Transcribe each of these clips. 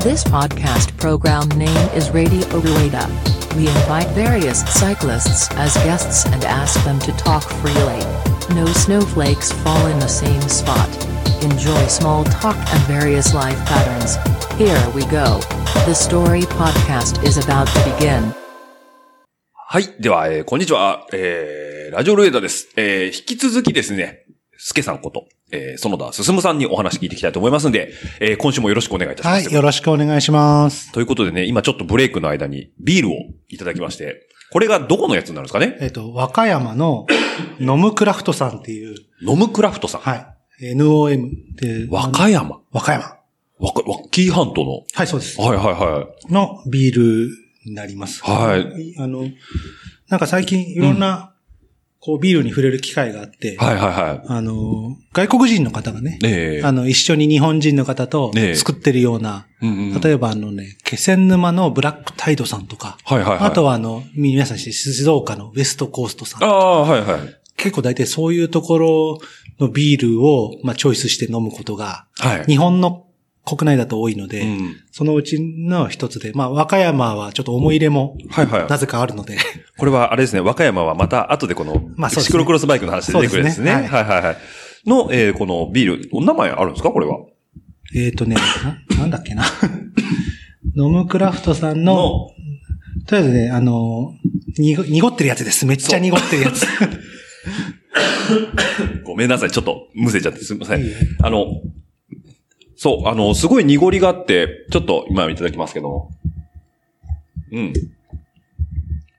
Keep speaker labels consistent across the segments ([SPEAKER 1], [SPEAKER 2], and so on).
[SPEAKER 1] This podcast program name is Radio Rueda. We invite various cyclists as guests and ask them to talk freely. No snowflakes fall in the same spot. Enjoy small talk and various life patterns. Here we go. The story podcast is about to begin.
[SPEAKER 2] はい。では、えーこんにちは。えー、ラジオルエダです。えー、引き続きですね、スケさんこと、えー、園田進さんにお話聞いていきたいと思いますんで、えー、今週もよろしくお願いいたしま
[SPEAKER 3] は
[SPEAKER 2] す。
[SPEAKER 3] い、よろしくお願いします。
[SPEAKER 2] ということでね、今ちょっとブレイクの間にビールをいただきまして、これがどこのやつになるんですかね
[SPEAKER 3] えっ、と、和歌山のノムクラフトさんっていう、
[SPEAKER 2] ノムクラフトさん。
[SPEAKER 3] はい、NOM っていう、
[SPEAKER 2] 和歌山。
[SPEAKER 3] 和歌山。
[SPEAKER 2] 和歌、和紀伊半島の。
[SPEAKER 3] はい、そうです。
[SPEAKER 2] はいはいは
[SPEAKER 3] のビールになります。。
[SPEAKER 2] はい
[SPEAKER 3] あの、なんか最近いろんな、こう、ビールに触れる機会があって、
[SPEAKER 2] い。はいはいはい。
[SPEAKER 3] あの、外国人の方がね、
[SPEAKER 2] ええ
[SPEAKER 3] あの、一緒に日本人の方と
[SPEAKER 2] ええ
[SPEAKER 3] 作ってるような、
[SPEAKER 2] うんうん
[SPEAKER 3] 例えばあのね、気仙沼のブラックタイドさんとか、
[SPEAKER 2] はいはいはい。
[SPEAKER 3] あとはあの、皆さん静岡のウエストコーストさん
[SPEAKER 2] ああ、はいはい。
[SPEAKER 3] 結構大体そういうところのビールを、まあ、チョイスして飲むことが、
[SPEAKER 2] はい。
[SPEAKER 3] 日本の国内だと多いので、
[SPEAKER 2] うん
[SPEAKER 3] そのうちの一つで、まあ、和歌山はちょっと思い入れも、
[SPEAKER 2] はいはい
[SPEAKER 3] なぜかあるので、
[SPEAKER 2] これはあれですね、和歌山はまた後でこの、
[SPEAKER 3] まあそうですね
[SPEAKER 2] シクロクロスバイクの話で出てくるんですね。
[SPEAKER 3] そうですね
[SPEAKER 2] はいはいはい。の、えーこのビール、お名前あるんですかこれは。
[SPEAKER 3] えっとね、ななんだっけな。 ノムクラフトさんの、とりあえずね、あの、にご濁ってるやつです。めっちゃ濁ってるやつ。
[SPEAKER 2] ごめんなさい、ちょっとむせちゃってすみません
[SPEAKER 3] いえいえ。
[SPEAKER 2] あの、そう、あの、すごい濁りがあって、ちょっと今いただきますけども。うん。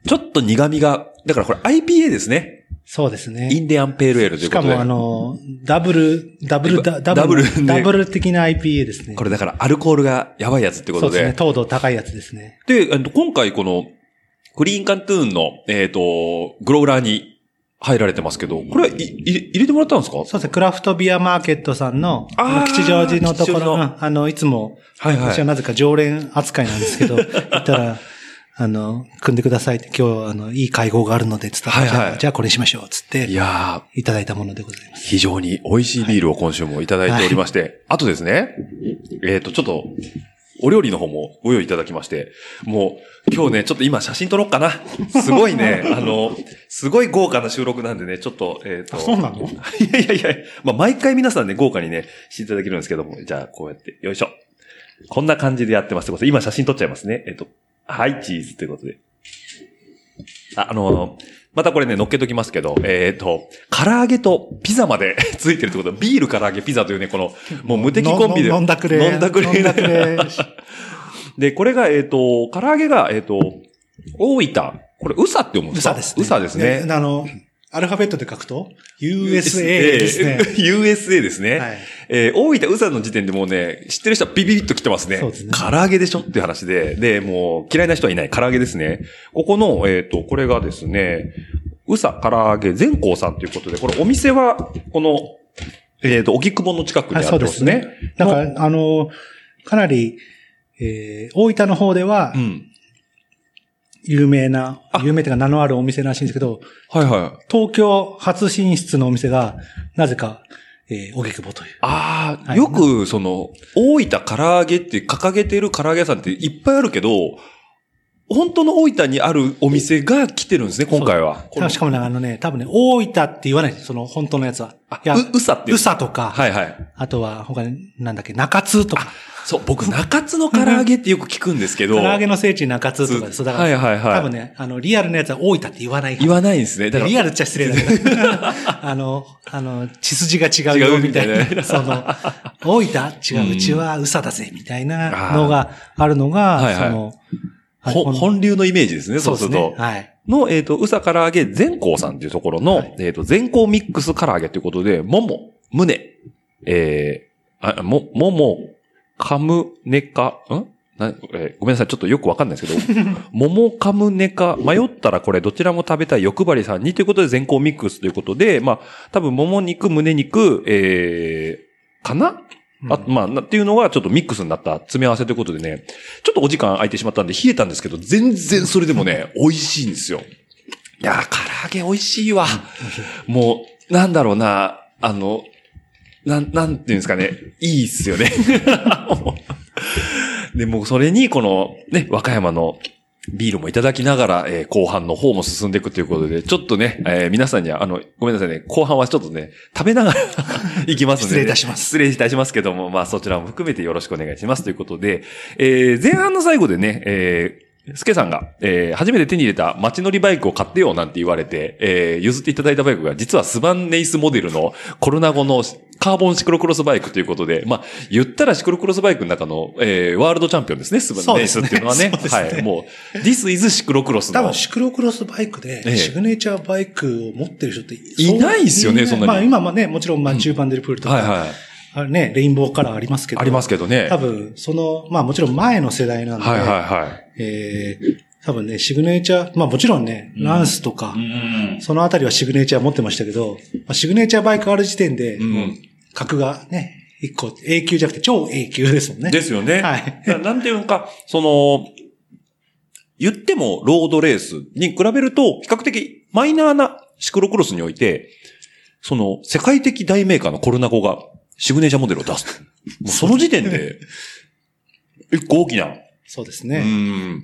[SPEAKER 2] ちょっと苦味が、だからこれ IPA ですね。
[SPEAKER 3] そうですね。
[SPEAKER 2] インディアンペールエールとい
[SPEAKER 3] し
[SPEAKER 2] うこ
[SPEAKER 3] か
[SPEAKER 2] とで。
[SPEAKER 3] も、あの、ダブル、ダブル、ダダブル、
[SPEAKER 2] ダブルね
[SPEAKER 3] ダブル的な IPA ですね。
[SPEAKER 2] これだからアルコールがやばいやつってこと
[SPEAKER 3] そうです
[SPEAKER 2] で
[SPEAKER 3] ね。。糖度高いやつですね。
[SPEAKER 2] で、えっと今回この、クリーンカントゥーンの、えっ、と、グローラーに入られてますけど、これはい、い入れてもらったんですか
[SPEAKER 3] そうですね、クラフトビアマーケットさんの、
[SPEAKER 2] あー
[SPEAKER 3] あの吉祥寺のとこ
[SPEAKER 2] 吉祥
[SPEAKER 3] ろ、
[SPEAKER 2] 寺
[SPEAKER 3] う
[SPEAKER 2] の
[SPEAKER 3] んあの、いつも、
[SPEAKER 2] はいはい
[SPEAKER 3] 私はなぜか常連扱いなんですけど、行 ったら、あの、組んでくださいって、今日、あの、いい会合があるので、つったら、
[SPEAKER 2] はいはい
[SPEAKER 3] じゃあじゃあこれにしましょう、つって
[SPEAKER 2] い、や
[SPEAKER 3] いただいたものでございま
[SPEAKER 2] ー、
[SPEAKER 3] す。
[SPEAKER 2] 非常に美味しいビールを今週もいただいておりまして、あとですね、えっ、と、ちょっと、お料理の方もご用意いただきまして、もう、今日ね、ちょっと今写真撮ろうかな。すごいね、あの、すごい豪華な収録なんでね、ちょっと、えっ、と。
[SPEAKER 3] なの
[SPEAKER 2] いやいやいや、まあ、毎回皆さんね、豪華にね、していただけるんですけども、じゃあ、こうやって、よいしょ。こんな感じでやってますってことで今写真撮っちゃいますね。えっと、はい、チーズということで。あ、あのーまたこれね、乗っけときますけど、えっ、と、唐揚げとピザまで ついてるってことで、ビール、唐揚げ、ピザというね、この、もう無敵コンビで。
[SPEAKER 3] の飲んだくれ。
[SPEAKER 2] 飲んだくれ。
[SPEAKER 3] 飲んだくれ。
[SPEAKER 2] で、これが、えっ、と、唐揚げが、えっ、と、大分。これ、うさって思うん
[SPEAKER 3] う
[SPEAKER 2] ですか
[SPEAKER 3] さですね。
[SPEAKER 2] うさですね。
[SPEAKER 3] あの、アルファベットで書くと、USA で すね。
[SPEAKER 2] USA ですね。
[SPEAKER 3] はい
[SPEAKER 2] えー大分、宇佐の時点でもうね、知ってる人はビビビッと来てますね。
[SPEAKER 3] そうですね
[SPEAKER 2] 唐揚げでしょっていう話で、で、もう嫌いな人はいない。唐揚げですね。ここの、えっ、と、これがですね、宇佐唐揚げ善光さんということで、これお店は、この、えっ、と、荻窪の近くにあ
[SPEAKER 3] はい、
[SPEAKER 2] っ
[SPEAKER 3] そ
[SPEAKER 2] て
[SPEAKER 3] うで
[SPEAKER 2] ますすね。
[SPEAKER 3] ね。なんか、あの、かなり、えー、大分の方では
[SPEAKER 2] う、ん。
[SPEAKER 3] 有名な、
[SPEAKER 2] あ
[SPEAKER 3] 有名というか名のあるお店らしいんですけど、
[SPEAKER 2] はいはい。
[SPEAKER 3] 東京初進出のお店が、なぜか、えー、おぎくぼという。
[SPEAKER 2] ああ、
[SPEAKER 3] はい
[SPEAKER 2] よく、その、大分唐揚げって掲げてる唐揚げ屋さんっていっぱいあるけど、本当の大分にあるお店が来てるんですね、今回は。この
[SPEAKER 3] しかもね、あのね、多分ね、大分って言わないですその本当のやつは。
[SPEAKER 2] あ
[SPEAKER 3] いや、
[SPEAKER 2] う、うさっていう。
[SPEAKER 3] うさとか、
[SPEAKER 2] はいはい。
[SPEAKER 3] あとは他に、なんだっけ、中津とか、
[SPEAKER 2] そう、僕、中津の唐揚げってよく聞くんですけ
[SPEAKER 3] 唐
[SPEAKER 2] ど、
[SPEAKER 3] 揚げの聖地中津とかです。そうだから、
[SPEAKER 2] はいはいはい
[SPEAKER 3] 多分ね、あの、リアルなやつは大分って言わない
[SPEAKER 2] 言わないんですね。だから、
[SPEAKER 3] リアルっちゃ失礼だ けど。あの、あの、血筋が違う
[SPEAKER 2] 違
[SPEAKER 3] よ
[SPEAKER 2] うみ
[SPEAKER 3] み
[SPEAKER 2] た
[SPEAKER 3] た
[SPEAKER 2] い
[SPEAKER 3] い
[SPEAKER 2] な
[SPEAKER 3] な。その、大分違う、
[SPEAKER 2] うん
[SPEAKER 3] うちはうさだぜ、みたいなのがあるのが、
[SPEAKER 2] あーはいはい
[SPEAKER 3] その、はい
[SPEAKER 2] ほ
[SPEAKER 3] この
[SPEAKER 2] 本流のイメージですね、そうす
[SPEAKER 3] そう
[SPEAKER 2] る
[SPEAKER 3] で
[SPEAKER 2] と。
[SPEAKER 3] すね。はい。
[SPEAKER 2] の、えっ、と、うさ唐揚げ善光さんっていうところの、
[SPEAKER 3] はい
[SPEAKER 2] えっ、と、善光ミックス唐揚げということで、もも、胸、えー、あ、も、もも、かむねか、んなえーごめんなさい、ちょっとよくわかんないですけ ど、ももかむねか、迷ったらこれどちらも食べたい欲張りさんにということで善光ミックスということで、まあ、多分、もも肉、胸肉、えー、かなあ
[SPEAKER 3] うん
[SPEAKER 2] まあ、なっていうのがちょっとミックスになった詰め合わせということでね、ちょっとお時間空いてしまったんで冷えたんですけど、全然それでも ね、美味しいんですよ。いやー、唐揚げ美味しいわ。もう、なんだろうな、あの、なん、なんていうんですかね、いいっすよね。 で、もうそれに、この、ね、和歌山のビールもいただきながら、えー後半の方も進んでいくということで、ちょっとね、えー皆さんには、あの、ごめんなさいね、後半はちょっとね、食べながら 行きますので、
[SPEAKER 3] 失礼いたします
[SPEAKER 2] 失礼いたしますけども、まあそちらも含めてよろしくお願いしますということで、えー前半の最後でね、えースケさんが、えー初めて手に入れた街乗りバイクを買ってよなんて言われて、えー譲っていただいたバイクが、実はスバンネイスモデルのコロナ後のカーボンシクロクロスバイクということで、まあ、言ったらシクロクロスバイクの中の、えーワールドチャンピオンですね、スバンネイスっていうのはね。
[SPEAKER 3] そうですね
[SPEAKER 2] はい。もう、This is シクロクロス
[SPEAKER 3] 多
[SPEAKER 2] の
[SPEAKER 3] 分、。シクロクロスバイクで、
[SPEAKER 2] ええ
[SPEAKER 3] シグネチャーバイクを持ってる人って
[SPEAKER 2] いないっすよねそんなに
[SPEAKER 3] まあ今もね、もちろん、まあ中盤デルプールと
[SPEAKER 2] はい
[SPEAKER 3] か、
[SPEAKER 2] はい。
[SPEAKER 3] あれね、レインボーカラーありますけど。
[SPEAKER 2] ありますけどね。
[SPEAKER 3] 多分、その、まあもちろん前の世代なんで、
[SPEAKER 2] はいはいはい。
[SPEAKER 3] えー多分ね、シグネチャー、まあもちろんね、
[SPEAKER 2] ん
[SPEAKER 3] ランスとか、
[SPEAKER 2] ん。
[SPEAKER 3] そのあたりはシグネチャー持ってましたけど、まあ、シグネチャーバイクある時点で、
[SPEAKER 2] うん
[SPEAKER 3] もう格がね、一個、永久じゃなくて超永久ですもんね。
[SPEAKER 2] ですよね。
[SPEAKER 3] はい。
[SPEAKER 2] だからなんていうか、その、言ってもロードレースに比べると、比較的マイナーなシクロクロスにおいて、その、世界的大メーカーのコルナコがシグネチャーモデルを出す。もうその時 点で、一個大きな、
[SPEAKER 3] そうです
[SPEAKER 2] う
[SPEAKER 3] ね。
[SPEAKER 2] ん、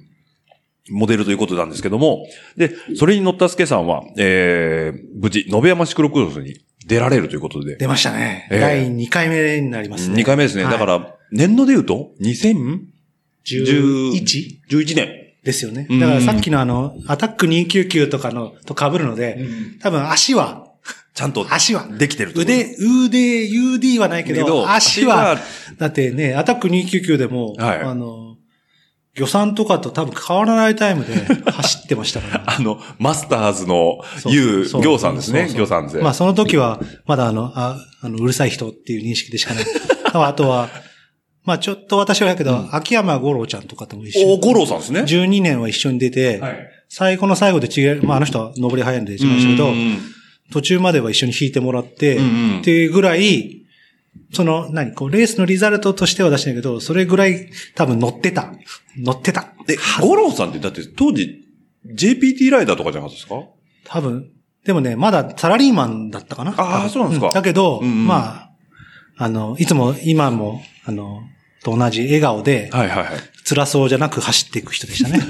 [SPEAKER 2] モデルということなんですけども、で、それに乗ったスケさんは、えー、無事、延山シクロクロスに出られるということで、
[SPEAKER 3] 出ましたね。
[SPEAKER 2] ええ
[SPEAKER 3] 第2回目になりますね。
[SPEAKER 2] 2回目ですね。
[SPEAKER 3] はい
[SPEAKER 2] だから、年度で言うと、2011
[SPEAKER 3] 11?
[SPEAKER 2] 年。
[SPEAKER 3] ですよね
[SPEAKER 2] うん。
[SPEAKER 3] だからさっきのあの、アタック299とかの、と被るので、多分足は、
[SPEAKER 2] ちゃんと
[SPEAKER 3] 足は、
[SPEAKER 2] できてるってこと
[SPEAKER 3] 腕、腕、UD はないけ
[SPEAKER 2] けど
[SPEAKER 3] ど、足は、だってね、アタック299でも、
[SPEAKER 2] はい
[SPEAKER 3] あの、魚算とかと多分変わらないタイムで走ってましたから。
[SPEAKER 2] あの、マスターズの、
[SPEAKER 3] そう
[SPEAKER 2] ゆう、
[SPEAKER 3] そう
[SPEAKER 2] ぎょうさんですね。
[SPEAKER 3] そう
[SPEAKER 2] ぎょうさんで。
[SPEAKER 3] まあその時は、まだあの、ああのうるさい人っていう認識でしか ない。あとは、まあちょっと私はだけど、秋山五郎ちゃんとかとも一緒
[SPEAKER 2] お、
[SPEAKER 3] に。
[SPEAKER 2] 五郎さんですね。
[SPEAKER 3] 12年は一緒に出て、
[SPEAKER 2] はい。
[SPEAKER 3] 最後の最後で違う、まああの人は登り早いんで違いましたけど、途中までは一緒に引いてもらって、
[SPEAKER 2] うんうん
[SPEAKER 3] っていうぐらい、その、何、こう、レースのリザルトとしては出してないけど、それぐらい多分乗ってた。乗ってた。
[SPEAKER 2] で、五郎さんって、だって当時、JPT ライダーとかじゃなかったですか
[SPEAKER 3] 多分。でもね、まだサラリーマンだったかな。
[SPEAKER 2] あー
[SPEAKER 3] 多分
[SPEAKER 2] そうなんですか
[SPEAKER 3] だけど、
[SPEAKER 2] うんうん
[SPEAKER 3] まあ、あの、いつも、今も、あの、と同じ笑顔で、
[SPEAKER 2] はいはいはい。
[SPEAKER 3] 辛そうじゃなく走っていく人でした ね。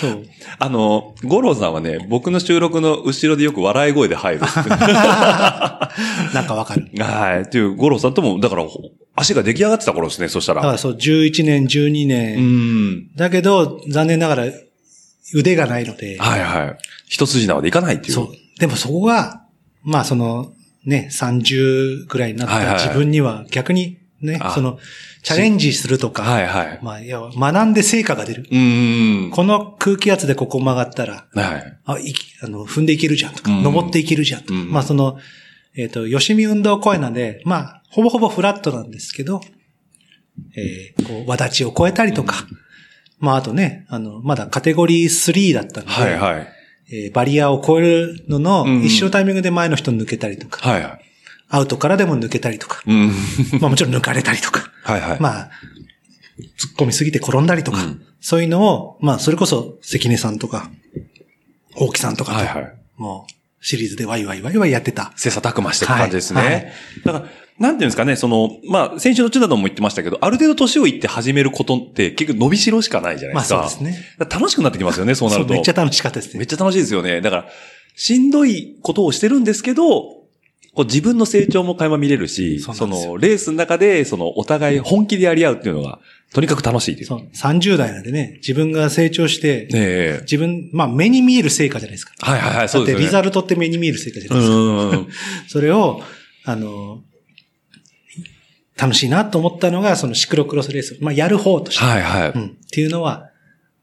[SPEAKER 3] そう。
[SPEAKER 2] あの、五郎さんはね、僕の収録の後ろでよく笑い声で入る。
[SPEAKER 3] なんかわか る。
[SPEAKER 2] はい。っていう、五郎さんとも、だから、足が出来上がってた頃ですね、そした。
[SPEAKER 3] だかららそう、11年、12
[SPEAKER 2] う
[SPEAKER 3] 年、
[SPEAKER 2] ん。
[SPEAKER 3] だけど、残念ながら、腕がないので、
[SPEAKER 2] はいはい。一筋縄でいかないっていう。
[SPEAKER 3] そう。でもそこが、まあその、ね、30ぐらいになっ
[SPEAKER 2] はいは
[SPEAKER 3] た
[SPEAKER 2] い
[SPEAKER 3] 自分には逆にね、
[SPEAKER 2] あ
[SPEAKER 3] その、チャレンジするとか、
[SPEAKER 2] はいはい。
[SPEAKER 3] まあ、いや、学んで成果が出る。
[SPEAKER 2] うん。
[SPEAKER 3] この空気圧でここ曲がったら、
[SPEAKER 2] はい。
[SPEAKER 3] あ、いき、あの、踏んでいけるじゃんとか、
[SPEAKER 2] うん
[SPEAKER 3] 登っていけるじゃんとか、
[SPEAKER 2] うん
[SPEAKER 3] まあその、えっ、と、吉見運動公園なんで、まあ、ほぼほぼフラットなんですけど、えー、こう、わだちを超えたりとか、まああとね、あの、まだカテゴリー3だったので、
[SPEAKER 2] はいはい。
[SPEAKER 3] えーバリアを超えるのの
[SPEAKER 2] うんうん
[SPEAKER 3] 一緒のタイミングで前の人抜けたりとか、
[SPEAKER 2] はいはい。
[SPEAKER 3] アウトからでも抜けたり とか、
[SPEAKER 2] うん。
[SPEAKER 3] まあもちろん抜かれたりとか、
[SPEAKER 2] はいはい。
[SPEAKER 3] まあ、突っ込みすぎて転んだりとか、
[SPEAKER 2] うん
[SPEAKER 3] そういうのを、まあそれこそ関根さんとか、大木さんとかと、
[SPEAKER 2] はいはい。
[SPEAKER 3] もうシリーズでワイワイワイワイやってた。
[SPEAKER 2] 切磋琢磨していく感じですね。
[SPEAKER 3] はいはい
[SPEAKER 2] だから、なんていうんですかね、その、まあ、先週のチュダドンも言ってましたけど、ある程度年をいって始めることって結局伸びしろしかないじゃない
[SPEAKER 3] ま
[SPEAKER 2] で
[SPEAKER 3] あ
[SPEAKER 2] すか。
[SPEAKER 3] そうですね。
[SPEAKER 2] だから楽しくなってきますよね、そうなると。
[SPEAKER 3] めっちゃ楽しかったです
[SPEAKER 2] めっ
[SPEAKER 3] ね。
[SPEAKER 2] ちゃ楽しいですよね。だから、しんどいことをしてるんですけど、こう自分の成長も垣間見れるし、そ
[SPEAKER 3] そうなんですよ
[SPEAKER 2] の、レースの中で、その、お互い本気でやり合うっていうのが、とにかく楽しいです。
[SPEAKER 3] そう30代なんでね、自分が成長して、
[SPEAKER 2] ええ
[SPEAKER 3] 自分、まあ目に見える成果じゃないですか。
[SPEAKER 2] はいはいはい、そう
[SPEAKER 3] だっ
[SPEAKER 2] で
[SPEAKER 3] て
[SPEAKER 2] すよね。
[SPEAKER 3] リザルトって目に見える成果じゃないですか。
[SPEAKER 2] うん。
[SPEAKER 3] それを、あの、楽しいなと思ったのが、そのシクロクロスレース。まあ、やる方とし て、
[SPEAKER 2] はいはい。
[SPEAKER 3] うん。っていうのは、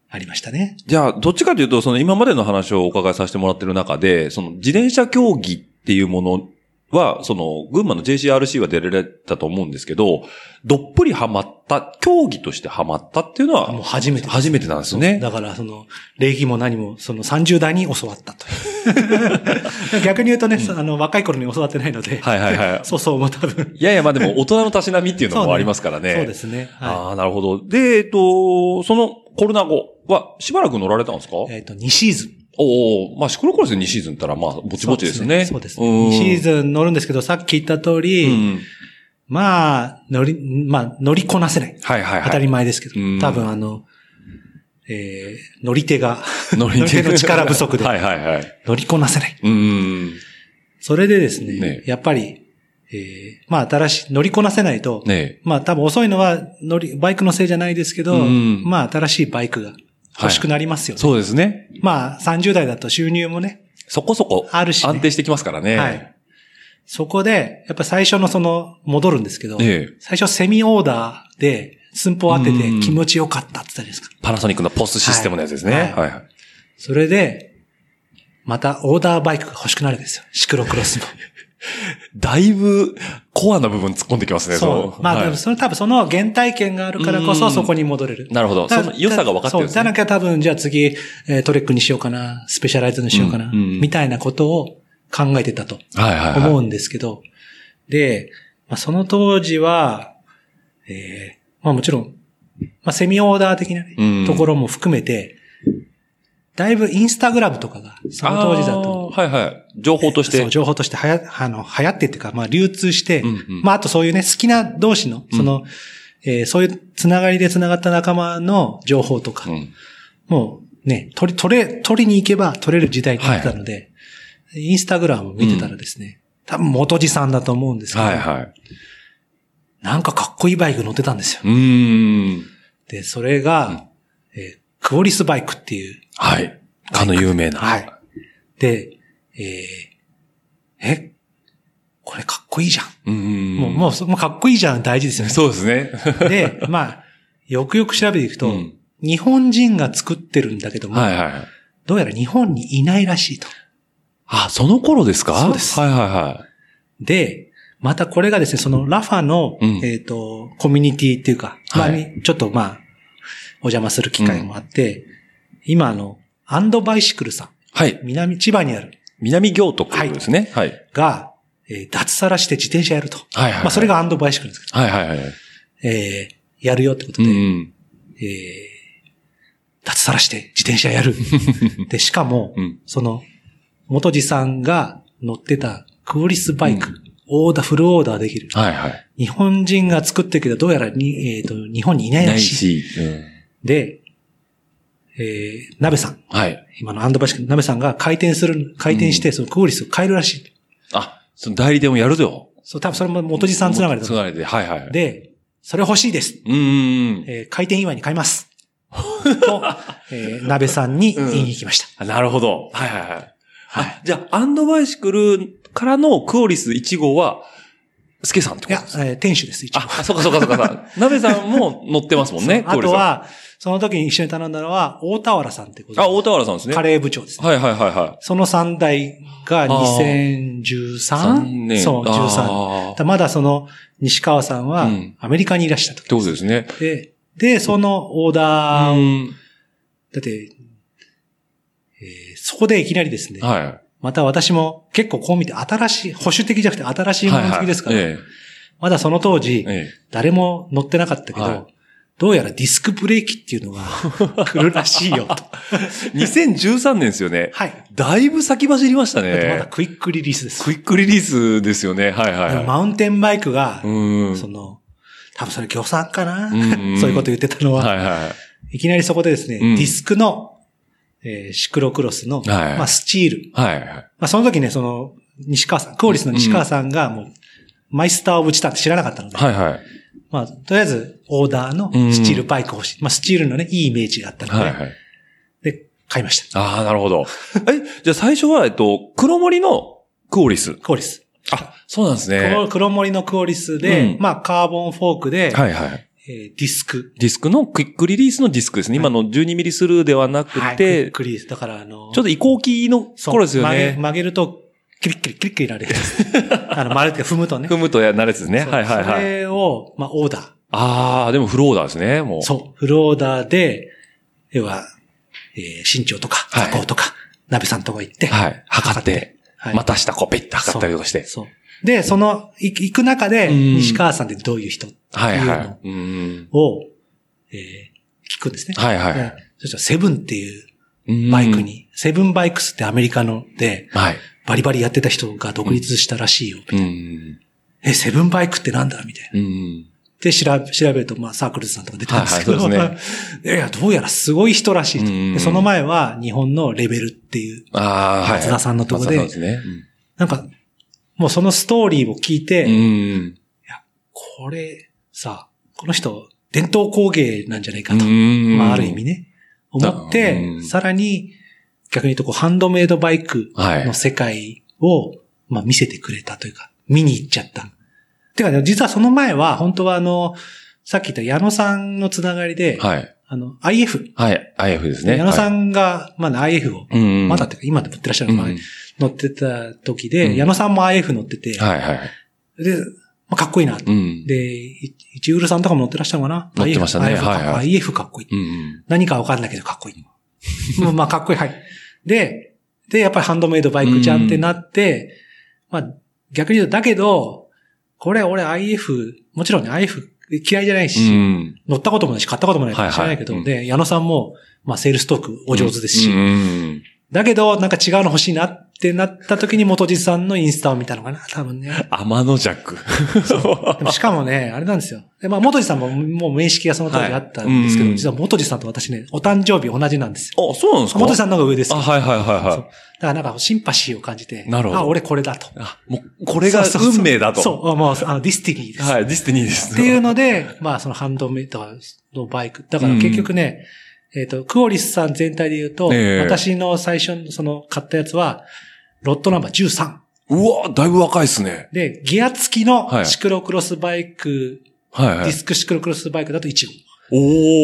[SPEAKER 3] ありましたね。
[SPEAKER 2] じゃあ、どっちかというと、その今までの話をお伺いさせてもらってる中で、その自転車競技っていうものは、その群馬の JCRC は出られたと思うんですけど、どっぷりハマった、競技としてハマったっていうのは、
[SPEAKER 3] もう初めてです
[SPEAKER 2] 初めてなんですね。
[SPEAKER 3] だから、その、礼儀も何も、その30代に教わったと いう。逆に言うとね、そあの、若い頃に教わってないので、
[SPEAKER 2] はいはいはい
[SPEAKER 3] そうそうも多分。
[SPEAKER 2] いやいや、まあでも大人のたしなみっていうのもありますからね。
[SPEAKER 3] そうですね。は
[SPEAKER 2] ああ、なるほど。で、えっと、そのコロナ後はしばらく乗られたんですか
[SPEAKER 3] い。えっ、と、2シーズン。
[SPEAKER 2] おおまあシクロクロスで2シーズンったらまあぼちぼちですね。
[SPEAKER 3] そうですね。2シー
[SPEAKER 2] ン。
[SPEAKER 3] ズン乗るんですけど、さっき言った通り、
[SPEAKER 2] うん。
[SPEAKER 3] まあ、乗り、まあ、乗りこなせない。
[SPEAKER 2] はいはいはい。
[SPEAKER 3] 当たり前ですけど
[SPEAKER 2] うん、
[SPEAKER 3] 多分あの、えー、乗り手が
[SPEAKER 2] 乗
[SPEAKER 3] り手の力不足で
[SPEAKER 2] はいはいはい。
[SPEAKER 3] 乗りこなせない。
[SPEAKER 2] うん。
[SPEAKER 3] それでですね、
[SPEAKER 2] ね
[SPEAKER 3] やっぱり、えー、まあ、新しい、乗りこなせないと、
[SPEAKER 2] ねえ。
[SPEAKER 3] まあ、多分遅いのは、乗り、バイクのせいじゃないですけど、
[SPEAKER 2] うん
[SPEAKER 3] まあ、新しいバイクが欲しくなりますよね。
[SPEAKER 2] そうですね。
[SPEAKER 3] まあ、30代だと収入もね、
[SPEAKER 2] そこそこ。
[SPEAKER 3] あるしね
[SPEAKER 2] 安定してきますからね。
[SPEAKER 3] はい。そこで、やっぱ最初のその、戻るんですけど、
[SPEAKER 2] ええ
[SPEAKER 3] 最初セミオーダーで寸法当て
[SPEAKER 2] うん
[SPEAKER 3] て気持ちよかったって言ったじゃないですか。
[SPEAKER 2] パナソニックのポスシステムのやつですね。は
[SPEAKER 3] はいい
[SPEAKER 2] はい。
[SPEAKER 3] それで、またオーダーバイクが欲しくなるんですよ。シクロクロ スの。
[SPEAKER 2] だいぶコアな部分突っ込んできますね。
[SPEAKER 3] そう。まあ、
[SPEAKER 2] は
[SPEAKER 3] で
[SPEAKER 2] い
[SPEAKER 3] もそれ多分その原体験があるからこ
[SPEAKER 2] う
[SPEAKER 3] そ
[SPEAKER 2] ん
[SPEAKER 3] そこに戻れる。
[SPEAKER 2] なるほど。
[SPEAKER 3] だ
[SPEAKER 2] その良さが分かってるん
[SPEAKER 3] そう。
[SPEAKER 2] で
[SPEAKER 3] じ
[SPEAKER 2] す
[SPEAKER 3] ゃ
[SPEAKER 2] ね
[SPEAKER 3] な。きゃ多分、じゃあ次、えートレックにしようかな、スペシャライズにしようかな、
[SPEAKER 2] うんうん
[SPEAKER 3] みたいなことを考えてたと
[SPEAKER 2] はいはいはい。
[SPEAKER 3] 思うんですけど、で、まあ、その当時は、えーまあもちろん、まあセミオーダー的なね、
[SPEAKER 2] うん
[SPEAKER 3] ところも含めて、だいぶインスタグラムとかが、その当時だと、
[SPEAKER 2] あー。はいはい。情報として。
[SPEAKER 3] そう、情報としてはや、あの、流行ってっていうか、まあ流通して、
[SPEAKER 2] うんうん
[SPEAKER 3] まああとそういうね、好きな同士の、その、えーそういうつながりでつながった仲間の情報とか、
[SPEAKER 2] うん
[SPEAKER 3] もうね、取り、取れ、取りに行けば取れる時代だったので、インスタグラムを見てたらですね、多分元地さんだと思うんですけど、
[SPEAKER 2] はいはい。
[SPEAKER 3] なんかかっこいいバイク乗ってたんですよ。
[SPEAKER 2] うーん。
[SPEAKER 3] で、それが、えークオリスバイクっていう、
[SPEAKER 2] はい。かの有名な。
[SPEAKER 3] はい。で、えーえ、これかっこいいじゃん。
[SPEAKER 2] うーん。
[SPEAKER 3] もう、もうそ、もうかっこいいじゃん大事ですよね。
[SPEAKER 2] そうですね。
[SPEAKER 3] で、まあ、よくよく調べていくと、
[SPEAKER 2] うん
[SPEAKER 3] 日本人が作ってるんだけども、
[SPEAKER 2] はいはい。
[SPEAKER 3] どうやら日本にいないらしいと。
[SPEAKER 2] あ、その頃ですか
[SPEAKER 3] そうです
[SPEAKER 2] はいはいは
[SPEAKER 3] で、またこれがですね、そのラファの、
[SPEAKER 2] うん
[SPEAKER 3] えっ、と、コミュニティっていうか、
[SPEAKER 2] はい
[SPEAKER 3] まあにちょっとまあ、お邪魔する機会もあって、今あの、アンドバイシクルさん、
[SPEAKER 2] い。はい。
[SPEAKER 3] 南、千葉にある、
[SPEAKER 2] 南行徳ですね。はい。
[SPEAKER 3] が、えー脱サラして自転車やると。
[SPEAKER 2] はいはいはい
[SPEAKER 3] まあ、それがアンドバイシクルですけ
[SPEAKER 2] はいはいはい。
[SPEAKER 3] ど、えーやるよってこと
[SPEAKER 2] う
[SPEAKER 3] で、
[SPEAKER 2] ん。
[SPEAKER 3] えー脱サラして自転車 やる。で、しかも、
[SPEAKER 2] うん
[SPEAKER 3] その、元地さんが乗ってたクオリスバイク、オーダー、フルオーダーできる。
[SPEAKER 2] はいはい。
[SPEAKER 3] 日本人が作ってるけど、どうやらに、えっ、と、日本にいないらしい。
[SPEAKER 2] し。うん
[SPEAKER 3] で、えー、鍋さん。
[SPEAKER 2] はい。
[SPEAKER 3] 今のアンドバイシクル、鍋さんが回転する、回転して、そのクオリスを変えるらしい。
[SPEAKER 2] あ、その代理店をやるぞ。
[SPEAKER 3] そう、多分それも元地さんつながりだ
[SPEAKER 2] つ
[SPEAKER 3] と
[SPEAKER 2] な
[SPEAKER 3] 思
[SPEAKER 2] がりで。はいは
[SPEAKER 3] う。
[SPEAKER 2] い。、
[SPEAKER 3] で、それ欲しいです。
[SPEAKER 2] うーん。
[SPEAKER 3] えー、回転祝いに買い ます。と、えー、鍋さんに言いに行きました。
[SPEAKER 2] あなるほど。はいはいはい。
[SPEAKER 3] はい
[SPEAKER 2] あじゃあ、アンドバイシクルからのクオリス1号は、スケさんってこ
[SPEAKER 3] い
[SPEAKER 2] と
[SPEAKER 3] や
[SPEAKER 2] です、
[SPEAKER 3] えー、店主です、一応。
[SPEAKER 2] あ、あそうかそうかそう か。なべさんも乗ってますもんね、
[SPEAKER 3] あ
[SPEAKER 2] クオリ
[SPEAKER 3] と
[SPEAKER 2] ス。
[SPEAKER 3] は、その時に一緒に頼んだのは、大田原さんってこと
[SPEAKER 2] あ、大田原さんですね。
[SPEAKER 3] カレー部長ですね。
[SPEAKER 2] はいはいはいはい。
[SPEAKER 3] その3代が
[SPEAKER 2] あ三
[SPEAKER 3] 2013?
[SPEAKER 2] 年
[SPEAKER 3] そう、13。
[SPEAKER 2] あー
[SPEAKER 3] だまだその、西川さんは
[SPEAKER 2] うん、
[SPEAKER 3] アメリカにいらした
[SPEAKER 2] って
[SPEAKER 3] 時
[SPEAKER 2] ことですね。
[SPEAKER 3] で、で、そのオーダー
[SPEAKER 2] う
[SPEAKER 3] を、
[SPEAKER 2] ん。
[SPEAKER 3] だって、えーそこでいきなりですね、
[SPEAKER 2] はい。はい
[SPEAKER 3] また私も結構こう見て新しい、保守的じゃなくて新しいもの好
[SPEAKER 2] は
[SPEAKER 3] き
[SPEAKER 2] い。
[SPEAKER 3] ですから、
[SPEAKER 2] え
[SPEAKER 3] まだその当時
[SPEAKER 2] え、え
[SPEAKER 3] 誰も乗ってなかったけど、
[SPEAKER 2] はい
[SPEAKER 3] どうやらディスクブレーキっていうの が来るらしいよと。
[SPEAKER 2] え。2013年ですよね。
[SPEAKER 3] はい。
[SPEAKER 2] だいぶ先走りました
[SPEAKER 3] だってまだ
[SPEAKER 2] ね。
[SPEAKER 3] クイックリリースです。
[SPEAKER 2] クイックリリースですよね。はいはいは
[SPEAKER 3] マウンテンバイクが
[SPEAKER 2] い。、うん。
[SPEAKER 3] その、多分それ魚産かな、
[SPEAKER 2] うんうん
[SPEAKER 3] そういうこと言ってたのは、、
[SPEAKER 2] はいはい
[SPEAKER 3] きなりそこでですね、
[SPEAKER 2] うん
[SPEAKER 3] ディスクの、えーシクロクロスの、
[SPEAKER 2] はい
[SPEAKER 3] まあ、スチール。
[SPEAKER 2] い。はいはい。
[SPEAKER 3] まあ、その時ね、その、西川さん、クオリスの西川さんがもう、マイスターオブチタンって知らなかったので、
[SPEAKER 2] はいはい。
[SPEAKER 3] まあ、とりあえず、オーダーのスチールバイク欲しい。まあ、スチールのね、いいイメージがあったので、
[SPEAKER 2] はいはい。
[SPEAKER 3] で、買いました。
[SPEAKER 2] ああ、なるほど。 え、じゃあ最初は、えっと、黒森のクオリス。
[SPEAKER 3] クオリス。
[SPEAKER 2] あ、そうなんですね。
[SPEAKER 3] 黒黒森のクオリスで、
[SPEAKER 2] うん
[SPEAKER 3] まあ、カーボンフォークで、
[SPEAKER 2] はいはい。
[SPEAKER 3] えーディスク。
[SPEAKER 2] ディスクのクイックリリースのディスクですね。今の12ミリスルーではなく
[SPEAKER 3] はい、クイ
[SPEAKER 2] て、
[SPEAKER 3] ックリリース。だから、あの、
[SPEAKER 2] ちょっと移行期の
[SPEAKER 3] そう
[SPEAKER 2] 頃ですよ
[SPEAKER 3] 曲げ
[SPEAKER 2] ね。
[SPEAKER 3] 曲げると、キリッキリキリッキ リなるやつ。あの、丸って踏むとね。
[SPEAKER 2] 踏むとやなるやつですね。
[SPEAKER 3] そう
[SPEAKER 2] はいはい
[SPEAKER 3] そ
[SPEAKER 2] はい。
[SPEAKER 3] れを、まあ、オーダ
[SPEAKER 2] ああ、でもフローダーですね、もう。
[SPEAKER 3] ー。そう。フルオーダーで、要は、えー身長とか、
[SPEAKER 2] はい
[SPEAKER 3] 加工とか、鍋さんとこ行って。
[SPEAKER 2] はい。測って、
[SPEAKER 3] はい
[SPEAKER 2] また下こうペッて測ったりとかして。
[SPEAKER 3] そう。で、その、い行く中で、
[SPEAKER 2] うん
[SPEAKER 3] 西川さんってどういう人
[SPEAKER 2] はいは
[SPEAKER 3] っ
[SPEAKER 2] い。うん。
[SPEAKER 3] を、えー聞くんですね。
[SPEAKER 2] はいは
[SPEAKER 3] で
[SPEAKER 2] い。
[SPEAKER 3] そしたらセブンっていう
[SPEAKER 2] うん
[SPEAKER 3] バイク。に、セブンバイクスってアメリカので、
[SPEAKER 2] はい。
[SPEAKER 3] バリバリやってた人が独立したらしいよ。
[SPEAKER 2] うん。
[SPEAKER 3] え、セブンバイクってなんだみたいな。
[SPEAKER 2] うん。
[SPEAKER 3] で、調べ、調べると、まあ、サークルズさんとか出てたんですけど、
[SPEAKER 2] はいはい
[SPEAKER 3] いや、どうやらすごい人らしいと。
[SPEAKER 2] うん
[SPEAKER 3] でその前は、日本のレベルっていう、
[SPEAKER 2] ああ、はい。
[SPEAKER 3] 松田さんのとこで
[SPEAKER 2] 松田さんですね。
[SPEAKER 3] なんか、もうそのストーリーを聞いて、
[SPEAKER 2] うんうん。
[SPEAKER 3] これ、さ、この人、伝統工芸なんじゃないかと。
[SPEAKER 2] うん
[SPEAKER 3] まあ、ある意味。ね。思っ
[SPEAKER 2] う
[SPEAKER 3] て、
[SPEAKER 2] ん
[SPEAKER 3] さらに、逆に言うと、こう、ハンドメイドバイク
[SPEAKER 2] はい。
[SPEAKER 3] の世界を、まあ、見せてくれたというか、見に行っちゃった。てかね、実はその前は、本当はあの、さっき言った矢野さんのつながりで、
[SPEAKER 2] はい。
[SPEAKER 3] あの、IF。
[SPEAKER 2] はい。IF ですね。
[SPEAKER 3] 矢野さ
[SPEAKER 2] は
[SPEAKER 3] んが、まだ IF を、
[SPEAKER 2] い、うんうん。
[SPEAKER 3] まだっていうか、今でも売ってらっしゃ
[SPEAKER 2] う
[SPEAKER 3] る
[SPEAKER 2] ん
[SPEAKER 3] の
[SPEAKER 2] う
[SPEAKER 3] が、
[SPEAKER 2] ん。
[SPEAKER 3] 乗ってた時
[SPEAKER 2] うん
[SPEAKER 3] で、矢野さんも IF 乗ってて、
[SPEAKER 2] はいはい。
[SPEAKER 3] で、まあ、かっこいいなと。
[SPEAKER 2] うん。
[SPEAKER 3] で、い一ウルさんとかも乗ってらっしゃるのかな
[SPEAKER 2] 乗ってましたね
[SPEAKER 3] IF か
[SPEAKER 2] はいはい
[SPEAKER 3] IF かっこいい。
[SPEAKER 2] うんうん。
[SPEAKER 3] 何かわかんないけどかっこいい。まあまあ、かっこいい。はい。で、で、やっぱりハンドメイドバイクじゃんってなって、まあ、逆に言うと、だけど、これ俺 IF、もちろんね、IF 嫌いじゃないし、
[SPEAKER 2] うん。
[SPEAKER 3] 乗ったこともないし、買ったこともないから知らないけど、
[SPEAKER 2] はいはい
[SPEAKER 3] で、矢野さんも、まあ、セールストークお上手ですし、
[SPEAKER 2] うん。
[SPEAKER 3] だけど、なんか違うの欲しいなってなった時に元地さんのインスタを見たのかな、多分ね。
[SPEAKER 2] 天のジャック。
[SPEAKER 3] でもしか もね、あれなんですよ。でまあ、元地さんももう面識がその当時あったんですけ
[SPEAKER 2] は
[SPEAKER 3] ど、
[SPEAKER 2] いうん
[SPEAKER 3] 実は元地さんと私ね、お誕生日同じなんですよ。
[SPEAKER 2] あ、そうなんですか
[SPEAKER 3] 元地さんの方が上です
[SPEAKER 2] あ、
[SPEAKER 3] よ。
[SPEAKER 2] はいはいはい
[SPEAKER 3] そう
[SPEAKER 2] は
[SPEAKER 3] だからなんかシンパシーを感じて、
[SPEAKER 2] なるほど
[SPEAKER 3] あ、俺これだと。
[SPEAKER 2] い。あ、もう、これが運命だと。
[SPEAKER 3] そうそうそう、あもう、あの、ディスティニーです。
[SPEAKER 2] はい、ディスティニーです。
[SPEAKER 3] っていうので、まあそのハンドメイドのバイク。だから結局ね、えっ、と、クオリスさん全体で言うと、
[SPEAKER 2] ええ
[SPEAKER 3] 私の最初のその買ったやつは、ロットナンバー13。
[SPEAKER 2] うわ、だいぶ若いですね。
[SPEAKER 3] で、ギア付きの
[SPEAKER 2] はい
[SPEAKER 3] シクロクロスバイク、
[SPEAKER 2] はいは
[SPEAKER 3] ディ
[SPEAKER 2] い。
[SPEAKER 3] スクシクロクロスバイクだと1号。
[SPEAKER 2] お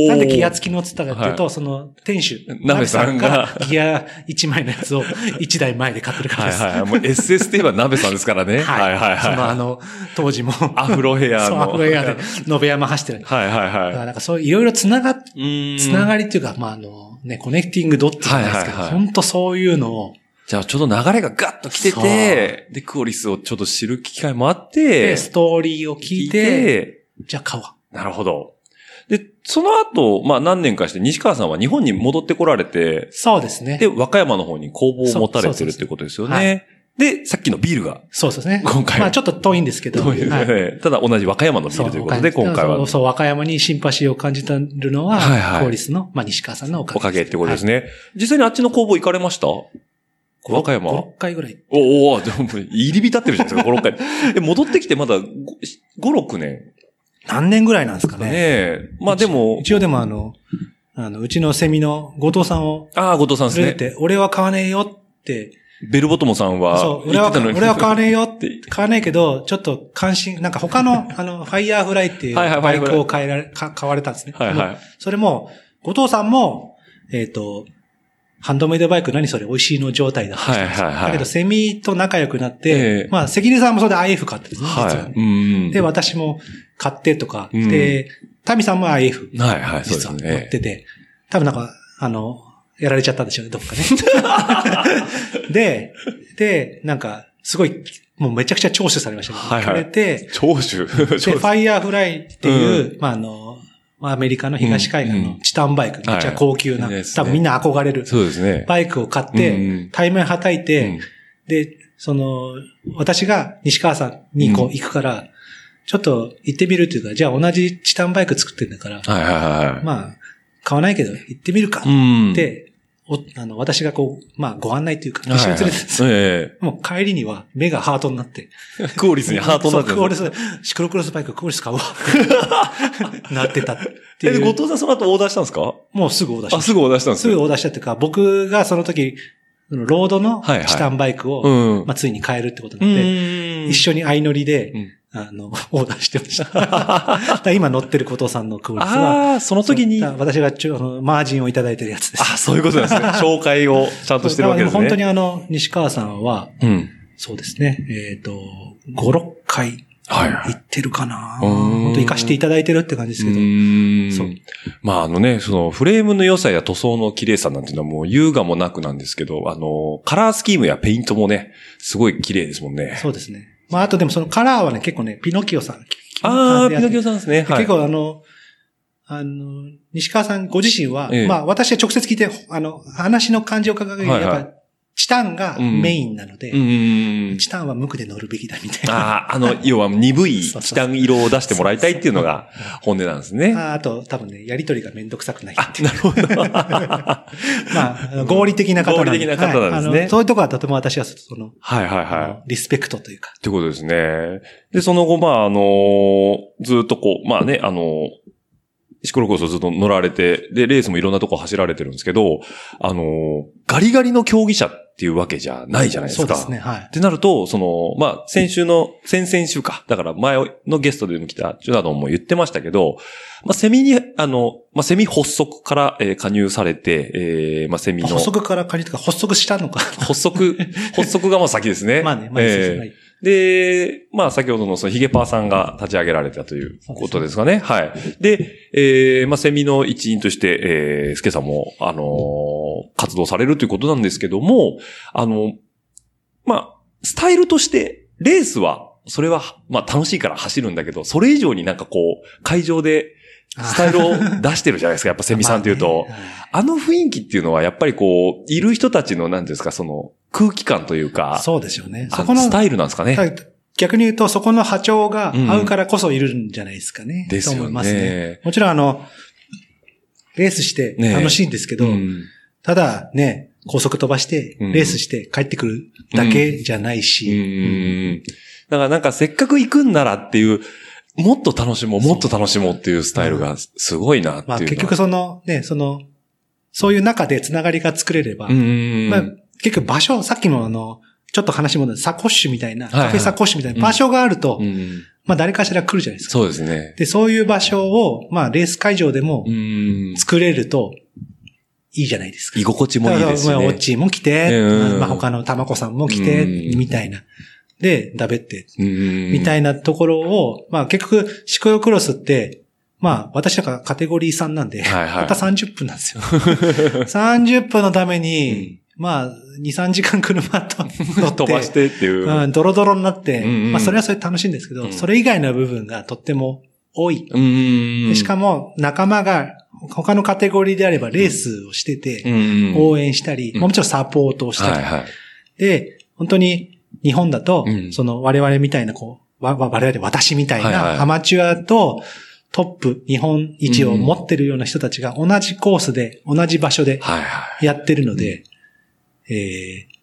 [SPEAKER 2] ー。
[SPEAKER 3] なんでギア付きのっつったかっていうと、その店主、
[SPEAKER 2] 鍋さんが
[SPEAKER 3] 鍋さんギア1枚のやつを1台前で買ってるから
[SPEAKER 2] は
[SPEAKER 3] で
[SPEAKER 2] い
[SPEAKER 3] す。
[SPEAKER 2] はいはい。もう SS って言えば鍋さんですからね。はいはい
[SPEAKER 3] そのあ
[SPEAKER 2] は
[SPEAKER 3] の、当時も、
[SPEAKER 2] い。アフロヘア
[SPEAKER 3] そう
[SPEAKER 2] の。
[SPEAKER 3] アフロエアで、野辺山走ってる。
[SPEAKER 2] はいはい
[SPEAKER 3] だか
[SPEAKER 2] は
[SPEAKER 3] らなんかそういろいろ繋がっ
[SPEAKER 2] い。うん
[SPEAKER 3] つながりっていうか、まあ、あの、ね、コネクティングドッツじゃないですけど、
[SPEAKER 2] はいはいはい
[SPEAKER 3] 本当そういうのを、
[SPEAKER 2] じゃあちょうど流れがガッと来てて、で、クオリスをちょっと知る機会もあっ
[SPEAKER 3] で
[SPEAKER 2] て、
[SPEAKER 3] ストーリーを聞いて、、じゃあ買おう。
[SPEAKER 2] なるほど。で、その後、まあ何年かして西川さんは日本に戻ってこられて、
[SPEAKER 3] そうですね
[SPEAKER 2] で、。和歌山の方に工房を持たれてるってことですよね。で、さっきのビールが、
[SPEAKER 3] そうですね。
[SPEAKER 2] 今回
[SPEAKER 3] まあ、ちょっと遠いんですけど。
[SPEAKER 2] そういう
[SPEAKER 3] はい
[SPEAKER 2] ねただ同じ和歌山のビ
[SPEAKER 3] そ
[SPEAKER 2] ールということで、今回は
[SPEAKER 3] そう、そう和歌山にシンパシーを感じたるのは、
[SPEAKER 2] はいはい
[SPEAKER 3] コーリスの、まあ、西川さんのおかげ
[SPEAKER 2] おかげってことです
[SPEAKER 3] ね。
[SPEAKER 2] ね。実際にあっちの工房行かれました和歌山
[SPEAKER 3] 5、6回ぐらい。
[SPEAKER 2] おおでも入り浸ってるじゃないですか、5、6回。で 戻ってきてまだ5、6年
[SPEAKER 3] 何年ぐらいなんですか
[SPEAKER 2] だね。
[SPEAKER 3] ね。
[SPEAKER 2] まあでも、
[SPEAKER 3] 一応でもあの、あの、うちのセミの後藤さんを
[SPEAKER 2] ああ、後藤さんです
[SPEAKER 3] 連れ
[SPEAKER 2] ね。
[SPEAKER 3] てって、俺は買わねえよって、
[SPEAKER 2] ベルボトムさんは、
[SPEAKER 3] そう、俺
[SPEAKER 2] 言っ
[SPEAKER 3] は、
[SPEAKER 2] てたのに
[SPEAKER 3] 俺は買わねえよっ
[SPEAKER 2] って
[SPEAKER 3] て、買わねえけど、ちょっと関心、なんか他の、あの、ファイヤーフライっていう
[SPEAKER 2] はいはい
[SPEAKER 3] バイ
[SPEAKER 2] ファイヤーフ
[SPEAKER 3] ク
[SPEAKER 2] ライ
[SPEAKER 3] を買えられ、か買われたんですね。
[SPEAKER 2] はい
[SPEAKER 3] もう
[SPEAKER 2] は
[SPEAKER 3] それも、後藤さんも、えっ、と、ハンドメイドバイク何それ美味しいの状態だ。
[SPEAKER 2] はいはいはい
[SPEAKER 3] だけど、セミと仲良くなっ
[SPEAKER 2] ええ
[SPEAKER 3] て、まあ、関根さんもそれで IF 買ってるん
[SPEAKER 2] い。
[SPEAKER 3] ですね、実はね、
[SPEAKER 2] はい。うん。
[SPEAKER 3] で、私も買ってとか、
[SPEAKER 2] うん
[SPEAKER 3] で、タミさんも IF、
[SPEAKER 2] はいはい、
[SPEAKER 3] 実
[SPEAKER 2] そ
[SPEAKER 3] は
[SPEAKER 2] うです
[SPEAKER 3] 乗っ
[SPEAKER 2] ね。
[SPEAKER 3] てて、多分なんか、あの、やられちゃったんでしょうね、どっ かね。で、で、なんか、すごい、もうめちゃくちゃ聴取されましたね。
[SPEAKER 2] はいはい
[SPEAKER 3] されて、
[SPEAKER 2] 長州。
[SPEAKER 3] で、ファイヤーフライっていう、
[SPEAKER 2] う
[SPEAKER 3] まあ、あの、まあアメリカの東海岸
[SPEAKER 2] うんう
[SPEAKER 3] の
[SPEAKER 2] ん
[SPEAKER 3] チタンバイク、めっちゃ高級な、
[SPEAKER 2] はいですね
[SPEAKER 3] 多分みんな憧れる
[SPEAKER 2] そうですね。
[SPEAKER 3] バイクを買っ
[SPEAKER 2] うんう
[SPEAKER 3] て
[SPEAKER 2] ん、
[SPEAKER 3] 対面はたいうて、
[SPEAKER 2] ん
[SPEAKER 3] で、その、私が西川さんにこう
[SPEAKER 2] うん
[SPEAKER 3] 行くから、ちょっと行ってみるというか、じゃあ同じチタンバイク作ってんだから、
[SPEAKER 2] はいはいはいはい。
[SPEAKER 3] まあ、買わないけど行ってみるか
[SPEAKER 2] う
[SPEAKER 3] っ
[SPEAKER 2] ん。、
[SPEAKER 3] て、おあの私がこう、まあご案内というか、一
[SPEAKER 2] はい
[SPEAKER 3] 緒
[SPEAKER 2] は
[SPEAKER 3] に連れ
[SPEAKER 2] い
[SPEAKER 3] てって、
[SPEAKER 2] え
[SPEAKER 3] もう帰りには目がハートになって。
[SPEAKER 2] え。クオリスにハートになってる
[SPEAKER 3] そうクオリス、シクロクロスバイククオリス買おう。 なってたって
[SPEAKER 2] え、で
[SPEAKER 3] い
[SPEAKER 2] 後
[SPEAKER 3] う。
[SPEAKER 2] 藤さんその後オーダーしたんですか
[SPEAKER 3] もうすぐオーダーし
[SPEAKER 2] あ、
[SPEAKER 3] た。
[SPEAKER 2] すぐオーダーしたんですす
[SPEAKER 3] ぐ
[SPEAKER 2] よ。
[SPEAKER 3] オーダーしたっていうか、僕がその時、そのロードの
[SPEAKER 2] はいはい
[SPEAKER 3] チタンバイクを、
[SPEAKER 2] うん。
[SPEAKER 3] まあ、ついに買えるってこと
[SPEAKER 2] う
[SPEAKER 3] なんで、
[SPEAKER 2] ん。
[SPEAKER 3] 一緒に相乗りで、
[SPEAKER 2] うん
[SPEAKER 3] あの、オーダーしてました。 だから今乗ってる後藤さんのクオリスは、
[SPEAKER 2] ああ、その時に。
[SPEAKER 3] だ
[SPEAKER 2] あ
[SPEAKER 3] から私がちょあのマージンをいただいてるやつです。
[SPEAKER 2] そういうことなんです ね。紹介をちゃんとしてるわけですね。
[SPEAKER 3] だからもう本当にあの、西川さんは、
[SPEAKER 2] 当に。うん。
[SPEAKER 3] そうですね、えっ、と、5、6回
[SPEAKER 2] はい
[SPEAKER 3] 行ってるかな、
[SPEAKER 2] うーん
[SPEAKER 3] 本当行かしていただいてるって感じですけど、
[SPEAKER 2] うん
[SPEAKER 3] そう
[SPEAKER 2] まああのね、そのフレームの良さや塗装の綺麗さなんていうのはもう優雅もなくなんですけど、あの、カラースキームやペイントもね、すごい綺麗ですもんね。
[SPEAKER 3] そうですね。まあ、あとでもそのカラーはね、結構ね、ピノキオさん。
[SPEAKER 2] ああ、ピノキオ
[SPEAKER 3] さ
[SPEAKER 2] さんですね。はい。
[SPEAKER 3] 結構あの、あの、西川さんご自身は、
[SPEAKER 2] ええ
[SPEAKER 3] まあ、私は直接聞いて、あの、話の感じを伺い、
[SPEAKER 2] はいはい
[SPEAKER 3] やっぱ、チタンがメインなので、
[SPEAKER 2] うんうんうん。
[SPEAKER 3] チタンは無垢で乗るべきだみたいな。
[SPEAKER 2] ああ、あの、要は鈍い
[SPEAKER 3] そうそう
[SPEAKER 2] チタン色を出してもらいたいっていうのが本音なんですね。
[SPEAKER 3] ああと、多分ね、やりとりがめんどくさくない。
[SPEAKER 2] あ、なるほど。 は
[SPEAKER 3] まああの、合理的な方なん
[SPEAKER 2] 合理的な方なんですね
[SPEAKER 3] はいあのそういうとこはとても私は、その、
[SPEAKER 2] いはいはい。っ
[SPEAKER 3] リスペクトというか。
[SPEAKER 2] てことですね。で、その後、まあ、あのずっとこう、まあね、あのシクロクロスをずっと乗られて、で、レースもいろんなとこ走られてるんですけど、あのガリガリの競技者っていうわけじゃないじゃないですか。
[SPEAKER 3] そうですね、はい
[SPEAKER 2] っ。てなると、その、まあ、先週の、先々週か。だから前のゲストでも来たジュナドンも言ってましたけど、まあ、セミに、あの、まあ、セミ発足から、えー加入されて、えーまあ、セミの。
[SPEAKER 3] 補足から借りとか、発足したのか。
[SPEAKER 2] 発足、発足がまあ先ですね
[SPEAKER 3] 。まあね、まあ、
[SPEAKER 2] え
[SPEAKER 3] そう
[SPEAKER 2] ー
[SPEAKER 3] そうはい
[SPEAKER 2] で、まあ先ほどのそのヒゲパーさんが立ち上げられたということですかね。はい。で、えーまあセミの一員として、えー、スケさんも、あのー活動されるということなんですけども、あの、まあ、スタイルとして、レースは、それは、まあ楽しいから走るんだけど、それ以上になんかこう、会場でスタイルを出してるじゃないですか、やっぱセミさんっていうと。
[SPEAKER 3] まあねはい
[SPEAKER 2] あの雰囲気っていうのはやっぱりこう、いる人たちの何ですか、その空気感というか、
[SPEAKER 3] そうでしょうね。
[SPEAKER 2] あ
[SPEAKER 3] そこの、
[SPEAKER 2] スタイルなんですかね。
[SPEAKER 3] はい逆に言うと、そこの波長が合うからこそいるんじゃないですかね。
[SPEAKER 2] です
[SPEAKER 3] と
[SPEAKER 2] よ
[SPEAKER 3] 思いますね。
[SPEAKER 2] ね。
[SPEAKER 3] もちろん、あの、レースして
[SPEAKER 2] ね
[SPEAKER 3] 楽しいんですけ
[SPEAKER 2] う
[SPEAKER 3] ど、
[SPEAKER 2] ん
[SPEAKER 3] ただね、高速飛ばして、
[SPEAKER 2] うん
[SPEAKER 3] レースして帰ってくるだけじゃな
[SPEAKER 2] うん
[SPEAKER 3] い
[SPEAKER 2] うんう
[SPEAKER 3] し、
[SPEAKER 2] ん。だからなんかせっかく行くんならっていう、もっと楽しもう、もっと楽しもうっていうスタイルがすごいなっていうの
[SPEAKER 3] ま
[SPEAKER 2] は。
[SPEAKER 3] あ結局そのね、その、そういう中でつながりが作れれば、
[SPEAKER 2] うんうんうん。
[SPEAKER 3] まあ結局場所、さっきのあの、ちょっと話戻る、サコッシュみたいな、
[SPEAKER 2] はいはい
[SPEAKER 3] カフェサコッシュみたいな
[SPEAKER 2] うん
[SPEAKER 3] 場所があると、
[SPEAKER 2] うん
[SPEAKER 3] まあ誰かしら来るじゃないですか。
[SPEAKER 2] そうですね。
[SPEAKER 3] で、そういう場所を、まあレース会場でも
[SPEAKER 2] うん。
[SPEAKER 3] 作れると、いいじゃないですか。
[SPEAKER 2] 居心地もいいですし
[SPEAKER 3] だからまあオ
[SPEAKER 2] ね
[SPEAKER 3] ッ。チーも来て、
[SPEAKER 2] うん
[SPEAKER 3] まあ他のタマコさんも来て、
[SPEAKER 2] うん
[SPEAKER 3] みたいな。で、ダベって、み
[SPEAKER 2] み
[SPEAKER 3] た
[SPEAKER 2] い
[SPEAKER 3] いなところを、まあ結局、シクロクロスって、まあ私なんかカテゴリー3なんで、
[SPEAKER 2] はいはい
[SPEAKER 3] また30分なんですよ。30分のために、まあ、2、3時間車と乗って、
[SPEAKER 2] 飛ばしてっていう。
[SPEAKER 3] うん、ドロドロになって、
[SPEAKER 2] うんうん
[SPEAKER 3] まあそれはそれで楽しいんですけど、
[SPEAKER 2] うん
[SPEAKER 3] それ以外の部分がとっても多い。
[SPEAKER 2] うん
[SPEAKER 3] でしかも仲間が他のカテゴリーであればレースをしてて、
[SPEAKER 2] うん
[SPEAKER 3] 応援したり、
[SPEAKER 2] うん
[SPEAKER 3] もちろんサポートをしたり、
[SPEAKER 2] はいはい。
[SPEAKER 3] で、本当に日本だと、
[SPEAKER 2] うん
[SPEAKER 3] その我々みたいな、こう、わわ我々、私みたい
[SPEAKER 2] はいはい
[SPEAKER 3] なアマチュアとトップ、日本一を持ってるような人たちが同じコースで、同じ場所で
[SPEAKER 2] はいはい。
[SPEAKER 3] やってるので、えー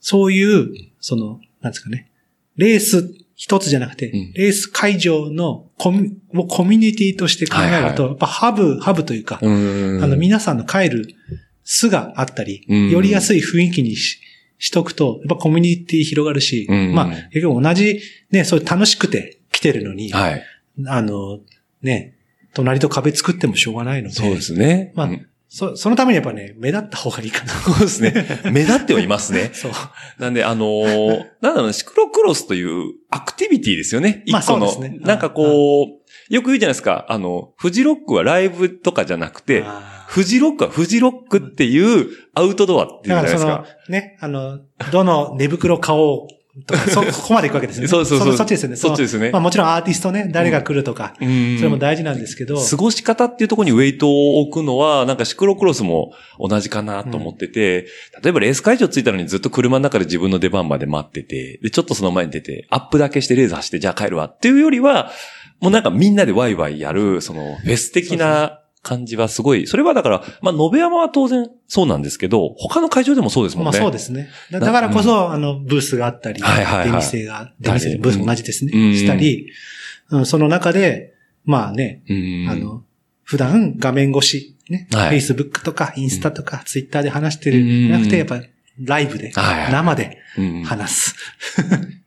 [SPEAKER 3] そういう、その、なんですかね、レース一つじゃなくて、
[SPEAKER 2] うん
[SPEAKER 3] レース会場のコミュをコミュニティとして考えると、
[SPEAKER 2] はいはい
[SPEAKER 3] やっぱハブ、ハブというか、
[SPEAKER 2] うん
[SPEAKER 3] あの、皆さんの帰る巣があったり、
[SPEAKER 2] うん
[SPEAKER 3] よりやすい雰囲気にししとくと、やっぱコミュニティ広がるし、
[SPEAKER 2] うん
[SPEAKER 3] まあ、結局同じ、ね、そういう楽しくて来てるのに、
[SPEAKER 2] はい。
[SPEAKER 3] あの、ね、隣と壁作ってもしょうがないので、
[SPEAKER 2] そうですね。
[SPEAKER 3] まあ
[SPEAKER 2] うん
[SPEAKER 3] そそのためにやっぱね、目立った方がいいかな。
[SPEAKER 2] そうです ね。目立ってはいますね。
[SPEAKER 3] そう。
[SPEAKER 2] なんで、あの ーなんだろうな、シクロクロスというアクティビティですよね。一
[SPEAKER 3] まあ
[SPEAKER 2] 個の。
[SPEAKER 3] そうですね
[SPEAKER 2] なんかこう、よく言うじゃないですか。あの、フジロックはライブとかじゃなくて、
[SPEAKER 3] あー
[SPEAKER 2] フジロックはフジロックっていうアウトドアっていうじ
[SPEAKER 3] だ
[SPEAKER 2] ゃない
[SPEAKER 3] か
[SPEAKER 2] で
[SPEAKER 3] らそ
[SPEAKER 2] す
[SPEAKER 3] の
[SPEAKER 2] か。、
[SPEAKER 3] ね、あの、どの寝袋買おうとか、そ、 ここまで行くわけですよね。
[SPEAKER 2] そうそうそう
[SPEAKER 3] のそっちですよね。
[SPEAKER 2] そっちですね
[SPEAKER 3] まあもちろんアーティストね、誰が来るとか、
[SPEAKER 2] うん
[SPEAKER 3] それも大事なんですけど、
[SPEAKER 2] 過ごし方っていうところにウェイトを置くのは、なんかシクロクロスも同じかなと思ってて、例えばレース会場着いたのにずっと車の中で自分の出番まで待ってて、で、ちょっとその前に出て、アップだけしてレース走って、じゃあ帰るわっていうよりは、もうなんかみんなでワイワイやる、そのフェス的な感じはすごい、それはだから、まあ、延山は当然そうなんですけど、他の会場でもそうですもん
[SPEAKER 3] ま
[SPEAKER 2] ね。
[SPEAKER 3] あそうですね。だだからこそ、あの、ブースがあったり、
[SPEAKER 2] はいはいはい
[SPEAKER 3] 出店が、出店
[SPEAKER 2] はい
[SPEAKER 3] ブースも同じですね。
[SPEAKER 2] うん
[SPEAKER 3] したり、うんその中で、まあね、
[SPEAKER 2] うん。
[SPEAKER 3] あの、普段画面越し、ね、
[SPEAKER 2] はい
[SPEAKER 3] Facebook とかインスタとか Twitter で話して
[SPEAKER 2] うん
[SPEAKER 3] る、じゃなくて、やっぱライブで、
[SPEAKER 2] はいはい
[SPEAKER 3] 生で
[SPEAKER 2] うん、や
[SPEAKER 3] 話す。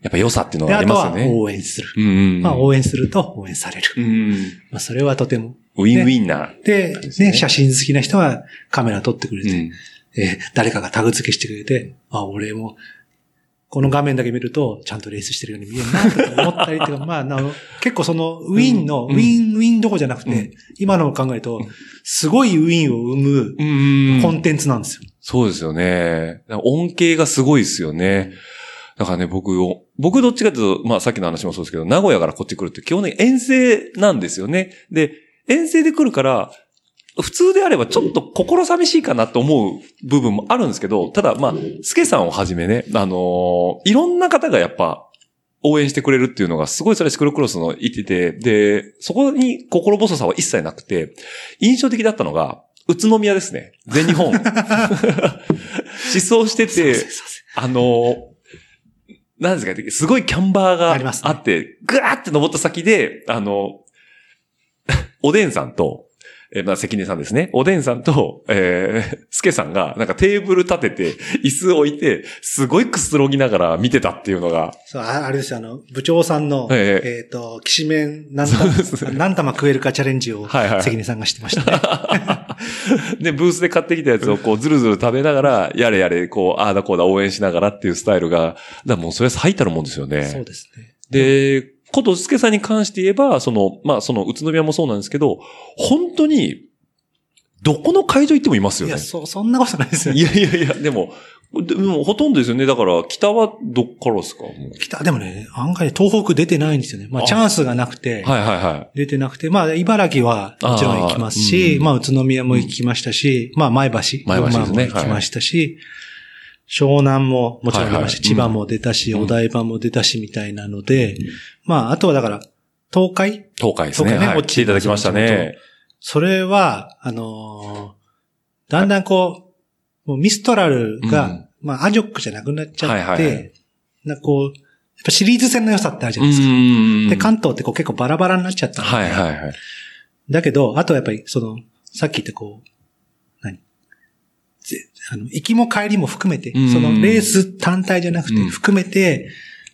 [SPEAKER 2] っぱ良さっていうの
[SPEAKER 3] で、
[SPEAKER 2] があ
[SPEAKER 3] あ
[SPEAKER 2] り
[SPEAKER 3] と
[SPEAKER 2] ますよ
[SPEAKER 3] は
[SPEAKER 2] ね。
[SPEAKER 3] 応援する。
[SPEAKER 2] うんうん。
[SPEAKER 3] まあ応援すると応援される。
[SPEAKER 2] うん。
[SPEAKER 3] まあそれはとても。
[SPEAKER 2] ウィンウィンな。
[SPEAKER 3] で、
[SPEAKER 2] すね
[SPEAKER 3] ね、写真好きな人はカメラ撮ってくれて、
[SPEAKER 2] うん
[SPEAKER 3] えー誰かがタグ付けしてくれて、あ、俺も、この画面だけ見ると、ちゃんとレースしてるように見えるなと思ったりと か、まあ、あの、結構その、ウィンの、
[SPEAKER 2] うん
[SPEAKER 3] ウィン、ウィンどこじゃなくて、
[SPEAKER 2] うん
[SPEAKER 3] 今のを考えると、すごいウィンを生む
[SPEAKER 2] うん
[SPEAKER 3] コンテンツなんですよ。
[SPEAKER 2] そうですよね。恩恵がすごいですよね。だからね、僕を、僕どっちかというと、まあさっきの話もそうですけど、名古屋からこっち来るって基本的に遠征なんですよね。で、遠征で来るから、普通であればちょっと心寂しいかなと思う部分もあるんですけど、ただまあ、スケさんをはじめね、あのーいろんな方がやっぱ、応援してくれるっていうのがすごいそれシクロクロスのいてて、で、そこに心細さは一切なくて、印象的だったのが、宇都宮ですね。全日 本。失踪して
[SPEAKER 3] そう
[SPEAKER 2] て
[SPEAKER 3] そう、そう
[SPEAKER 2] あのーなんですか、すごいキャンバーが
[SPEAKER 3] ありますね
[SPEAKER 2] あって、ぐわーって登った先で、あの、 おでんさんと、えーまあ、関根さんですね。おでんさんと、えー、すけさんが、なんかテーブル立てて、椅子置いて、すごいくつろぎながら見てたっていうのが、
[SPEAKER 3] そう、ああれですよ、あの、部長さんの、
[SPEAKER 2] ええ
[SPEAKER 3] えっ、と、きしめん何
[SPEAKER 2] そうです
[SPEAKER 3] 玉、
[SPEAKER 2] ね
[SPEAKER 3] 何玉食えるかチャレンジを、
[SPEAKER 2] はいはい
[SPEAKER 3] 関根さんがしてましたね。
[SPEAKER 2] で、ブースで買ってきたやつをこう、ずるずる食べながら、やれやれ、こう、ああだこうだ応援しながらっていうスタイルが、だからもうそれは最たるもんですよね。
[SPEAKER 3] そうですね。
[SPEAKER 2] で、ことすけさんに関して言えば、その、まあ、その、宇都宮もそうなんですけど、本当に、どこの会場行ってもいますよ
[SPEAKER 3] い
[SPEAKER 2] ね
[SPEAKER 3] や、。そ、そんなことないです
[SPEAKER 2] い
[SPEAKER 3] ね。
[SPEAKER 2] やいやいや、でも、でもほとんどですよね。だから、北はどっからですかもう
[SPEAKER 3] 北、でもね、案外東北出てないんですよね。まあ、
[SPEAKER 2] あ
[SPEAKER 3] チャンスがなくて、
[SPEAKER 2] はいはいはい。
[SPEAKER 3] 出てなくて、まあ、茨城はもちろん行きますし、
[SPEAKER 2] あーうん
[SPEAKER 3] まあ、宇都宮も行きましたし、まあ、前橋、
[SPEAKER 2] 前橋ですね
[SPEAKER 3] 群馬も行きましたし、湘南ももちろん出ましたし、
[SPEAKER 2] はいはい
[SPEAKER 3] 千葉も出たし、
[SPEAKER 2] うん
[SPEAKER 3] お台場も出たしみたいなので、まあ、あとはだから、東海
[SPEAKER 2] 東海ですね。
[SPEAKER 3] 東海ね
[SPEAKER 2] はい、
[SPEAKER 3] 落
[SPEAKER 2] 来
[SPEAKER 3] ち
[SPEAKER 2] ていただきましたね。
[SPEAKER 3] それは、あのーだんだんこう、もうミストラルが、
[SPEAKER 2] うん
[SPEAKER 3] まあ、アジョックじゃなくなっちゃって、
[SPEAKER 2] はいはいはい
[SPEAKER 3] なんかこう、やっぱシリーズ戦の良さってあるじゃ
[SPEAKER 2] う
[SPEAKER 3] ないですか。
[SPEAKER 2] ん。
[SPEAKER 3] で、関東ってこう結構バラバラになっちゃったので
[SPEAKER 2] はいはいはい。
[SPEAKER 3] だけど、あとはやっぱり、その、さっき言ったこう、何ぜあの、行きも帰りも含めて、
[SPEAKER 2] うん
[SPEAKER 3] そのレース単体じゃなくて、
[SPEAKER 2] うん
[SPEAKER 3] 含めて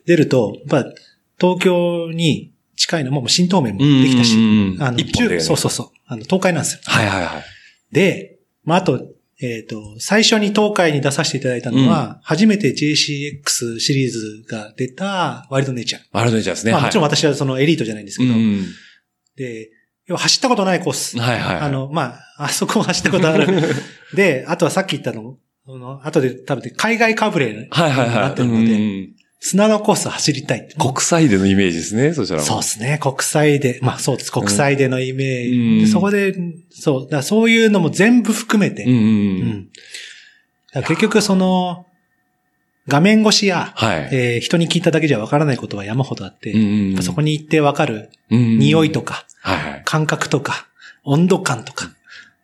[SPEAKER 3] 出ると、やっぱ、東京に近いのも、もう新東名もできたし、
[SPEAKER 2] うん
[SPEAKER 3] あの、
[SPEAKER 2] 一本で、
[SPEAKER 3] 中そうそうそう、あの、東海なんですよ。
[SPEAKER 2] はいはいはい。
[SPEAKER 3] で、まあ、あと、えっ、と、最初に東海に出させていただいたのは、初めて JCX シリーズが出たワイルドネイチャー。
[SPEAKER 2] ワールドネイチャーですね。
[SPEAKER 3] まあ、もちろん
[SPEAKER 2] ん
[SPEAKER 3] 私はそのエリートじゃないんですけど、で、要は走ったことないコース。
[SPEAKER 2] はいはいはい
[SPEAKER 3] あの、まあ、あそこも走ったこ とある。で、あとはさっき言ったの、あの、後で多分ね海外かぶれに
[SPEAKER 2] はいはい
[SPEAKER 3] な
[SPEAKER 2] は
[SPEAKER 3] っ
[SPEAKER 2] い。
[SPEAKER 3] て
[SPEAKER 2] う
[SPEAKER 3] るので、
[SPEAKER 2] ん
[SPEAKER 3] 砂のコース走りたいって。
[SPEAKER 2] 国際でのイメージですね、そちらも。
[SPEAKER 3] そうですね。国際で、まあそうです。国際でのイメージ。
[SPEAKER 2] うん
[SPEAKER 3] でそこで、そう、だからそういうのも全部含めて、
[SPEAKER 2] うんうん
[SPEAKER 3] う
[SPEAKER 2] うん。
[SPEAKER 3] ん。だから結局その、画面越しや、
[SPEAKER 2] はい。
[SPEAKER 3] えー人に聞いただけじゃわからないことは山ほどあって、やっぱそこ
[SPEAKER 2] に、
[SPEAKER 3] に行ってわかる匂
[SPEAKER 2] 匂
[SPEAKER 3] いとか、
[SPEAKER 2] はいはい。
[SPEAKER 3] 感覚とか、温度感とか、やっ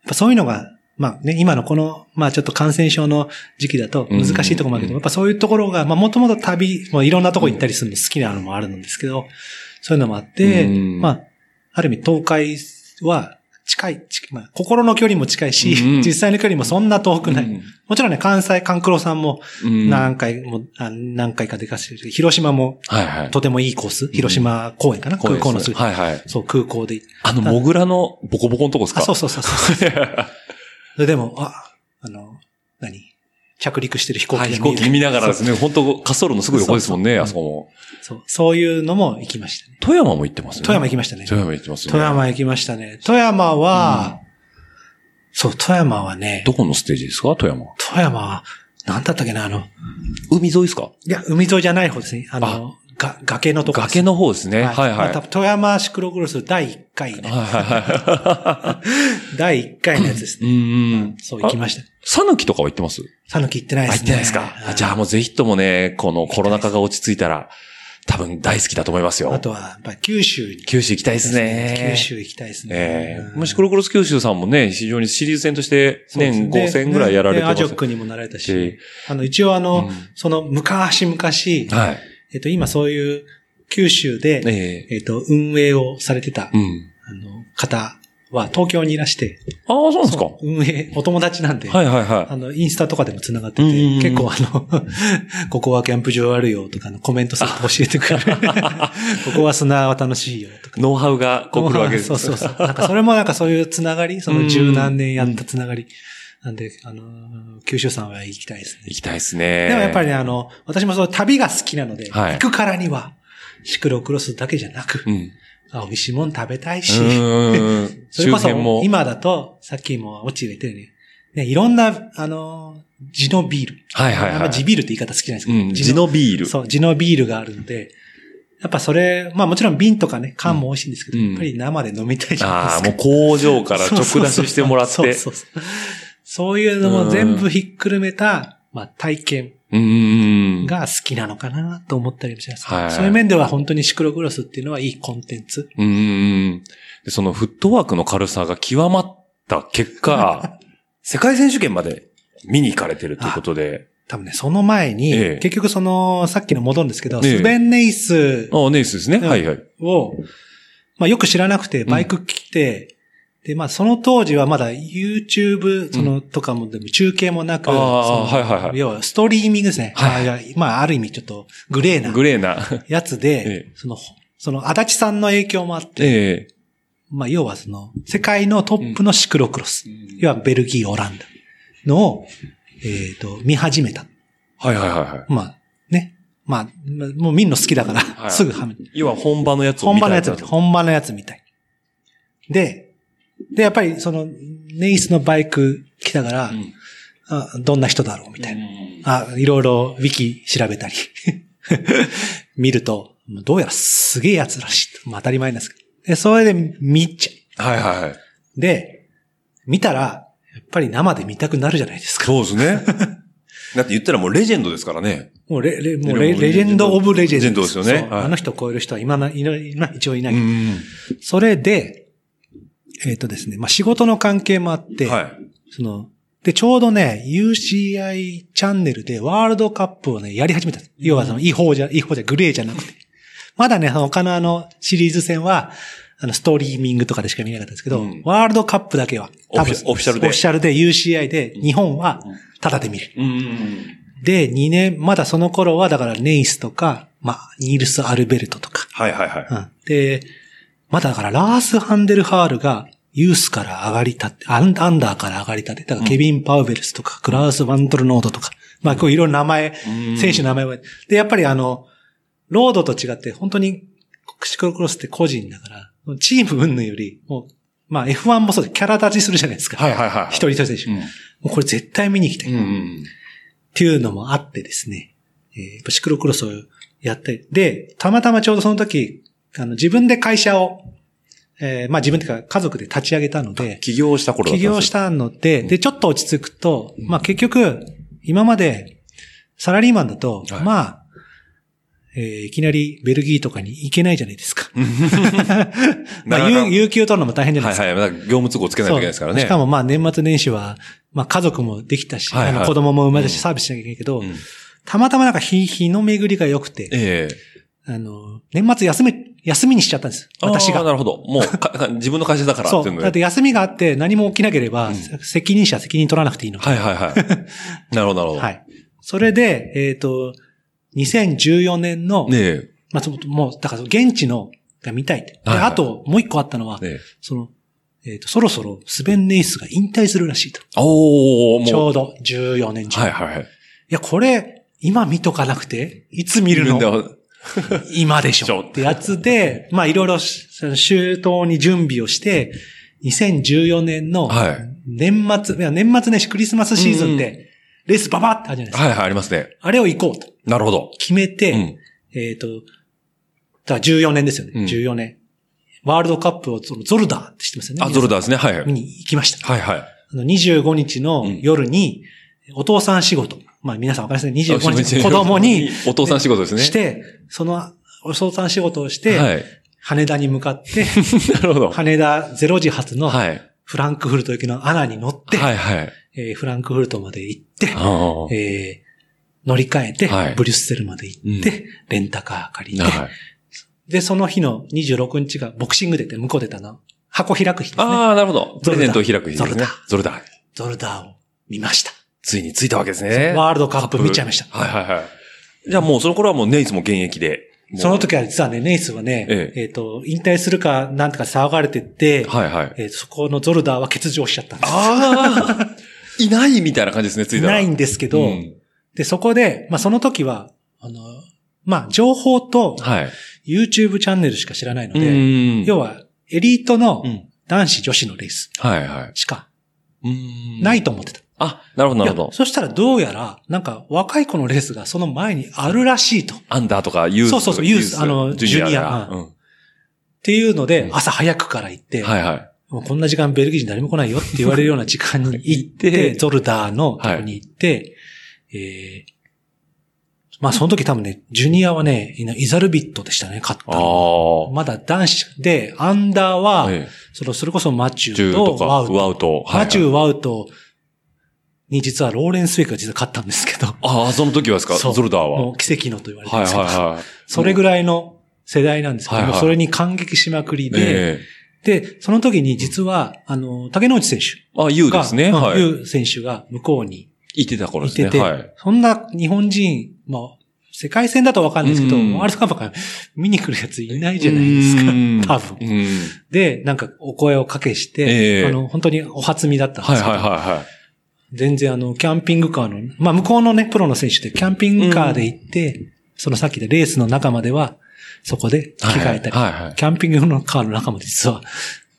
[SPEAKER 3] ぱそういうのが、まあね、今のこの、まあちょっと感染症の時期だと難しいところもあるけ
[SPEAKER 2] うん
[SPEAKER 3] ど、やっぱそういうところが、まあもともと旅、もういろんなとこ行ったりするの好きなのもあるんですけど、そういうのもあって、
[SPEAKER 2] うん
[SPEAKER 3] まあ、ある意味東海は近い、近いまあ、心の距離も近いし、
[SPEAKER 2] うん
[SPEAKER 3] 実際の距離もそんな遠くない。
[SPEAKER 2] うん
[SPEAKER 3] もちろんね、関西、関黒さんも
[SPEAKER 2] うん
[SPEAKER 3] 何回も、あ何回か出かせてるけど広島も
[SPEAKER 2] はいはい。
[SPEAKER 3] とてもいいコース、広島公園かな、
[SPEAKER 2] こうい
[SPEAKER 3] 空
[SPEAKER 2] う
[SPEAKER 3] 港のすぐ、
[SPEAKER 2] はいはい。
[SPEAKER 3] そう、空港で。
[SPEAKER 2] あの、モグラのボコボコのとこですか
[SPEAKER 3] あ、そう
[SPEAKER 2] う
[SPEAKER 3] そうそうそう。
[SPEAKER 2] そう。
[SPEAKER 3] ででも、あ、あの、何着陸してる飛行機が
[SPEAKER 2] はい、
[SPEAKER 3] 見え
[SPEAKER 2] 飛
[SPEAKER 3] る
[SPEAKER 2] 行機見ながらですね、本当滑走路のすぐ横ですもんね、
[SPEAKER 3] そう
[SPEAKER 2] あそこも。
[SPEAKER 3] そう。そういうのも行きましたね。
[SPEAKER 2] 富山も行ってますね。
[SPEAKER 3] 富山
[SPEAKER 2] 行
[SPEAKER 3] 行きましたね。
[SPEAKER 2] 富山行ってますね。
[SPEAKER 3] 富山行きましたね。富山は、そう、富山はね、
[SPEAKER 2] どこのステージですか富山。
[SPEAKER 3] 富山は、なんだったっけな、あの、
[SPEAKER 2] 海沿いですか
[SPEAKER 3] いや、海沿いじゃない方ですね。あの、が崖のとこです
[SPEAKER 2] 崖の方ですね。はいはい。
[SPEAKER 3] また富山シクロクロス第1回ね。
[SPEAKER 2] はいは
[SPEAKER 3] 第1回のやつで
[SPEAKER 2] い。
[SPEAKER 3] す
[SPEAKER 2] う
[SPEAKER 3] ね。
[SPEAKER 2] ん。
[SPEAKER 3] そう、行き
[SPEAKER 2] す。
[SPEAKER 3] ました。
[SPEAKER 2] さぬきとかは行ってます
[SPEAKER 3] さぬき行ってないです
[SPEAKER 2] 入っ
[SPEAKER 3] ね。
[SPEAKER 2] てないですか。あじゃあもうぜひともね、このコロナ禍が落ち着いたら、多分大好きだと思います
[SPEAKER 3] あ
[SPEAKER 2] よ。
[SPEAKER 3] とは、やっぱり九州に行き
[SPEAKER 2] 九州行きたい
[SPEAKER 3] た
[SPEAKER 2] で
[SPEAKER 3] いです
[SPEAKER 2] ね。
[SPEAKER 3] 九州行きたいですね。
[SPEAKER 2] ええ
[SPEAKER 3] うん
[SPEAKER 2] もしクロクロス九州さんもね、非常にシリーズ戦として年5戦ぐらいやられて
[SPEAKER 3] るア
[SPEAKER 2] ま
[SPEAKER 3] ジ
[SPEAKER 2] す
[SPEAKER 3] ョックにもなられたし
[SPEAKER 2] し、、
[SPEAKER 3] あの、一応あの、
[SPEAKER 2] うん
[SPEAKER 3] その、昔々、
[SPEAKER 2] はい。
[SPEAKER 3] えっと、今そういう、九州で、えっ、
[SPEAKER 2] ええ
[SPEAKER 3] と、運営をされてた、
[SPEAKER 2] うん。
[SPEAKER 3] あの、方は、東京にいらして、
[SPEAKER 2] ああ、そうなんですか。
[SPEAKER 3] 運営、お友達なんで、
[SPEAKER 2] はいはいは
[SPEAKER 3] あの、インスタとかでも繋がってて、
[SPEAKER 2] うんうんうん
[SPEAKER 3] 結構あの、 ここはキャンプ場あるよとかのコメントすると教えてく れる。ここは砂は楽しいよとか。
[SPEAKER 2] い。ノウハウがこう来るわけです。
[SPEAKER 3] そうそうそう。なんかそれもなんかそういうつながり、その十何年やったつながり。なんで、あのー、九州さんは行きたいですね。
[SPEAKER 2] 行きたいですね。
[SPEAKER 3] でもやっぱり
[SPEAKER 2] ね。
[SPEAKER 3] ね、あの、私もそう旅が好きなので、
[SPEAKER 2] はい
[SPEAKER 3] 行くからには、シクロクロスだけじゃなく
[SPEAKER 2] う、ん。
[SPEAKER 3] あ美味しいもん食べたいし、
[SPEAKER 2] うーん。
[SPEAKER 3] それ
[SPEAKER 2] 周
[SPEAKER 3] こそ
[SPEAKER 2] 辺も。
[SPEAKER 3] 今だと、さっきも落ち入れてるね。ね、いろんな、あのー、地のビール。
[SPEAKER 2] はいはい
[SPEAKER 3] あん
[SPEAKER 2] は
[SPEAKER 3] ま
[SPEAKER 2] い。
[SPEAKER 3] 地ビールって言い方好きなんですけ
[SPEAKER 2] う
[SPEAKER 3] ど、
[SPEAKER 2] ん。地のビール。
[SPEAKER 3] そう、地のビールがあるので、やっぱそれ、まあもちろん瓶とかね、缶も美味しいんですけど、
[SPEAKER 2] うん
[SPEAKER 3] やっぱり生で飲みたいじゃない
[SPEAKER 2] ああ、
[SPEAKER 3] で
[SPEAKER 2] も
[SPEAKER 3] す
[SPEAKER 2] う
[SPEAKER 3] か。
[SPEAKER 2] 工場から直出ししてもらって。
[SPEAKER 3] そうそうそう。そういうのも全部ひっくるめた、まあ体験
[SPEAKER 2] うーん。
[SPEAKER 3] が好きなのかなと思ったりもします、
[SPEAKER 2] はい
[SPEAKER 3] そういう面では本当にシクロクロスっていうのはいいコンテンツ。
[SPEAKER 2] うーん。で、そのフットワークの軽さが極まった結果、世界選手権まで見に行かれてるということで。
[SPEAKER 3] 多分ね、その前に、
[SPEAKER 2] ええ
[SPEAKER 3] 結局その、さっきの戻るんですけど、
[SPEAKER 2] ええ
[SPEAKER 3] スベンネイス
[SPEAKER 2] ああ、ネイスですね。
[SPEAKER 3] うん
[SPEAKER 2] はいはい。
[SPEAKER 3] を、まあよく知らなくてバイク来て、で、まあその当時はまだ YouTube、その、とかもでも中継もなく、
[SPEAKER 2] ああ
[SPEAKER 3] その
[SPEAKER 2] はいはいはい
[SPEAKER 3] 要はストリーミングですね。
[SPEAKER 2] はい
[SPEAKER 3] ああいやまあある意味ちょっとグレーな
[SPEAKER 2] グレーな。
[SPEAKER 3] やつで、
[SPEAKER 2] ええ
[SPEAKER 3] その、その足立さんの影響もあって、
[SPEAKER 2] え
[SPEAKER 3] まあ要はその、世界のトップのシクロクロス、
[SPEAKER 2] え
[SPEAKER 3] 要はベルギー、オランダのを、えっ、と、見始めた。
[SPEAKER 2] はいはいはいはい。
[SPEAKER 3] まあ、ね。まあ、まもう見るの好きだから、
[SPEAKER 2] はい
[SPEAKER 3] すぐはめ
[SPEAKER 2] 要は本場のやつを
[SPEAKER 3] 本
[SPEAKER 2] 見た
[SPEAKER 3] 場の
[SPEAKER 2] い
[SPEAKER 3] やつみたい。本場のやつみたい。で、で、やっぱりその、ネイスのバイク来たから、
[SPEAKER 2] うん
[SPEAKER 3] あどんな人だろうみたい
[SPEAKER 2] う
[SPEAKER 3] な。
[SPEAKER 2] ん
[SPEAKER 3] あ、いろいろウィキ調べたり、 見ると、どうやらすげえやつらしい。まあ当たり前なんですけど。で、それで見ちゃ
[SPEAKER 2] はいはいはい。
[SPEAKER 3] う。で、見たら、やっぱり生で見たくなるじゃないですか。
[SPEAKER 2] そうです ね。だって言ったらもうレジェンドですからね。
[SPEAKER 3] もうレレもう
[SPEAKER 2] レ
[SPEAKER 3] レレジェンド・オブ・レジェ
[SPEAKER 2] レ
[SPEAKER 3] ンド。
[SPEAKER 2] ジェンドですよね
[SPEAKER 3] そう
[SPEAKER 2] はい
[SPEAKER 3] あの人を超える人は今な、いない今一応いない。
[SPEAKER 2] ん。
[SPEAKER 3] それで、えっ、とですね、まあ、仕事の関係もあって、
[SPEAKER 2] はい。
[SPEAKER 3] その、で、ちょうどね、UCI チャンネルでワールドカップをね、やり始めたんです。要はその、違法じゃ、違法じゃ、グレーじゃなくて。まだね、その他のあの、シリーズ戦は、あの、ストリーミングとかでしか見なかったんですけど、
[SPEAKER 2] うん
[SPEAKER 3] ワールドカップだけは、
[SPEAKER 2] オフィシオフィシャルで
[SPEAKER 3] オフィシャルで UCI で、日本は、タダで見れる。
[SPEAKER 2] うん。
[SPEAKER 3] で、2年、まだその頃は、だからネイスとか、まあ、ニールス・アルベルトとか、
[SPEAKER 2] はいはいはい。
[SPEAKER 3] うん。で、まだだから、ラース・ハンデルハールが、ユースから上がりたて、アンアンダーから上がりたて、だからケビン・パウベルスとか、クラウス・ワントルノードとか、まあ、こういろいろ名前、
[SPEAKER 2] うん
[SPEAKER 3] 選手の名前は、で、やっぱりあの、ロードと違って、本当に、シクロクロスって個人だから、チーム云々より、もう、まあ F1 もそうで、キャラ立ちするじゃないですか。
[SPEAKER 2] はいはいはい。
[SPEAKER 3] 一人一人選手。
[SPEAKER 2] う
[SPEAKER 3] も
[SPEAKER 2] ん。
[SPEAKER 3] うこれ絶対見に行きたい。
[SPEAKER 2] うんう
[SPEAKER 3] っ
[SPEAKER 2] ん。
[SPEAKER 3] ていうのもあってですね、えーやっぱシクロクロスをやったり、で、たまたまちょうどその時、あの、自分で会社を、えーまあ自分というか家族で立ち上げたので、
[SPEAKER 2] 起業した頃だった
[SPEAKER 3] 起
[SPEAKER 2] んです
[SPEAKER 3] 業したので、で、ちょっと落ち着くと、
[SPEAKER 2] うん
[SPEAKER 3] まあ結局、今まで、サラリーマンだと、
[SPEAKER 2] はい
[SPEAKER 3] まあ、えーいきなりベルギーとかに行けないじゃないで すか。
[SPEAKER 2] な
[SPEAKER 3] まあ、
[SPEAKER 2] かなか
[SPEAKER 3] 有有給取るのも大変じゃない
[SPEAKER 2] は
[SPEAKER 3] で
[SPEAKER 2] い
[SPEAKER 3] すか。
[SPEAKER 2] はい。だから業務都合つけないといけないですからね。
[SPEAKER 3] そうしかもまあ年末年始は、まあ家族もできたし、
[SPEAKER 2] はいはい
[SPEAKER 3] あの子供も生まれた
[SPEAKER 2] う
[SPEAKER 3] し
[SPEAKER 2] ん
[SPEAKER 3] サービスしなきゃいけないけど、
[SPEAKER 2] うん
[SPEAKER 3] たまたまなんか日、日の巡りが良くて、
[SPEAKER 2] ええ。
[SPEAKER 3] あの、年末休み、休みにしちゃったんです。私
[SPEAKER 2] あー
[SPEAKER 3] が。
[SPEAKER 2] なるほど。もうか、か自分の会社だから
[SPEAKER 3] そ
[SPEAKER 2] っていう
[SPEAKER 3] う。
[SPEAKER 2] の
[SPEAKER 3] だっ
[SPEAKER 2] で。
[SPEAKER 3] て休みがあって何も起きなければ、
[SPEAKER 2] うん
[SPEAKER 3] 責任者は責任取らなくていいの。
[SPEAKER 2] はいはい はい。なるほどなるほど。。
[SPEAKER 3] はいい。それで、えっ、と、2014年の、
[SPEAKER 2] ねえ。
[SPEAKER 3] まあ、そのもう、だから現地のが見たいって。で
[SPEAKER 2] はいはい
[SPEAKER 3] あと、もう一個あったのは、
[SPEAKER 2] ねえ。
[SPEAKER 3] その、えっ、と、そろそろスベン・ネイスが引退するらしいと。
[SPEAKER 2] おー、
[SPEAKER 3] ち
[SPEAKER 2] もう。
[SPEAKER 3] ょうど14年中。
[SPEAKER 2] はい
[SPEAKER 3] い、
[SPEAKER 2] はいはい。
[SPEAKER 3] や、これ、今見とかなくて、いつ見
[SPEAKER 2] い
[SPEAKER 3] るの
[SPEAKER 2] は
[SPEAKER 3] 今でし
[SPEAKER 2] ちょ
[SPEAKER 3] ょってや つで、まあ、いろいろし、その周到に準備をして、2014年の
[SPEAKER 2] はい
[SPEAKER 3] 年末、いや年末年始クリスマスシーズンで、レースババってあるじゃないですか。
[SPEAKER 2] いはい、ありますね。
[SPEAKER 3] あれを行こうと
[SPEAKER 2] なるほど。
[SPEAKER 3] 決めて、
[SPEAKER 2] うん。
[SPEAKER 3] えっ、と、だから14年ですよね。
[SPEAKER 2] うん
[SPEAKER 3] 14年。ワールドカップをそのゾルダーって知ってますよね。
[SPEAKER 2] あ、ゾルダーですね。はいはい
[SPEAKER 3] 見。に行きました。
[SPEAKER 2] はいはい。
[SPEAKER 3] あの25日の夜に、お父さん仕事。まあ皆さんわかりますね。25日の子供に、
[SPEAKER 2] お父さん仕事ですね。
[SPEAKER 3] して、その、お父さん仕事をして、
[SPEAKER 2] はい。
[SPEAKER 3] 羽田に向かって、
[SPEAKER 2] なるほど。
[SPEAKER 3] 羽田ゼロ時発の
[SPEAKER 2] はい。
[SPEAKER 3] フランクフルト行きのアナに乗って、
[SPEAKER 2] はいはい。
[SPEAKER 3] えーフランクフルトまで行って、
[SPEAKER 2] ああはい
[SPEAKER 3] えー乗り換えて、
[SPEAKER 2] はい
[SPEAKER 3] ブリュッセルまで行って、レンタカー借りて、で、その日の26日がボクシングデーって向こうでたの。箱開く日ですね。
[SPEAKER 2] ああ、なるほど。プ
[SPEAKER 3] ゾルダ
[SPEAKER 2] レゼントを開く日ですね。ゾルダー。
[SPEAKER 3] ゾルダーを見ました。
[SPEAKER 2] ついに着いたわけですね。
[SPEAKER 3] ワールドカップ見ちゃいました。
[SPEAKER 2] はいはいはい。じゃあもうその頃はもうネイツも現役で。もう
[SPEAKER 3] その。時は実はね、ネイスはね、
[SPEAKER 2] え
[SPEAKER 3] えっ、と、引退するかなんとか騒がれてて、
[SPEAKER 2] はいはい。
[SPEAKER 3] えーそこのゾルダーは欠場しちゃったんです。
[SPEAKER 2] ああ いないみたいな感じですね、着いたら。
[SPEAKER 3] ない
[SPEAKER 2] ん
[SPEAKER 3] んですけど、
[SPEAKER 2] うん
[SPEAKER 3] で、そこで、まあその時は、あの、まあ情報と
[SPEAKER 2] はい。
[SPEAKER 3] YouTube チャンネルしか知らないの
[SPEAKER 2] う
[SPEAKER 3] で、
[SPEAKER 2] ん
[SPEAKER 3] 要はエリートの
[SPEAKER 2] うん
[SPEAKER 3] 男子女子のレース
[SPEAKER 2] はいはい。
[SPEAKER 3] しか
[SPEAKER 2] うん
[SPEAKER 3] ないと思ってた。
[SPEAKER 2] あ、なるほど、なるほど
[SPEAKER 3] いや。そしたらどうやら、なんか若い子のレースがその前にあるらしいと。っ
[SPEAKER 2] アンダーとかユース。
[SPEAKER 3] そうそうそうユースあのジュニア
[SPEAKER 2] がうん
[SPEAKER 3] ていうので
[SPEAKER 2] う、ん
[SPEAKER 3] 朝早くから行って、
[SPEAKER 2] はいはい。
[SPEAKER 3] もうこんな時間ベルギー人誰も来ないよって言われるような時間 に行って、
[SPEAKER 2] 行って
[SPEAKER 3] ゾルダーのとこに行って、えーまあその時多分ね、ジュニアはね、イザルビットでしたね、勝っ
[SPEAKER 2] あ
[SPEAKER 3] たの。
[SPEAKER 2] あ。
[SPEAKER 3] まだ男子で、アンダーは、
[SPEAKER 2] ええ
[SPEAKER 3] その、それこそマチュ
[SPEAKER 2] 中
[SPEAKER 3] ー
[SPEAKER 2] と
[SPEAKER 3] と
[SPEAKER 2] か、
[SPEAKER 3] ワウト。
[SPEAKER 2] ワウト。はいはい
[SPEAKER 3] マチュー、ワウトに実はローレンスウェイクが実は勝ったんですけど、
[SPEAKER 2] ああ、その時はですか
[SPEAKER 3] そう
[SPEAKER 2] ゾルダーは。
[SPEAKER 3] もう奇跡のと言われて
[SPEAKER 2] はい
[SPEAKER 3] ま
[SPEAKER 2] はい
[SPEAKER 3] すけど、
[SPEAKER 2] はい。
[SPEAKER 3] それぐらいの世代なんですけど、
[SPEAKER 2] はいはい
[SPEAKER 3] もうそれに感激しまくりで、
[SPEAKER 2] ええ
[SPEAKER 3] で、その時に実は、あの、竹之内選手。
[SPEAKER 2] あ、ユー
[SPEAKER 3] が
[SPEAKER 2] ですね。
[SPEAKER 3] うん
[SPEAKER 2] はい。
[SPEAKER 3] ユー選手が向こうに
[SPEAKER 2] いてた頃
[SPEAKER 3] い
[SPEAKER 2] です
[SPEAKER 3] て
[SPEAKER 2] ね。
[SPEAKER 3] て、
[SPEAKER 2] はい。
[SPEAKER 3] そんな日本人、まあ、世界戦だとわかるんですけど、
[SPEAKER 2] うん
[SPEAKER 3] ワールドカップから見に来るやついないじゃないですか。多分。
[SPEAKER 2] うん。
[SPEAKER 3] で、なんかお声をかけして、
[SPEAKER 2] ええ
[SPEAKER 3] あの、本当にお初見だったんで
[SPEAKER 2] はい
[SPEAKER 3] すけ
[SPEAKER 2] はい
[SPEAKER 3] ど、
[SPEAKER 2] は
[SPEAKER 3] 全然あの、キャンピングカーの、まあ向こうのね、プロの選手でキャンピングカーで行って、そのさっきでレースの中までは、そこで着
[SPEAKER 2] いはい。
[SPEAKER 3] 替えたり、
[SPEAKER 2] はいはいはい。
[SPEAKER 3] キャンピングのカーの中まで実は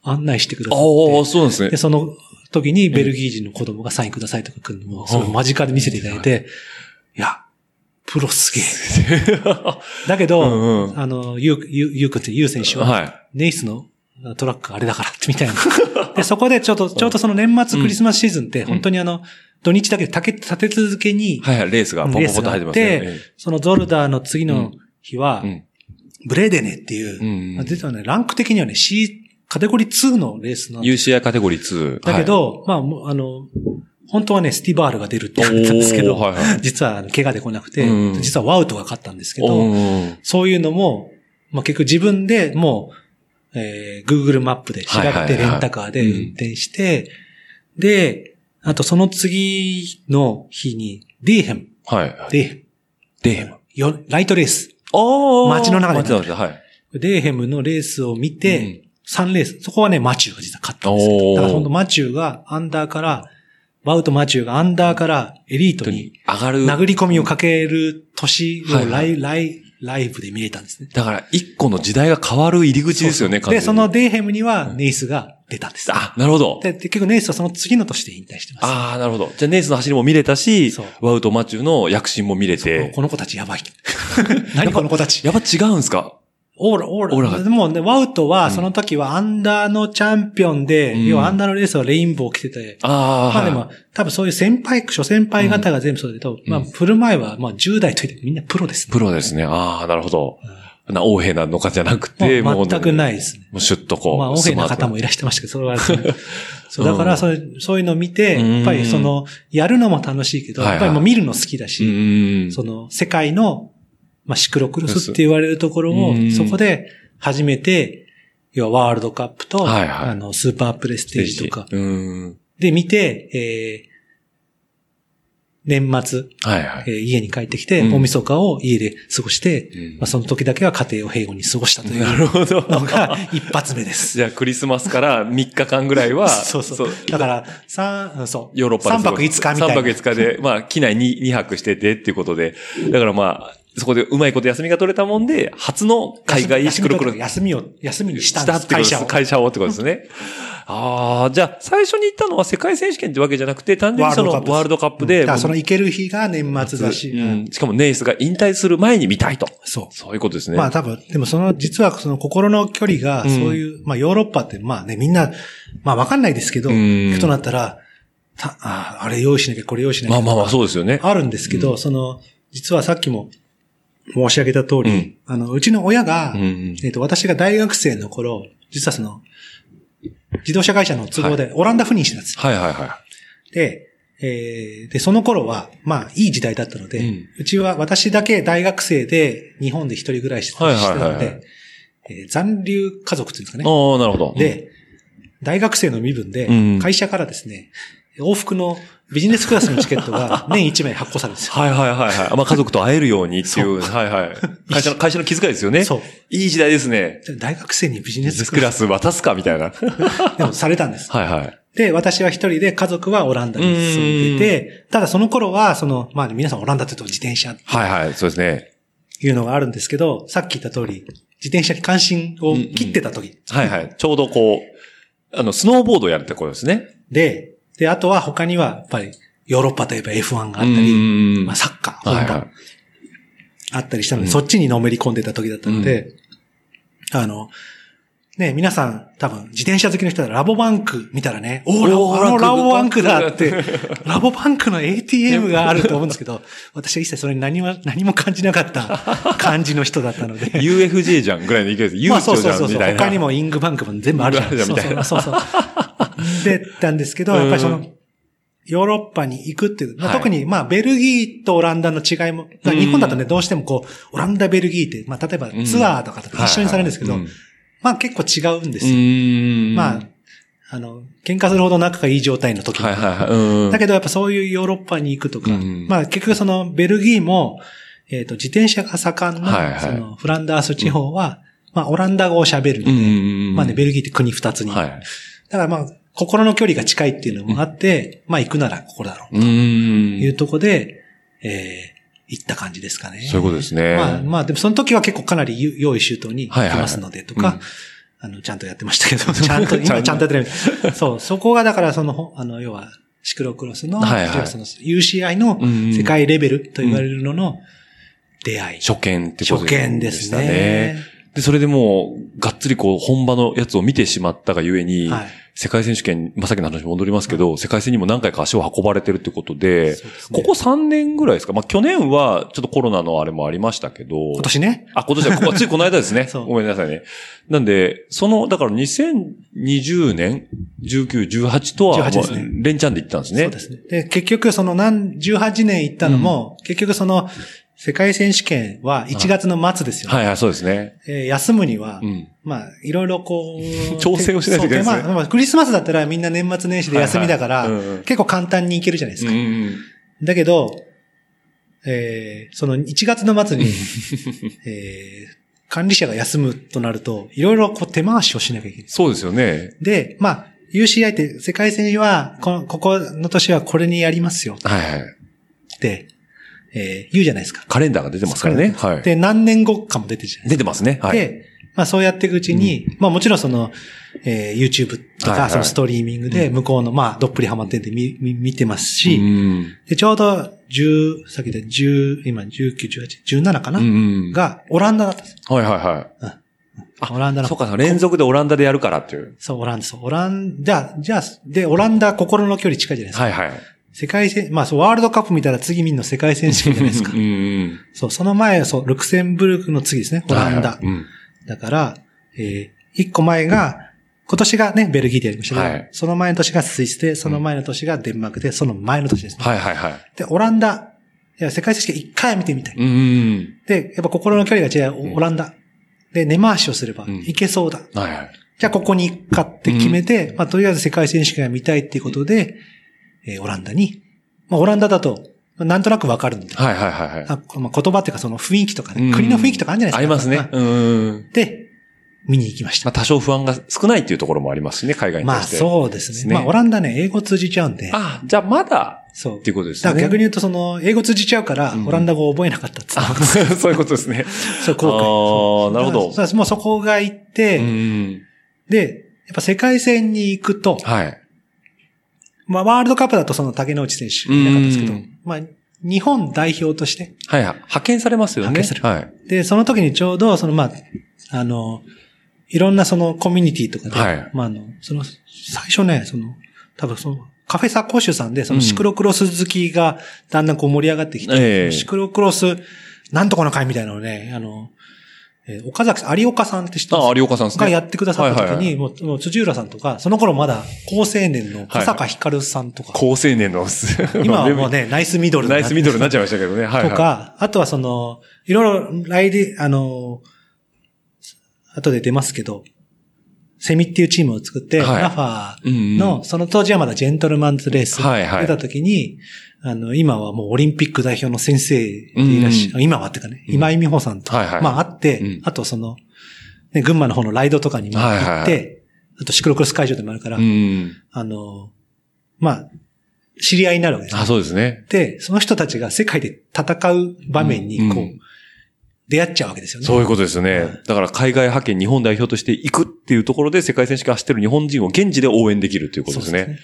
[SPEAKER 3] 案内してくださって。
[SPEAKER 2] ああ、そうなんですね
[SPEAKER 3] で、。その時にベルギー人の子供がサインくださいとか来るのも、すごい間近で見せていただいて、いや、プロすげえ。だけ
[SPEAKER 2] う
[SPEAKER 3] ど、
[SPEAKER 2] んうん。
[SPEAKER 3] あの、ゆう、ゆう、ゆうくんってゆう選手は、
[SPEAKER 2] はい。
[SPEAKER 3] ネイスのトラックがあれだからってみたいな。で、そこでちょ っと、ちょうどその年末クリスマスシーズンって、本当にあの、土日だけで立て立て続けに、
[SPEAKER 2] はいはい、レースがポンポンポンと入ってますね。
[SPEAKER 3] レースがあ
[SPEAKER 2] え
[SPEAKER 3] そのゾルダーの次の日は
[SPEAKER 2] えうん。
[SPEAKER 3] ブレーデネっていうう、
[SPEAKER 2] ん
[SPEAKER 3] まあ実はね、ランク的にはね、C、カテゴリー2のレースなんですけど
[SPEAKER 2] UCI カテゴリー2。
[SPEAKER 3] だけ
[SPEAKER 2] はい、
[SPEAKER 3] ど、まあもう、あの、本当はね、スティバールが出るって言われてたんですけど、
[SPEAKER 2] おーはいはい。
[SPEAKER 3] 実はあの怪我で来なくて、
[SPEAKER 2] うん
[SPEAKER 3] 実はワウトが勝ったんですけ
[SPEAKER 2] お
[SPEAKER 3] ど、
[SPEAKER 2] ー
[SPEAKER 3] そういうのも、まあ結局自分でもう、えー、Google マップで調べ
[SPEAKER 2] はいはいは
[SPEAKER 3] て
[SPEAKER 2] い
[SPEAKER 3] レンタカーで運転して、で、あとその次の日に、ディーヘム、
[SPEAKER 2] はい。
[SPEAKER 3] ディーヘム
[SPEAKER 2] デーム。
[SPEAKER 3] よ、ライトレース。
[SPEAKER 2] あ
[SPEAKER 3] 街の中で
[SPEAKER 2] 街の中で、はい。
[SPEAKER 3] デーヘムのレースを見て、3レース。そこはね、マチューが実は勝ったんです
[SPEAKER 2] お
[SPEAKER 3] よ。
[SPEAKER 2] ー
[SPEAKER 3] だから本当マチューがアンダーから、バウトマチューがアンダーからエリート
[SPEAKER 2] 本当
[SPEAKER 3] に
[SPEAKER 2] に上がる。
[SPEAKER 3] 殴り込みをかける年をラ
[SPEAKER 2] は
[SPEAKER 3] イ、ライ、ライブで見れたんですね。
[SPEAKER 2] だから、一個の時代が変わる入り口ですよね、
[SPEAKER 3] そうそうで、そ
[SPEAKER 2] 完全
[SPEAKER 3] の
[SPEAKER 2] に、
[SPEAKER 3] デーヘムにはネイスが出たんです。
[SPEAKER 2] あ、なるほど。
[SPEAKER 3] で、結局ネイスはその次の年で引退してます。
[SPEAKER 2] ああ、なるほど。じゃあ、ネイスの走りも見れたし
[SPEAKER 3] そう、
[SPEAKER 2] ワウト・マチューの躍進も見れて。
[SPEAKER 3] この子たちやばい。 何この子たち。
[SPEAKER 2] やっぱ違うんすか
[SPEAKER 3] オーラ、オ
[SPEAKER 2] オー
[SPEAKER 3] ー
[SPEAKER 2] ラ
[SPEAKER 3] ラ。
[SPEAKER 2] が
[SPEAKER 3] でもね、ワウト
[SPEAKER 2] う
[SPEAKER 3] は、
[SPEAKER 2] ん
[SPEAKER 3] その時はアンダーのチャンピオンで、
[SPEAKER 2] うん
[SPEAKER 3] 要はアンダーのレースはレインボー着てて、
[SPEAKER 2] ああ、
[SPEAKER 3] まあ
[SPEAKER 2] は
[SPEAKER 3] で
[SPEAKER 2] い
[SPEAKER 3] も、多分そういう先輩、諸先輩方が全部そうだけど、
[SPEAKER 2] うん
[SPEAKER 3] まあ、振る前は、まあ、10代といってみんなプロですね。
[SPEAKER 2] プロですね。ああ、なるほど。
[SPEAKER 3] うん
[SPEAKER 2] な、王兵なのかじゃなくて、
[SPEAKER 3] もう全く
[SPEAKER 2] い。
[SPEAKER 3] ないですね。
[SPEAKER 2] もうシュッとこう。
[SPEAKER 3] まあ、オフェな方も
[SPEAKER 2] い
[SPEAKER 3] いらしてましたけど、それは、 そう、だから、そういうそういうのを見て、
[SPEAKER 2] うん
[SPEAKER 3] やっぱりその、やるのも楽しいけど、
[SPEAKER 2] はいは
[SPEAKER 3] や
[SPEAKER 2] い
[SPEAKER 3] っぱりもう見るの好きだ
[SPEAKER 2] う
[SPEAKER 3] し、
[SPEAKER 2] ーん。
[SPEAKER 3] その、世界の、まあ、シクロクロスって言われるところを
[SPEAKER 2] う、ん
[SPEAKER 3] そこで初めて、要はワールドカップと、
[SPEAKER 2] はいはい
[SPEAKER 3] あの、スーパープレステージとか、
[SPEAKER 2] うーん。
[SPEAKER 3] で見て、えー年末、
[SPEAKER 2] はいは
[SPEAKER 3] え
[SPEAKER 2] い。
[SPEAKER 3] ー家に帰ってきて、
[SPEAKER 2] うん
[SPEAKER 3] 大晦日を家で過ごして、
[SPEAKER 2] うん
[SPEAKER 3] まあ、その時だけは家庭を平凡に過ごしたという
[SPEAKER 2] なるほど。
[SPEAKER 3] のが一発目です。
[SPEAKER 2] じゃあ、クリスマスから3日間ぐらいは、
[SPEAKER 3] そうそう。だから、三、うんそう。
[SPEAKER 2] ヨーロッパ
[SPEAKER 3] 三
[SPEAKER 2] で過ご
[SPEAKER 3] 泊
[SPEAKER 2] す
[SPEAKER 3] 五日みたいな。
[SPEAKER 2] 三泊五日で、まあ、機内に2泊しててっていうことで、だからまあ、そこでうまいこと休みが取れたもんで、初の海外シクロクロス
[SPEAKER 3] 休みを、休みにしたん
[SPEAKER 2] した
[SPEAKER 3] で
[SPEAKER 2] っ
[SPEAKER 3] す。
[SPEAKER 2] てこと
[SPEAKER 3] 会
[SPEAKER 2] です
[SPEAKER 3] 社を。
[SPEAKER 2] 会社をってことです ね。ああ、じゃあ、最初に行ったのは世界選手権ってわけじゃなくて、単純にその
[SPEAKER 3] ワ
[SPEAKER 2] ワー
[SPEAKER 3] ー
[SPEAKER 2] ルドカッ
[SPEAKER 3] う
[SPEAKER 2] プ
[SPEAKER 3] んだ
[SPEAKER 2] で、
[SPEAKER 3] からその行ける日が年末だし。
[SPEAKER 2] うんしかもネイスが引退する前に見たいと。
[SPEAKER 3] そ
[SPEAKER 2] そういうことです
[SPEAKER 3] う。
[SPEAKER 2] ね。
[SPEAKER 3] まあ多分、でもその、実はその心の距離が、そういう、まあヨーロッパって、まあね、みんな、まあわかんないですけど、
[SPEAKER 2] うん
[SPEAKER 3] 行くとなったら、たああれ用意しなきゃ、これ用意しなき
[SPEAKER 2] まあ
[SPEAKER 3] ゃとか。
[SPEAKER 2] まあまあ、そうですよね。
[SPEAKER 3] あるんですけど、その、実はさっきも申し上げた通り、
[SPEAKER 2] うん
[SPEAKER 3] あの、うちの親が、
[SPEAKER 2] うんうん
[SPEAKER 3] えっ、と、私が大学生の頃、実はその、自動車会社の都合でオランダ赴任してたんです。
[SPEAKER 2] はいはいは
[SPEAKER 3] で、えーで、その頃は、まあ、いい時代だったので、う
[SPEAKER 2] うん
[SPEAKER 3] ちは私だけ大学生で日本で一人暮らししてたので、
[SPEAKER 2] はいはいはいはい
[SPEAKER 3] えー残留家族っていうんですか
[SPEAKER 2] い。
[SPEAKER 3] ね。
[SPEAKER 2] ああ、なるほど。
[SPEAKER 3] で、大学生の身分で
[SPEAKER 2] うん、
[SPEAKER 3] 会社からですね、往復のビジネスクラスのチケットが年1枚発行されるんですよ。
[SPEAKER 2] はいはいはいはい。まあ、家族と会えるようにっていう、はいはい。会社の、会社の気遣いですよね。
[SPEAKER 3] そう。
[SPEAKER 2] いい時代ですね。
[SPEAKER 3] 大学生にビジネ
[SPEAKER 2] ビジネ
[SPEAKER 3] ス
[SPEAKER 2] ス
[SPEAKER 3] ク
[SPEAKER 2] ク
[SPEAKER 3] ラ
[SPEAKER 2] ラス渡すかみたいな。
[SPEAKER 3] スでもされたんです。
[SPEAKER 2] はいはい。
[SPEAKER 3] で、私は一人で家族はオランダに住んでて、ただその頃は、その、まあ皆さんオランダって言うと自転車っ
[SPEAKER 2] はいはい、そうですね。
[SPEAKER 3] ていうのがあるんですけど、さっき言った通り、自転車に関心を切ってた時、
[SPEAKER 2] はいはい。ちょうどこう、あの、スノーボードやるってことですね。
[SPEAKER 3] で、で、あとは他には、やっぱり、ヨーロッパといえば F1 があったり、
[SPEAKER 2] り
[SPEAKER 3] まあ、サッカー、
[SPEAKER 2] はい
[SPEAKER 3] 本
[SPEAKER 2] は
[SPEAKER 3] 番
[SPEAKER 2] い。
[SPEAKER 3] あったりしたので、
[SPEAKER 2] うん
[SPEAKER 3] そっちにのめり込んでた時だったので、あの、ね、皆さん多分自転車好きの人はラボバンク見たらね、お
[SPEAKER 2] お
[SPEAKER 3] お、
[SPEAKER 2] ー
[SPEAKER 3] あのラボバンク
[SPEAKER 2] ラ
[SPEAKER 3] だ
[SPEAKER 2] ボバン
[SPEAKER 3] っ
[SPEAKER 2] ク
[SPEAKER 3] て
[SPEAKER 2] だ、
[SPEAKER 3] ラボバンクの ATM があると思うんです けど、私は一切それに何も、何も感じなかった感じの人だったので。
[SPEAKER 2] UFJ じゃんぐらいの勢いです。悠
[SPEAKER 3] まあそう
[SPEAKER 2] 長じ
[SPEAKER 3] そう
[SPEAKER 2] ゃ
[SPEAKER 3] そ
[SPEAKER 2] ん
[SPEAKER 3] うそ
[SPEAKER 2] み
[SPEAKER 3] う。
[SPEAKER 2] たいな。
[SPEAKER 3] 他にもイングバンクも全部あるじゃん。
[SPEAKER 2] イングバンク
[SPEAKER 3] そ
[SPEAKER 2] み
[SPEAKER 3] う
[SPEAKER 2] たい
[SPEAKER 3] そう
[SPEAKER 2] な
[SPEAKER 3] そうそう。で、たんですけど、やっぱりその、ヨーロッパに行くっていう、まあ
[SPEAKER 2] はい
[SPEAKER 3] 特にまあベルギーとオランダの違いも、
[SPEAKER 2] うん
[SPEAKER 3] 日本だとね、どうしてもこう、オランダ、ベルギーって、まあ例えばツアーとかだと一緒にされるんですけど、
[SPEAKER 2] はいはいうん
[SPEAKER 3] まあ結構違うんですよ。
[SPEAKER 2] うん
[SPEAKER 3] まあ、あの、喧嘩するほど仲がいい状態の時も
[SPEAKER 2] はいはいはい。うん
[SPEAKER 3] だけどやっぱそういうヨーロッパに行くとか、
[SPEAKER 2] うん
[SPEAKER 3] まあ結局そのベルギーも、えっ、と、自転車が盛んな、
[SPEAKER 2] はいはい
[SPEAKER 3] そのフランダース地方は、まあオランダ語を喋るので、
[SPEAKER 2] うん
[SPEAKER 3] まあね、ベルギーって国二つに。
[SPEAKER 2] は
[SPEAKER 3] だ
[SPEAKER 2] い。
[SPEAKER 3] からまあ、心の距離が近いっていうのもあって、まあ行くならここだろう。
[SPEAKER 2] う
[SPEAKER 3] と
[SPEAKER 2] ん
[SPEAKER 3] いうとこで、えー行った感じですかね。
[SPEAKER 2] そういうことですね。
[SPEAKER 3] まあまあ、でもその時は結構かなりゆ用意周到に行きますのでとか、
[SPEAKER 2] はいはいは
[SPEAKER 3] あの、ちゃんとやってましたけ ど、ちゃんと、今ちゃんとやってない。そう、そこがだからその、ほあの、要は、シクロクロスの、
[SPEAKER 2] はいはい
[SPEAKER 3] 要その UCI の
[SPEAKER 2] うん
[SPEAKER 3] 世界レベルと言われるのの出会い。
[SPEAKER 2] 初見ってこと
[SPEAKER 3] 初見です
[SPEAKER 2] した
[SPEAKER 3] ね。。
[SPEAKER 2] で、それでもう、がっつりこう、本場のやつを見てしまったがゆえに、
[SPEAKER 3] はい
[SPEAKER 2] 世界選手権、まあ、さっきの話に戻りますけど、世界戦にも何回か足を運ばれてるってことで、
[SPEAKER 3] そうです
[SPEAKER 2] こ
[SPEAKER 3] ね
[SPEAKER 2] こ3年ぐらいですかまあ、去年はちょっとコロナのあれもありましたけど、
[SPEAKER 3] 今年ね。
[SPEAKER 2] あ、今年は、ここついこの間ですね
[SPEAKER 3] そ。う
[SPEAKER 2] ごめんなさいね。なんで、その、だから2020年、19、18とは、
[SPEAKER 3] 18ですね
[SPEAKER 2] もう連チャンで行ったんですね。
[SPEAKER 3] そうですね。で、結局その何、18年行ったのも、結局その、世界選手権は1月の末ですよね。
[SPEAKER 2] はいはい、そうですね。
[SPEAKER 3] えー休むには、
[SPEAKER 2] うん。
[SPEAKER 3] まあ、いろいろ こう。
[SPEAKER 2] 調整をしないといけないですね
[SPEAKER 3] そうまあまあ、クリスマスだったらみんな年末年始で休みだから、
[SPEAKER 2] はいはいうんうん
[SPEAKER 3] 結構簡単に行けるじゃないですか。
[SPEAKER 2] うん
[SPEAKER 3] だけど、えーその1月 の末に、えー管理者が休むとなると、いろいろこう手回しをしなきゃいけない。
[SPEAKER 2] そうですよね。
[SPEAKER 3] で、まあ、UCI って世界戦は、この、ここの年はこれにやりますよ
[SPEAKER 2] はいはい。
[SPEAKER 3] って、えー言うじゃないですか。
[SPEAKER 2] カレンダーが出てますからね。はい。
[SPEAKER 3] で、何年後かも出てるじゃないで
[SPEAKER 2] 出
[SPEAKER 3] すか
[SPEAKER 2] てますね。はい。
[SPEAKER 3] で、まあそうやっていくうちに、まあもちろんその、えー YouTube と
[SPEAKER 2] はいはい
[SPEAKER 3] か、そのストリーミングで向こうの、まあどっぷりハマってんで見、見見てますし、
[SPEAKER 2] うん
[SPEAKER 3] で、ちょうど10、さっきで10、今19、18、17かな、
[SPEAKER 2] うん
[SPEAKER 3] が、オランダだったんですよ。
[SPEAKER 2] はいはいはい。
[SPEAKER 3] オランダの。
[SPEAKER 2] そうか、連続でオランダでやるからっていう。
[SPEAKER 3] そう、オランダ、そう、オランダ、じゃあ、で、オランダ心の距離近いじゃないですか。
[SPEAKER 2] はいはい。
[SPEAKER 3] 世界戦、まあそう、ワールドカップ見たら次見んの世界選手権じゃないで すか
[SPEAKER 2] うん。うん。
[SPEAKER 3] そう、その前、そう、ルクセンブルクの次ですね、オランダ。
[SPEAKER 2] はいはいうん
[SPEAKER 3] だから、えー、一個前が、今年がね、ベルギーでやりましたけど、
[SPEAKER 2] はい
[SPEAKER 3] その前の年がスイスで、その前の年がデンマークで、その前の年ですね。
[SPEAKER 2] はいはいはい。
[SPEAKER 3] で、オランダ。いや、世界選手権一回は見てみたい。
[SPEAKER 2] うんうん
[SPEAKER 3] で、やっぱ心の距離が違う、
[SPEAKER 2] ん
[SPEAKER 3] おオランダ。で、根回しをすれば
[SPEAKER 2] うん
[SPEAKER 3] いけそうだ。
[SPEAKER 2] うん。はいはい。
[SPEAKER 3] じゃあ、ここに行くかって決めて、まあ、とりあえず世界選手権が見たいっていうことで、えーオランダに。まあ、オランダだと、まあなんとなくわかるので。
[SPEAKER 2] はいはいはいは
[SPEAKER 3] あこまあ言葉っていうか、その雰囲気とか
[SPEAKER 2] い。うん
[SPEAKER 3] ね、国の雰囲気とかあるんじゃない
[SPEAKER 2] あ
[SPEAKER 3] で
[SPEAKER 2] り
[SPEAKER 3] すか。
[SPEAKER 2] ますね。
[SPEAKER 3] あ
[SPEAKER 2] うんうん。
[SPEAKER 3] で、見に行きました
[SPEAKER 2] まあ。多少不安が少ないっていうところもありますしね、海外に
[SPEAKER 3] ま
[SPEAKER 2] 対
[SPEAKER 3] あ
[SPEAKER 2] して。
[SPEAKER 3] そうですね。
[SPEAKER 2] ですね
[SPEAKER 3] まあオランダね、英語通じちゃうんで。
[SPEAKER 2] あ、じゃあまだ
[SPEAKER 3] そう。
[SPEAKER 2] っていうことですね。
[SPEAKER 3] だから逆に言うと、その、英語通じちゃうから
[SPEAKER 2] うん、
[SPEAKER 3] オランダ語を覚えなかったっつ
[SPEAKER 2] あ
[SPEAKER 3] う。
[SPEAKER 2] そういうことですね。
[SPEAKER 3] そう、後悔。
[SPEAKER 2] あ
[SPEAKER 3] そ
[SPEAKER 2] あ、
[SPEAKER 3] う
[SPEAKER 2] なるほど
[SPEAKER 3] だ。からそうもうそこが行って、
[SPEAKER 2] うん。
[SPEAKER 3] で、やっぱ世界戦に行くと、
[SPEAKER 2] はい。
[SPEAKER 3] まあワールドカップだとその竹之内選手いなかったですけど
[SPEAKER 2] うん、
[SPEAKER 3] まあ日本代表として、
[SPEAKER 2] はいはい。派遣されますよね。
[SPEAKER 3] 派遣される
[SPEAKER 2] はい。
[SPEAKER 3] で、その時にちょうど、そのまあ、あの、いろんなそのコミュニティとかで、
[SPEAKER 2] はい
[SPEAKER 3] まああの、その、最初ね、その、多分その、カフェサコシュさんで、そのシクロクロス好きがだんだんこう盛り上がってきて、
[SPEAKER 2] ええ
[SPEAKER 3] シクロクロス、なんとかの会みたいなのをね、あの、えー岡崎さん、有岡さんって知ってます
[SPEAKER 2] あ、有岡さんですね。
[SPEAKER 3] がやってくださった時
[SPEAKER 2] は
[SPEAKER 3] に、
[SPEAKER 2] いはいはい
[SPEAKER 3] もう、もう辻浦さんとか、その頃まだ、高青年の小坂光さんとか、
[SPEAKER 2] 高青年のす、
[SPEAKER 3] 今はもうね、ナイスミドルに
[SPEAKER 2] ナ
[SPEAKER 3] なっ
[SPEAKER 2] イ
[SPEAKER 3] て
[SPEAKER 2] スミドルになっちゃいましたけどね。はい、はい。
[SPEAKER 3] とか、あとはその、いろいろ、来で、あの、後で出ますけど、セミっていうチームを作って、
[SPEAKER 2] はい
[SPEAKER 3] ラファ
[SPEAKER 2] うんうん
[SPEAKER 3] ーの、その当時はまだジェントルマンズレース
[SPEAKER 2] はいはい
[SPEAKER 3] 出た時に、あの、今はもうオリンピック代表の先生でいらっしゃ
[SPEAKER 2] う
[SPEAKER 3] る、今はっていうかね、
[SPEAKER 2] うん
[SPEAKER 3] 今井美穂さんと、
[SPEAKER 2] はいはい
[SPEAKER 3] まああって、
[SPEAKER 2] うん
[SPEAKER 3] あとその、ね、群馬の方のライドとかにも行って、
[SPEAKER 2] はいはいは
[SPEAKER 3] あとシクロクロス会場でもあるから、
[SPEAKER 2] うん。
[SPEAKER 3] あの、まあ、知り合いになるわけです
[SPEAKER 2] あ、そうですね。
[SPEAKER 3] で、その人たちが世界で戦う場面に、こう、
[SPEAKER 2] うん
[SPEAKER 3] 出会っちゃうわけですよね。
[SPEAKER 2] そういうことですよね。だから海外派遣日本代表として行くっていうところで世界選手権走ってる日本人を現地で応援できるということですね。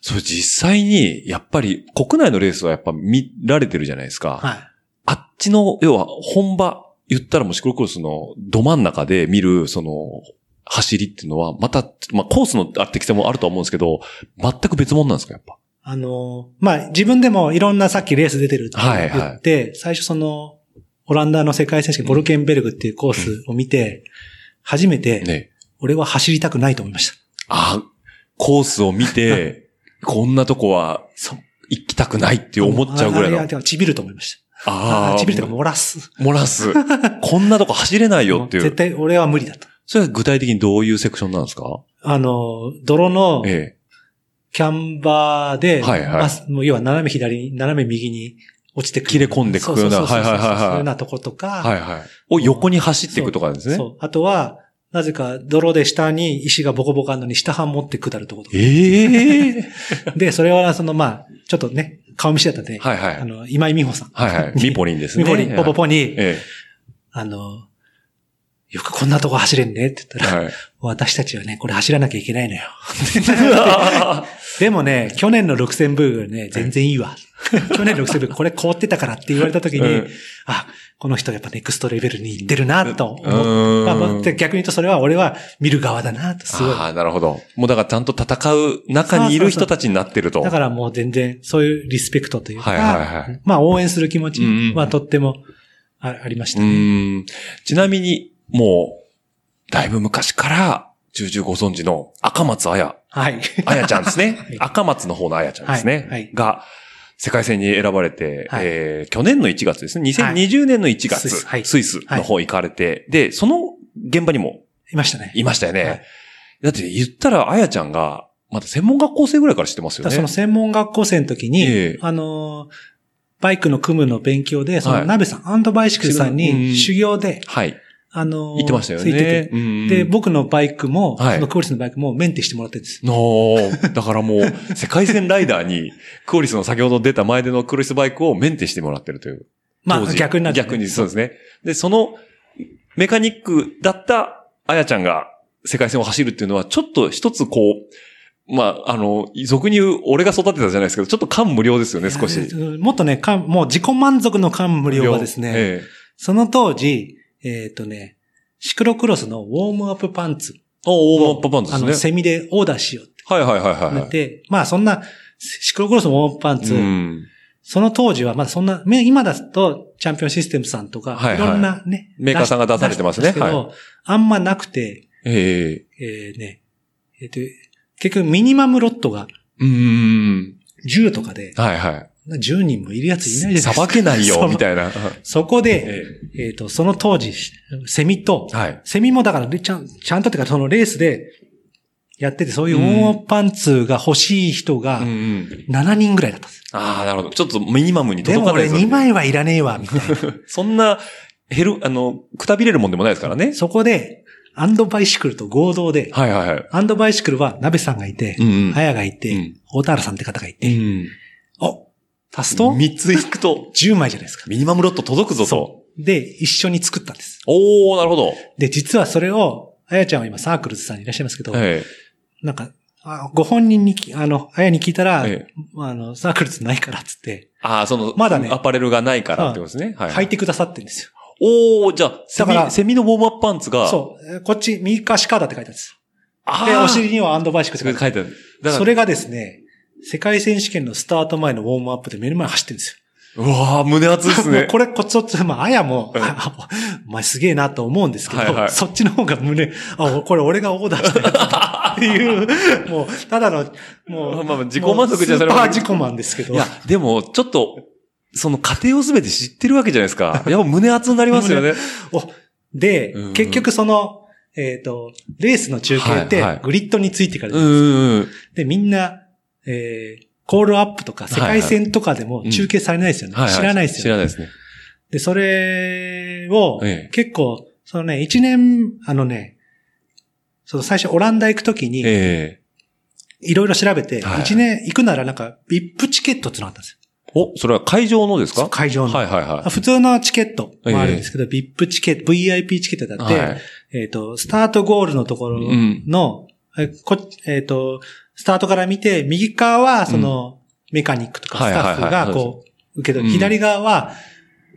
[SPEAKER 2] そそれ実際に、やっぱり国内のレースはやっぱ見られてるじゃないですか。
[SPEAKER 3] はい。
[SPEAKER 2] あっちの、要は本場、言ったらもうシクロクロスのど真ん中で見る、その、走りっていうのは、また、まあコースのあ適性もあるとは思うんですけど、全く別物なんですか、やっぱ。
[SPEAKER 3] あの、まあ、自分でもいろんなさっきレース出てるって
[SPEAKER 2] はい
[SPEAKER 3] 言
[SPEAKER 2] は
[SPEAKER 3] って、最初その、オランダの世界選手権、ボルケンベルグっていうコースを見て、初めて、
[SPEAKER 2] ね。
[SPEAKER 3] 俺は走りたくないと思いました。
[SPEAKER 2] あ、コースを見 て、こんなとこは、そ行きたくないって思っちゃうぐらい
[SPEAKER 3] ああ
[SPEAKER 2] の。
[SPEAKER 3] やちびると思いました。あ
[SPEAKER 2] あ
[SPEAKER 3] あ、
[SPEAKER 2] あ、
[SPEAKER 3] ちびるというか漏らす。
[SPEAKER 2] 漏らす。こんなとこ走れないよってい
[SPEAKER 3] 絶
[SPEAKER 2] う。
[SPEAKER 3] 対俺は無理だと。
[SPEAKER 2] それは具体的にどういうセクションなんですか
[SPEAKER 3] あの、泥の
[SPEAKER 2] え
[SPEAKER 3] キャンバーで、
[SPEAKER 2] はいはい
[SPEAKER 3] バスもう要は斜め左に、斜め右に落ちてくる。
[SPEAKER 2] 切れ込んでくような
[SPEAKER 3] そうそうそうそう
[SPEAKER 2] はいはいはいはい
[SPEAKER 3] そういうようなとことか、
[SPEAKER 2] え。はいはい。を横に走っていくとかですね。
[SPEAKER 3] そう。あとは、なぜか泥で下に石がボコボコあるのに下半持って下るとことか。
[SPEAKER 2] ええ
[SPEAKER 3] で、それはそのまあ、ちょっとね、顔見知りだったんで、
[SPEAKER 2] はいは
[SPEAKER 3] あ
[SPEAKER 2] い。
[SPEAKER 3] の、今井美穂さん。
[SPEAKER 2] はいはい。ミポリンです
[SPEAKER 3] 美
[SPEAKER 2] ね。
[SPEAKER 3] 穂に、ポポポに、
[SPEAKER 2] え
[SPEAKER 3] あの、よくこんなとこ走れんねって言った
[SPEAKER 2] え。
[SPEAKER 3] ら、
[SPEAKER 2] はい。
[SPEAKER 3] 私たちはね、これ走らなきゃいけないのよ。でもね、去年のルクセンブーグね、全然いいわ。 去年のルクセンブーグ、これ凍ってたからって言われた時に、
[SPEAKER 2] うん
[SPEAKER 3] あ、この人やっぱネクストレベルに行ってるなと
[SPEAKER 2] う
[SPEAKER 3] 思って、
[SPEAKER 2] ーん
[SPEAKER 3] まあまあで逆に言うとそれは俺は見る側だなと、すごい
[SPEAKER 2] ああ、なるほど。もうだからちゃんと戦う中にいる人たちになってると。
[SPEAKER 3] だからもう全然、そういうリスペクトというか、
[SPEAKER 2] はいはいはい
[SPEAKER 3] まあ応援する気持ち
[SPEAKER 2] うんうん
[SPEAKER 3] はとってもあありました
[SPEAKER 2] う
[SPEAKER 3] ね。
[SPEAKER 2] ーん。ちなみに、もう、だいぶ昔から、重々ご存知の赤松彩、
[SPEAKER 3] はい。
[SPEAKER 2] 彩ちゃんですね
[SPEAKER 3] はい。
[SPEAKER 2] 赤松の方の彩ちゃんですね。
[SPEAKER 3] はいはい
[SPEAKER 2] が、世界戦に選ばれて、
[SPEAKER 3] はい
[SPEAKER 2] えー、去年の1月ですね。2020年の1月、
[SPEAKER 3] スイスはい
[SPEAKER 2] スイスの方行かれて、で、その現場にも
[SPEAKER 3] いましたね。
[SPEAKER 2] いましたよね。
[SPEAKER 3] はい
[SPEAKER 2] だって言ったら、彩ちゃんが、まだ専門学校生ぐらいから知ってます
[SPEAKER 3] た
[SPEAKER 2] よ
[SPEAKER 3] だ
[SPEAKER 2] ね。
[SPEAKER 3] その専門学校生の時に、
[SPEAKER 2] ええ
[SPEAKER 3] あのー、バイクの組むの勉強で、そ
[SPEAKER 2] は
[SPEAKER 3] の
[SPEAKER 2] い
[SPEAKER 3] 鍋さん、アンドバイシクルさん
[SPEAKER 2] うんうん
[SPEAKER 3] に修行で、
[SPEAKER 2] はい。
[SPEAKER 3] あのー、
[SPEAKER 2] 言ってましたよ
[SPEAKER 3] ついて
[SPEAKER 2] ね。
[SPEAKER 3] て
[SPEAKER 2] うんうん
[SPEAKER 3] で、僕のバイクも、
[SPEAKER 2] はい
[SPEAKER 3] そのクオリスのバイクもメンテしてもらってるんです。
[SPEAKER 2] のだからもう、世界戦ライダーに、クオリスの先ほど出た前でのクオリスバイクをメンテしてもらってるという。
[SPEAKER 3] ま
[SPEAKER 2] 当
[SPEAKER 3] あ
[SPEAKER 2] 時
[SPEAKER 3] 逆になる、
[SPEAKER 2] 逆に、そうですね。で、その、メカニックだった、あやちゃんが世界戦を走るっていうのは、ちょっと一つこう、まあ、あの、俗に言う、俺が育てたじゃないですけど、ちょっと感無量ですよね、少し。
[SPEAKER 3] うんもっとね、かんもう自己満足の感無量はですね、
[SPEAKER 2] ええ
[SPEAKER 3] その当時、えっ、とね、シクロクロスのウォームアップパンツ
[SPEAKER 2] お
[SPEAKER 3] を
[SPEAKER 2] お、パパンツで
[SPEAKER 3] あ
[SPEAKER 2] す
[SPEAKER 3] の、
[SPEAKER 2] ね。
[SPEAKER 3] セミでオーダーしようって
[SPEAKER 2] はいはいはいはい
[SPEAKER 3] な
[SPEAKER 2] は
[SPEAKER 3] っ
[SPEAKER 2] い。
[SPEAKER 3] て、まあそんな、シクロクロスのウォームアップパンツ、
[SPEAKER 2] うん。
[SPEAKER 3] その当時はまだそんな、め今だとチャンピオンシステムさんとか、
[SPEAKER 2] はい
[SPEAKER 3] い
[SPEAKER 2] はい
[SPEAKER 3] ろんなね、
[SPEAKER 2] メーカーさんが出されてますね
[SPEAKER 3] 出してけどあんまなくて、
[SPEAKER 2] ええ
[SPEAKER 3] えーね、えっ、と、結局ミニマムロットが
[SPEAKER 2] うんうん
[SPEAKER 3] 10とかで
[SPEAKER 2] うん。、はいは
[SPEAKER 3] 10人もいるやついない
[SPEAKER 2] い。
[SPEAKER 3] じゃないですか。
[SPEAKER 2] さばけない よ、み
[SPEAKER 3] いな。
[SPEAKER 2] たいな。
[SPEAKER 3] そこで、
[SPEAKER 2] え
[SPEAKER 3] えっ、と、その当時、セミと、
[SPEAKER 2] えはい。
[SPEAKER 3] セミもだからで、ちゃん、ちゃんとっていうか、そのレースで、やってて、そういうオンオフパンツが欲しい人が
[SPEAKER 2] うん、うん。
[SPEAKER 3] 7人ぐらいだったんです。
[SPEAKER 2] ああ、なるほど。ちょっとミニマムに
[SPEAKER 3] で
[SPEAKER 2] 届
[SPEAKER 3] も
[SPEAKER 2] かな
[SPEAKER 3] 俺
[SPEAKER 2] い
[SPEAKER 3] 2枚はいらねえわ、みたいな。
[SPEAKER 2] そんな、減る、あの、くたびれるもんでもないですから ね。
[SPEAKER 3] そこで、アンドバイシクルと合同で、
[SPEAKER 2] はいはいはい。
[SPEAKER 3] アンドバイシクルは、鍋さんがいて
[SPEAKER 2] う、んうん。
[SPEAKER 3] あやがいうて
[SPEAKER 2] ん、
[SPEAKER 3] 大田原さんって方がいうて、
[SPEAKER 2] ん。
[SPEAKER 3] お足すと、
[SPEAKER 2] 三ついくと、
[SPEAKER 3] 10枚じゃないですか。
[SPEAKER 2] ミニマムロット届くぞと
[SPEAKER 3] そ。う。で、一緒に作ったんです。
[SPEAKER 2] おー、なるほど。
[SPEAKER 3] で、実はそれを、あやちゃんは今サークルズさんにいらっしゃいますけど、
[SPEAKER 2] え
[SPEAKER 3] なんか、あご本人にき、あの、あやに聞いたら、
[SPEAKER 2] ええ
[SPEAKER 3] まああの、サークルズないからっつって、
[SPEAKER 2] ああ、その、
[SPEAKER 3] まだね
[SPEAKER 2] アパレルがないからってことですね。はいは
[SPEAKER 3] 履い
[SPEAKER 2] い。
[SPEAKER 3] てくださってるんですよ。
[SPEAKER 2] おー、じゃあ、セ
[SPEAKER 3] だか
[SPEAKER 2] ミ、
[SPEAKER 3] ら
[SPEAKER 2] セミのウォームアップパンツが、う。
[SPEAKER 3] そう。えーこっち、右かシカだって書いてあるんです。
[SPEAKER 2] あ
[SPEAKER 3] で、
[SPEAKER 2] あ、
[SPEAKER 3] お尻にはアンドバイシクル
[SPEAKER 2] そ
[SPEAKER 3] って書
[SPEAKER 2] れ
[SPEAKER 3] いて
[SPEAKER 2] 書いてある。
[SPEAKER 3] あ
[SPEAKER 2] だか
[SPEAKER 3] る。
[SPEAKER 2] ら
[SPEAKER 3] それがですね、世界選手権のスタート前のウォームアップで目の前走ってるんです
[SPEAKER 2] うわー、胸熱で
[SPEAKER 3] よ。
[SPEAKER 2] す
[SPEAKER 3] も
[SPEAKER 2] ね
[SPEAKER 3] う。 これ、こっちそっち、まあ、あやも、あお前すげえなと思うんですけど、
[SPEAKER 2] はいはい
[SPEAKER 3] そっちの方が胸、あ、おこれ俺がオーダーしたやつっていう、もう、ただの、もう、
[SPEAKER 2] まあまあ自己満足じゃ
[SPEAKER 3] そ
[SPEAKER 2] それ
[SPEAKER 3] れ
[SPEAKER 2] は
[SPEAKER 3] は。自己満ですけど。
[SPEAKER 2] いや、でも、ちょっと、その過程をすべて知ってるわけじゃないですか。やっぱ 胸熱になりますよね。
[SPEAKER 3] おで、
[SPEAKER 2] うんうん
[SPEAKER 3] 結局その、えっ、と、レースの中継っ
[SPEAKER 2] はいは
[SPEAKER 3] て
[SPEAKER 2] い、
[SPEAKER 3] グリッドについてから
[SPEAKER 2] う
[SPEAKER 3] で
[SPEAKER 2] んうんうん。
[SPEAKER 3] で、みんな、えー、コールアップとか、世界戦とかで
[SPEAKER 2] い
[SPEAKER 3] も
[SPEAKER 2] はい
[SPEAKER 3] 中継されないですよね。
[SPEAKER 2] はいはい
[SPEAKER 3] 知らないです
[SPEAKER 2] 知
[SPEAKER 3] よ、
[SPEAKER 2] ら
[SPEAKER 3] ね
[SPEAKER 2] ないですね。
[SPEAKER 3] で、それを
[SPEAKER 2] ええ、
[SPEAKER 3] 結構、そのね、一年、あのね、その最初オランダ行くときに、
[SPEAKER 2] え
[SPEAKER 3] いろいろ調べて、一、
[SPEAKER 2] はい
[SPEAKER 3] 年行くならなんか、ビップチケットってのがあったんです
[SPEAKER 2] えお、それは会場のです
[SPEAKER 3] よ。
[SPEAKER 2] か
[SPEAKER 3] 会場の。
[SPEAKER 2] はいはいは
[SPEAKER 3] 普通のチケットもあるんですけど、ビップチケット、VIP チケットだ
[SPEAKER 2] い。
[SPEAKER 3] って、
[SPEAKER 2] はい
[SPEAKER 3] えっ、と、スタートゴールのところ
[SPEAKER 2] うん
[SPEAKER 3] の、えこえっ、と、スタートから見て、右側はその、メカニックとか
[SPEAKER 2] は
[SPEAKER 3] ス
[SPEAKER 2] いはいは
[SPEAKER 3] タ
[SPEAKER 2] い
[SPEAKER 3] ッフがこう、受け取
[SPEAKER 2] うん
[SPEAKER 3] る。左側は、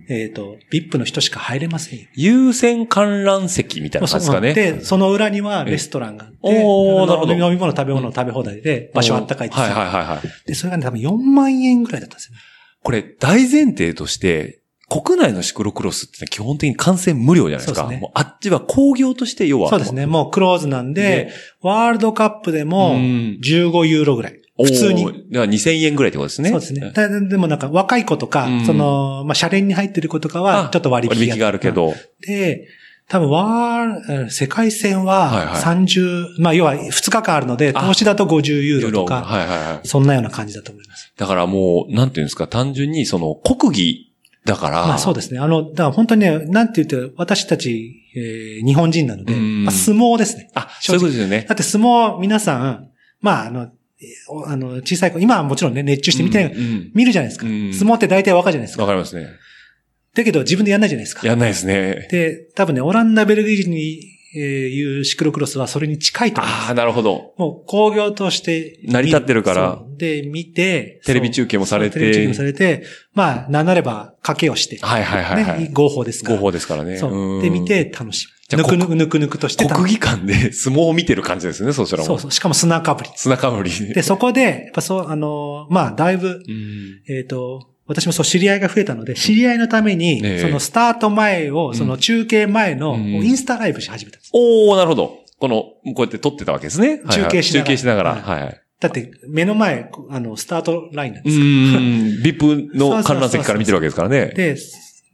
[SPEAKER 3] えっ、と、VIP の人しか入れませんよ。
[SPEAKER 2] 優先観覧席みたいな感じですかね。
[SPEAKER 3] で、その裏にはレストランがあって、
[SPEAKER 2] ええおー
[SPEAKER 3] あの
[SPEAKER 2] なるほど
[SPEAKER 3] 飲み物食べ物食べ放題で、場所あったかいってさ、
[SPEAKER 2] はいはいはいはい。
[SPEAKER 3] で、それがね、多分4万円ぐらいだったんですよね。
[SPEAKER 2] これ、大前提として、国内のシクロクロスってのは基本的に観戦無料じゃないです
[SPEAKER 3] そ
[SPEAKER 2] か。
[SPEAKER 3] うですね
[SPEAKER 2] もうあっちは工業として要は。
[SPEAKER 3] そうですね。もうクローズなんで、ワールドカップで
[SPEAKER 2] も
[SPEAKER 3] も
[SPEAKER 2] う、ん
[SPEAKER 3] 15ユーロぐらい。
[SPEAKER 2] おー
[SPEAKER 3] 普通に。
[SPEAKER 2] では2000円ぐらいってことですね。
[SPEAKER 3] そうですね。。ただでもなんか若い子とか、
[SPEAKER 2] うん
[SPEAKER 3] その、まあ、車輪に入ってる子とかは
[SPEAKER 2] あ、
[SPEAKER 3] ちょっと割引
[SPEAKER 2] 割引があるけ。ど。
[SPEAKER 3] で、多分ワー、世界
[SPEAKER 2] は
[SPEAKER 3] 戦
[SPEAKER 2] い
[SPEAKER 3] は
[SPEAKER 2] はい
[SPEAKER 3] 30、まあ、要は2日間あるので、
[SPEAKER 2] あ
[SPEAKER 3] 投資だと50ユーロとか、
[SPEAKER 2] はいはいはい。
[SPEAKER 3] そんなような感じだと思います。
[SPEAKER 2] だからもう、なんていうんですか、単純にその国技だから。
[SPEAKER 3] まあそうですね。あの、だから本当にね、なんて言って、私たち、えー日本人なので、
[SPEAKER 2] うん
[SPEAKER 3] まあ、相撲ですね。
[SPEAKER 2] あ、そういうことですよね。
[SPEAKER 3] だって相撲、皆さん、まあ、あの、えーおあの、小さい子、今はもちろんね、熱中して見てない、
[SPEAKER 2] うん
[SPEAKER 3] 見るじゃないですか。
[SPEAKER 2] うん
[SPEAKER 3] 相撲って大体若いじゃないです
[SPEAKER 2] わ
[SPEAKER 3] か。
[SPEAKER 2] かりますね。
[SPEAKER 3] だけど自分でやんないじゃないですか。
[SPEAKER 2] やんないですね。
[SPEAKER 3] で、多分ね、オランダ、ベルギーに、えーいうシクロクロスはそれに近いと思いま
[SPEAKER 2] あ
[SPEAKER 3] す。
[SPEAKER 2] あ、なるほど。
[SPEAKER 3] もう工業として。
[SPEAKER 2] 成り立ってるから
[SPEAKER 3] そう。で、見て。
[SPEAKER 2] テレビ中継もされて
[SPEAKER 3] そうテレビ中継もされて、まあ、なんなれば賭けをして。
[SPEAKER 2] はいはいはいはい
[SPEAKER 3] ね、合法ですから。
[SPEAKER 2] 合法ですからね。
[SPEAKER 3] そうう。
[SPEAKER 2] ん
[SPEAKER 3] で、見。て楽し
[SPEAKER 2] じ
[SPEAKER 3] む。
[SPEAKER 2] ゃ
[SPEAKER 3] ぬ
[SPEAKER 2] あ
[SPEAKER 3] くぬくぬくぬくとして楽し
[SPEAKER 2] 国
[SPEAKER 3] む
[SPEAKER 2] 技館で 相撲を見てる感じですね、そちらも。
[SPEAKER 3] そうそう。しかも砂かぶり。
[SPEAKER 2] 砂かぶり。
[SPEAKER 3] で、そこで、やっぱそう、あのーまあ、だいぶ、
[SPEAKER 2] うん
[SPEAKER 3] えっ、と、私もそう知り合いが増えたので、知り合いのために、
[SPEAKER 2] ねえ
[SPEAKER 3] そのスタート前を、その中継前の、
[SPEAKER 2] うん
[SPEAKER 3] インスタライブし始めたんです。
[SPEAKER 2] おー、なるほど。この、こうやって撮ってたわけですね。はいはい
[SPEAKER 3] 中継しながら
[SPEAKER 2] 中継しながら。
[SPEAKER 3] は
[SPEAKER 2] はいはい。
[SPEAKER 3] だって、目の前、こあの、スタートラインなん
[SPEAKER 2] う
[SPEAKER 3] です
[SPEAKER 2] ん。
[SPEAKER 3] よ
[SPEAKER 2] VIP の観覧席から見てるわけですからね。
[SPEAKER 3] で、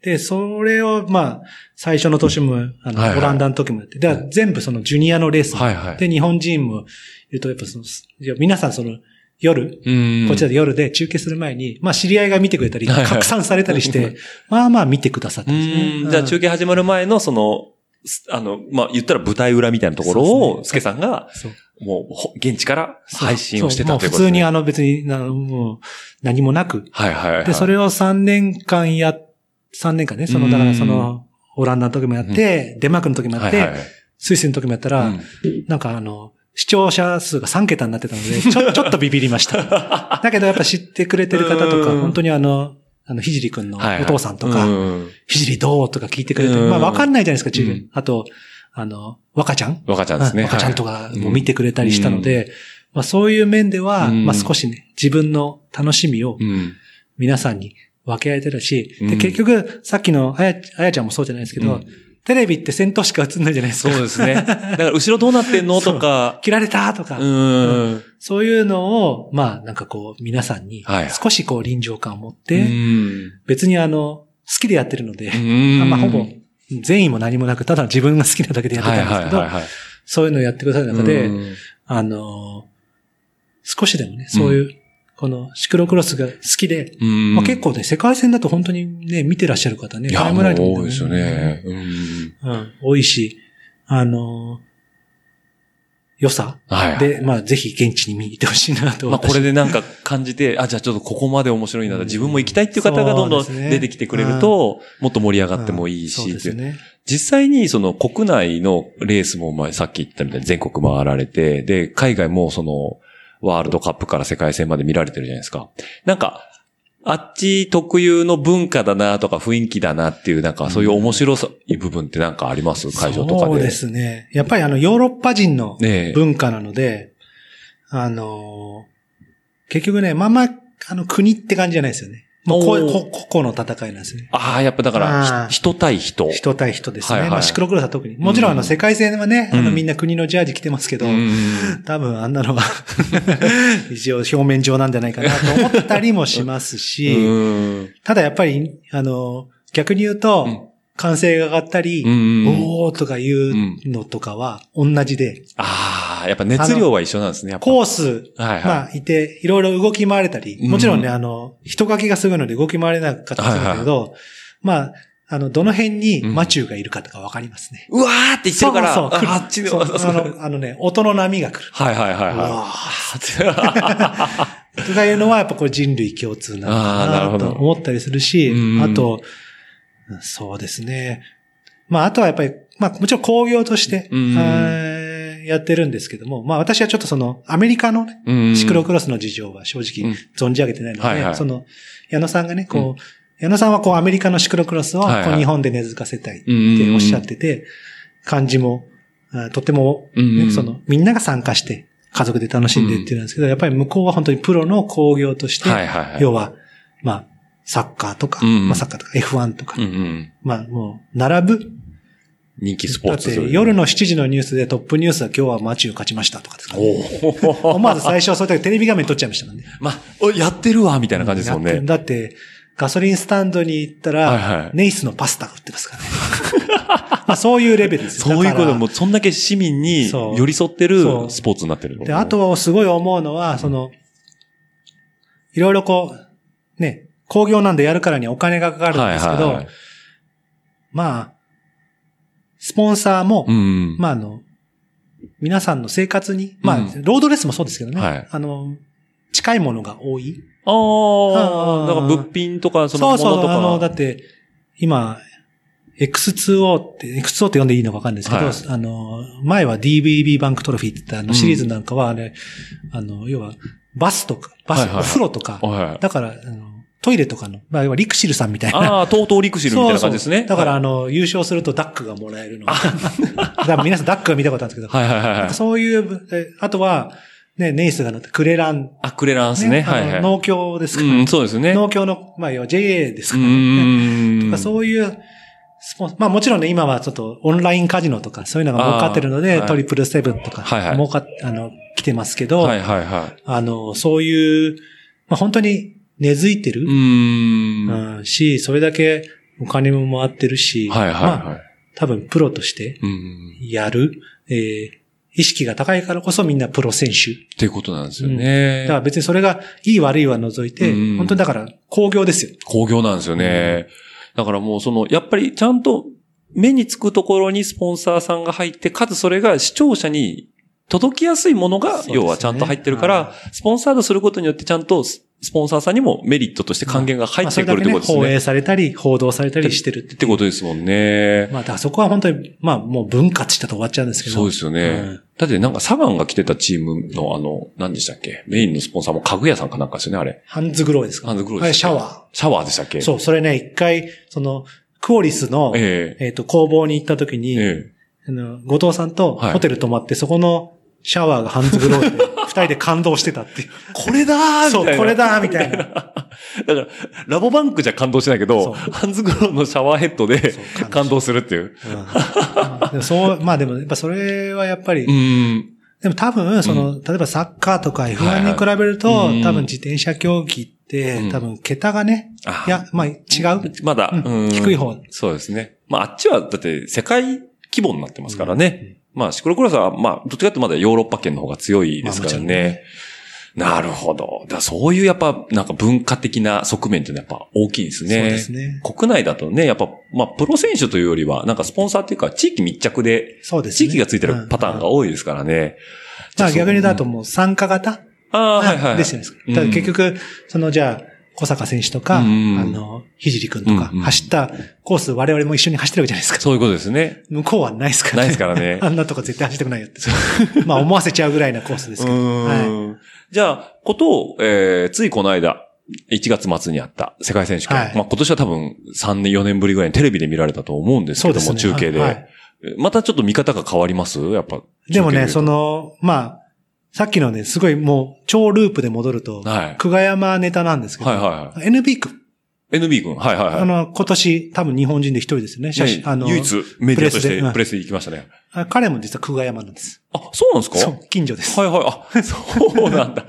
[SPEAKER 3] で、それを、まあ、最初の年も、あの、
[SPEAKER 2] はいはい
[SPEAKER 3] オランダの時もやって、で、全部そのジュニアのレース。
[SPEAKER 2] はいはい。
[SPEAKER 3] で、日本人も、言うと、やっぱその、いや皆さんその、夜、
[SPEAKER 2] うん
[SPEAKER 3] こちらで夜で中継する前に、まあ、知り合いが見てくれたり、
[SPEAKER 2] はいはい
[SPEAKER 3] 拡散されたり
[SPEAKER 2] う
[SPEAKER 3] して、まあまあ見てくださったんですね
[SPEAKER 2] う。んじゃあ中
[SPEAKER 3] 継。
[SPEAKER 2] 継始まる前のその、すあの、まあ、言ったら舞台裏みたいなところ
[SPEAKER 3] そうです
[SPEAKER 2] を、
[SPEAKER 3] ね
[SPEAKER 2] スケさんが、
[SPEAKER 3] そう
[SPEAKER 2] もうほ、現地から配信をして
[SPEAKER 3] そ
[SPEAKER 2] た
[SPEAKER 3] う
[SPEAKER 2] ということ
[SPEAKER 3] もう普
[SPEAKER 2] で
[SPEAKER 3] 通
[SPEAKER 2] すね
[SPEAKER 3] に、あの、別に、あのもう、何もなく、
[SPEAKER 2] はいはいはい。
[SPEAKER 3] で、それを3年間や、3年間ね、その、だからその、オランダの時もやって、デンマークの時もやっ
[SPEAKER 2] はいはい
[SPEAKER 3] て、
[SPEAKER 2] はい
[SPEAKER 3] スイスの時もやったら、なんかあの、視聴者数が3桁になってたので、ちょ、ちょっとビビり ました。だけどやっぱ知ってくれてる方とか、
[SPEAKER 2] うん
[SPEAKER 3] 本当にあの、あの、ひじりくんのお父さんとか、
[SPEAKER 2] はいはいうん
[SPEAKER 3] ひじりどうとか聞いてくれて、
[SPEAKER 2] うん
[SPEAKER 3] まあわかんないじゃないですか、自分。
[SPEAKER 2] うん
[SPEAKER 3] あと、あの、若ちゃん
[SPEAKER 2] 若ちゃんですね。
[SPEAKER 3] 若ちゃんと
[SPEAKER 2] か。
[SPEAKER 3] かも見てくれたりしたので、まあそういう面では、
[SPEAKER 2] うん
[SPEAKER 3] まあ少しね、自分の楽しみを
[SPEAKER 2] うん。
[SPEAKER 3] 皆さんに分け合えてるし、
[SPEAKER 2] う
[SPEAKER 3] で、
[SPEAKER 2] ん
[SPEAKER 3] 結局、さっきのあや、あやちゃんもそうじゃないですけど、
[SPEAKER 2] うん
[SPEAKER 3] テレビって戦闘しか映んないじゃないです
[SPEAKER 2] そ
[SPEAKER 3] か。
[SPEAKER 2] うです ね。だから、後ろどうなってんのとか、
[SPEAKER 3] 切られたとか、
[SPEAKER 2] うん。
[SPEAKER 3] そういうのを、まあ、なんかこう、皆さんに
[SPEAKER 2] はい、
[SPEAKER 3] 少しこう、臨場感を持っ
[SPEAKER 2] う
[SPEAKER 3] て、
[SPEAKER 2] ん。
[SPEAKER 3] 別にあの、好きでやってるので、
[SPEAKER 2] うん
[SPEAKER 3] まあ、ほぼ、善意も何もなく、ただ自分が好きなだけでやって
[SPEAKER 2] はい
[SPEAKER 3] たんです
[SPEAKER 2] はい
[SPEAKER 3] けど、
[SPEAKER 2] はいはい。
[SPEAKER 3] そういうのをやってくださる中で、
[SPEAKER 2] うん
[SPEAKER 3] あの、少しでもね、そういう、この、シクロクロスが好きで、
[SPEAKER 2] うん
[SPEAKER 3] まあ、結構ね、世界戦だと本当にね、見てらっしゃる方ね、
[SPEAKER 2] いや、もう
[SPEAKER 3] イ
[SPEAKER 2] 多
[SPEAKER 3] も
[SPEAKER 2] いですよね。。うん。
[SPEAKER 3] うん、多いし、あの良さ
[SPEAKER 2] はい。
[SPEAKER 3] で、まあ、ぜひ現地に見に行ってほしいなと。
[SPEAKER 2] まあ、
[SPEAKER 3] 私
[SPEAKER 2] これでなんか感じて、あ、じゃあちょっとここまで面白いな、
[SPEAKER 3] うん
[SPEAKER 2] 自分も行きたいっていう方がどんどん
[SPEAKER 3] そうですね
[SPEAKER 2] 出てきてくれると、もっと盛り上がってもいいし、
[SPEAKER 3] そうで
[SPEAKER 2] ってい
[SPEAKER 3] す
[SPEAKER 2] う
[SPEAKER 3] ね。
[SPEAKER 2] 実際にその国内のレースも、まあ、さっき言ったみたいに全国回られて、で、海外もその、ワールドカップから世界戦まで見られてるじゃないですか。なんか、あっち特有の文化だなとか雰囲気だなっていう、なんかそういう面白さ、いい部分ってなんかあります会場とかで。
[SPEAKER 3] そうですね。やっぱりあの、ヨーロッパ人の
[SPEAKER 2] ねえ。
[SPEAKER 3] 文化なので、あのー結局ね、まんま、あの、国って感じじゃないですよね。もうこ
[SPEAKER 2] お
[SPEAKER 3] う、
[SPEAKER 2] ー
[SPEAKER 3] こ個々の戦いなんですね。
[SPEAKER 2] ああ、やっぱだか
[SPEAKER 3] あ
[SPEAKER 2] ら
[SPEAKER 3] ー
[SPEAKER 2] ひ、人対人。
[SPEAKER 3] 人対人です
[SPEAKER 2] は
[SPEAKER 3] ね。
[SPEAKER 2] いはい
[SPEAKER 3] まあ、シクロクロスは特に。もちろんあ
[SPEAKER 2] う
[SPEAKER 3] の、
[SPEAKER 2] ん
[SPEAKER 3] 世界戦はね、あの、
[SPEAKER 2] うん
[SPEAKER 3] みんな国のジャージ着てますけど、
[SPEAKER 2] うん
[SPEAKER 3] 多分あんなのは、 一応表面上なんじゃないかなと思ったりもしますし、
[SPEAKER 2] うん
[SPEAKER 3] ただやっぱり、あの、逆に言うと、
[SPEAKER 2] うん
[SPEAKER 3] 歓声が上がったり、
[SPEAKER 2] うん
[SPEAKER 3] おーとかいうのとかは同じで、
[SPEAKER 2] ああ、やっぱ熱量は一緒なんですね、やっぱ。
[SPEAKER 3] コース、
[SPEAKER 2] はいはい。
[SPEAKER 3] まあ、いて、いろいろ動き回れたり、もちろんね、
[SPEAKER 2] うん
[SPEAKER 3] あの、人影がすごいので動き回れなかったりするんだけど、まあ、あの、どの辺にマチューがいるかとかわかりますね。
[SPEAKER 2] うわーって言ってるから、
[SPEAKER 3] そうそうそう
[SPEAKER 2] ああっちの、
[SPEAKER 3] そう
[SPEAKER 2] そ
[SPEAKER 3] あ
[SPEAKER 2] う
[SPEAKER 3] の、あのね、音の波が来る。
[SPEAKER 2] はいはいはいは
[SPEAKER 3] わ
[SPEAKER 2] い。あ
[SPEAKER 3] ーとかいうのは、やっぱこれ人類共通な
[SPEAKER 2] あーなる
[SPEAKER 3] の
[SPEAKER 2] ほ
[SPEAKER 3] か
[SPEAKER 2] ど
[SPEAKER 3] なと思ったりするし、
[SPEAKER 2] うん
[SPEAKER 3] あと、そうですね。まあ、あとはやっぱり、まあ、もちろん工業として、
[SPEAKER 2] うん
[SPEAKER 3] えーでやってるんですけども、まあ私はちょっとその、アメリカのね、
[SPEAKER 2] うん
[SPEAKER 3] シクロクロスの事情は正直存じ上げてないので、
[SPEAKER 2] はいはい
[SPEAKER 3] その、矢野さんがね、こう、矢野さんはこうアメリカのシクロクロスをこ
[SPEAKER 2] はいは
[SPEAKER 3] う
[SPEAKER 2] い
[SPEAKER 3] 日本で根付かせたいっ
[SPEAKER 2] うんうんうん
[SPEAKER 3] ておっしゃってて、感じも、あとても、
[SPEAKER 2] うんうん
[SPEAKER 3] ね、その、みんなが参加して、家族で楽しんでっていうんですけど、やっぱり向こうは本当にプロの工業として、
[SPEAKER 2] はいはいはい。
[SPEAKER 3] 要は、まあ、サッカーとか、
[SPEAKER 2] うんうん
[SPEAKER 3] まあサッカーとか F1 とか、
[SPEAKER 2] うんうん。
[SPEAKER 3] まあもう、並ぶ
[SPEAKER 2] 人気スポーツ。
[SPEAKER 3] だって夜の7時のニュースでトップニュースは今日はマチュー勝ちましたとかですか、ね、
[SPEAKER 2] おお。
[SPEAKER 3] 思わず最初はそれだけテレビ画面撮っちゃいましたもんね。
[SPEAKER 2] まあ、おやってるわ、みたいな感じですもん
[SPEAKER 3] やっ
[SPEAKER 2] ね
[SPEAKER 3] て。だって、ガソリンスタンドに行ったら、
[SPEAKER 2] はいはい
[SPEAKER 3] ネイスのパスタが売ってま すからね。まあそういうレベルです
[SPEAKER 2] そういうこと、
[SPEAKER 3] だから
[SPEAKER 2] もうそんだけ市民に
[SPEAKER 3] そう
[SPEAKER 2] 寄り添って
[SPEAKER 3] そう
[SPEAKER 2] るスポーツになってる。
[SPEAKER 3] で、あとはすごい思うのは、その、いろいろこう、ね、工業なんでやるからにはお金がかかるんですけど、
[SPEAKER 2] はいはいはい
[SPEAKER 3] まあ、スポンサーも、
[SPEAKER 2] うん。
[SPEAKER 3] まああの、皆さんの生活に、まあ、
[SPEAKER 2] うん
[SPEAKER 3] ロードレースもそうですけどね、
[SPEAKER 2] はい
[SPEAKER 3] あの、近いものが多い。
[SPEAKER 2] あ
[SPEAKER 3] あ
[SPEAKER 2] あ、
[SPEAKER 3] ー
[SPEAKER 2] なんか物品とか、そ
[SPEAKER 3] そ
[SPEAKER 2] の
[SPEAKER 3] う
[SPEAKER 2] もの
[SPEAKER 3] そう、
[SPEAKER 2] と
[SPEAKER 3] あの、だ
[SPEAKER 2] か。
[SPEAKER 3] って、今、X2O って、X2O って呼んでいいのかわかんないですけど、
[SPEAKER 2] はい
[SPEAKER 3] あの、前は DVB バンクトロフィーって言ったあのシリーズなんかは、あれ、あの、要は、バスとか、バス、
[SPEAKER 2] はいはい
[SPEAKER 3] お風呂とか、
[SPEAKER 2] はい
[SPEAKER 3] だから、あのトイレとかの、まあ、要はリクシルさんみたいな。
[SPEAKER 2] ああ、とうとうリクシルみたいな感じです
[SPEAKER 3] そう
[SPEAKER 2] ね。
[SPEAKER 3] そうだから、
[SPEAKER 2] は
[SPEAKER 3] あ
[SPEAKER 2] い、
[SPEAKER 3] の、優勝するとダックがもらえる の。だから皆さんダックは見たことあるんですけど、
[SPEAKER 2] はいはいはい。
[SPEAKER 3] そういう、えあとは、ね、ネイスが乗ってクレラン、
[SPEAKER 2] あ、クレランス
[SPEAKER 3] ね、
[SPEAKER 2] ね。
[SPEAKER 3] あの
[SPEAKER 2] はいはい。
[SPEAKER 3] 農協ですから、
[SPEAKER 2] うん、そうですね。
[SPEAKER 3] 農協の、まあ、要は JA です
[SPEAKER 2] う
[SPEAKER 3] から、ね
[SPEAKER 2] ー
[SPEAKER 3] まあ
[SPEAKER 2] ん。
[SPEAKER 3] そういうスポン、まあもちろんね、今はちょっとオンラインカジノとか、そういうのが儲かってるので、
[SPEAKER 2] あーはい
[SPEAKER 3] トリプルセブンとか、
[SPEAKER 2] はいはい
[SPEAKER 3] 儲かっ、あの、来てますけど、
[SPEAKER 2] はいはいはい。
[SPEAKER 3] あの、そういう、まあ本当に根付いてる
[SPEAKER 2] う、ーん。
[SPEAKER 3] うんし、それだけお金も回ってるし、
[SPEAKER 2] はいはい
[SPEAKER 3] まあ
[SPEAKER 2] はい。
[SPEAKER 3] 多分プロとして
[SPEAKER 2] うん。
[SPEAKER 3] やる、えー意識が高いからこそみんなプロ選手
[SPEAKER 2] っていうことなんですよね
[SPEAKER 3] だ。から別にそれがいい悪いは除いて、
[SPEAKER 2] うん
[SPEAKER 3] 本当にだから工業ですよ。
[SPEAKER 2] 工業なんですよね。だからもうその、やっぱりちゃんと目につくところにスポンサーさんが入って、かつそれが視聴者に届きやすいもの
[SPEAKER 3] そう
[SPEAKER 2] が
[SPEAKER 3] で、すね
[SPEAKER 2] 要はちゃんと入ってるから
[SPEAKER 3] は、
[SPEAKER 2] スポンサードすることによってちゃんとススポンサーさんにもメリットとして還元が入
[SPEAKER 3] まあ
[SPEAKER 2] っ
[SPEAKER 3] そ
[SPEAKER 2] て
[SPEAKER 3] れ
[SPEAKER 2] く
[SPEAKER 3] だ
[SPEAKER 2] る
[SPEAKER 3] け
[SPEAKER 2] って
[SPEAKER 3] ね、
[SPEAKER 2] ことです
[SPEAKER 3] 放
[SPEAKER 2] ね。
[SPEAKER 3] 映されたり、報道されたりしてるって
[SPEAKER 2] っ。てことですもんね。
[SPEAKER 3] まあだからそこは本当に、まあもう分割したと終わっちゃうんですけど。
[SPEAKER 2] そうですよね。
[SPEAKER 3] うん
[SPEAKER 2] だってなんかサガンが来てたチームのあの、何でしたっけメインのスポンサーも家具屋さんかなんかですよね、あれ。
[SPEAKER 3] ハンズグローですか
[SPEAKER 2] ハンズグロー
[SPEAKER 3] あれ
[SPEAKER 2] でし
[SPEAKER 3] シ
[SPEAKER 2] た
[SPEAKER 3] ャ
[SPEAKER 2] っけ
[SPEAKER 3] ワ
[SPEAKER 2] シャワーでしたっけ
[SPEAKER 3] ー。そう、それね、一回、その、クオリスの、えっ、
[SPEAKER 2] え
[SPEAKER 3] と、工房に行った時に、
[SPEAKER 2] えええ
[SPEAKER 3] あの、後藤さんと
[SPEAKER 2] はい
[SPEAKER 3] ホテル泊まって、そこのシャワーがハンズグロー で、二人で感動してたっていう。
[SPEAKER 2] これだーみた
[SPEAKER 3] そ
[SPEAKER 2] いな。
[SPEAKER 3] う、これだーみたいな。
[SPEAKER 2] だから、ラボバンクじゃ感動しないけ
[SPEAKER 3] そう
[SPEAKER 2] ど、ハンズグローのシャワーヘッドで
[SPEAKER 3] そう感
[SPEAKER 2] 感動するっていう。
[SPEAKER 3] うんでもそう、まあでも、やっぱそれはやっぱり、
[SPEAKER 2] うん。
[SPEAKER 3] でも多分、その、例えばサッカーとか
[SPEAKER 2] はい
[SPEAKER 3] F1
[SPEAKER 2] は
[SPEAKER 3] に
[SPEAKER 2] い
[SPEAKER 3] 比べると、
[SPEAKER 2] うん
[SPEAKER 3] 多分自転車競技って、
[SPEAKER 2] うん
[SPEAKER 3] 多分桁がね、
[SPEAKER 2] あ
[SPEAKER 3] いや、まあ違う。
[SPEAKER 2] まだ、
[SPEAKER 3] うん
[SPEAKER 2] うん
[SPEAKER 3] 低い方。
[SPEAKER 2] そうですね。まあ、あっちは、だって、世界規模になってますからね。まあ、シクロクロスは、まあ、どっちかっていうとまだヨーロッパ圏の方が強いですから
[SPEAKER 3] まあも
[SPEAKER 2] ね。なるほど。だからそういうやっぱ、なんか文化的な側面っていうのはやっぱ大きいですね。
[SPEAKER 3] そうですね。
[SPEAKER 2] 国内だとね、やっぱ、まあ、プロ選手というよりは、なんかスポンサーっていうか、地域密着で、
[SPEAKER 3] そうです
[SPEAKER 2] 地
[SPEAKER 3] ね。
[SPEAKER 2] 域がついてるパターンが多いですからね。
[SPEAKER 3] まあ
[SPEAKER 2] じゃ
[SPEAKER 3] 逆にだと
[SPEAKER 2] そ
[SPEAKER 3] もう参加型
[SPEAKER 2] うああ、はいはい。
[SPEAKER 3] ですよね。
[SPEAKER 2] うん
[SPEAKER 3] だから結局、そのじゃあ、小坂選手とか、あ
[SPEAKER 2] うん
[SPEAKER 3] の、ひじりくんとか
[SPEAKER 2] うんうん、
[SPEAKER 3] 走ったコース我々も一緒に走ってるわけじゃないですか。
[SPEAKER 2] そういうことですね。
[SPEAKER 3] 向こうはない ですからね。
[SPEAKER 2] ないですからね
[SPEAKER 3] あんなとこ絶対走ってくないよって。 まあ思わせちゃうぐらいなコースですけど。はい。
[SPEAKER 2] はい、じゃあ、ことを、えー、ついこの間、1月末にあった世界選手権。
[SPEAKER 3] はい
[SPEAKER 2] まあ今年は多分3年、4年ぶりぐらいにテレビで見られたと思うんですけども、中継で、
[SPEAKER 3] はいはい
[SPEAKER 2] またちょっと見方が変わりますやっぱ。
[SPEAKER 3] でもね、
[SPEAKER 2] 中継
[SPEAKER 3] そ
[SPEAKER 2] 見る
[SPEAKER 3] の、まあ、さっきのね、すごいもう、超ループで戻ると、
[SPEAKER 2] と。はい。
[SPEAKER 3] 久我山ネタなんですけど、
[SPEAKER 2] はいはいは
[SPEAKER 3] NB 君、
[SPEAKER 2] い。NB 君。はいはい
[SPEAKER 3] あ
[SPEAKER 2] はい。
[SPEAKER 3] の、今年多分日本人で一人ですよね、写真。
[SPEAKER 2] ね
[SPEAKER 3] あの、
[SPEAKER 2] 唯一メディアとし
[SPEAKER 3] プレスでう
[SPEAKER 2] て
[SPEAKER 3] ん
[SPEAKER 2] プレスに行きましたね。
[SPEAKER 3] あ彼も実は久我山なんです。
[SPEAKER 2] あ、そうなんですか
[SPEAKER 3] そう、近所です。
[SPEAKER 2] はいはい。あ、そうなん だ。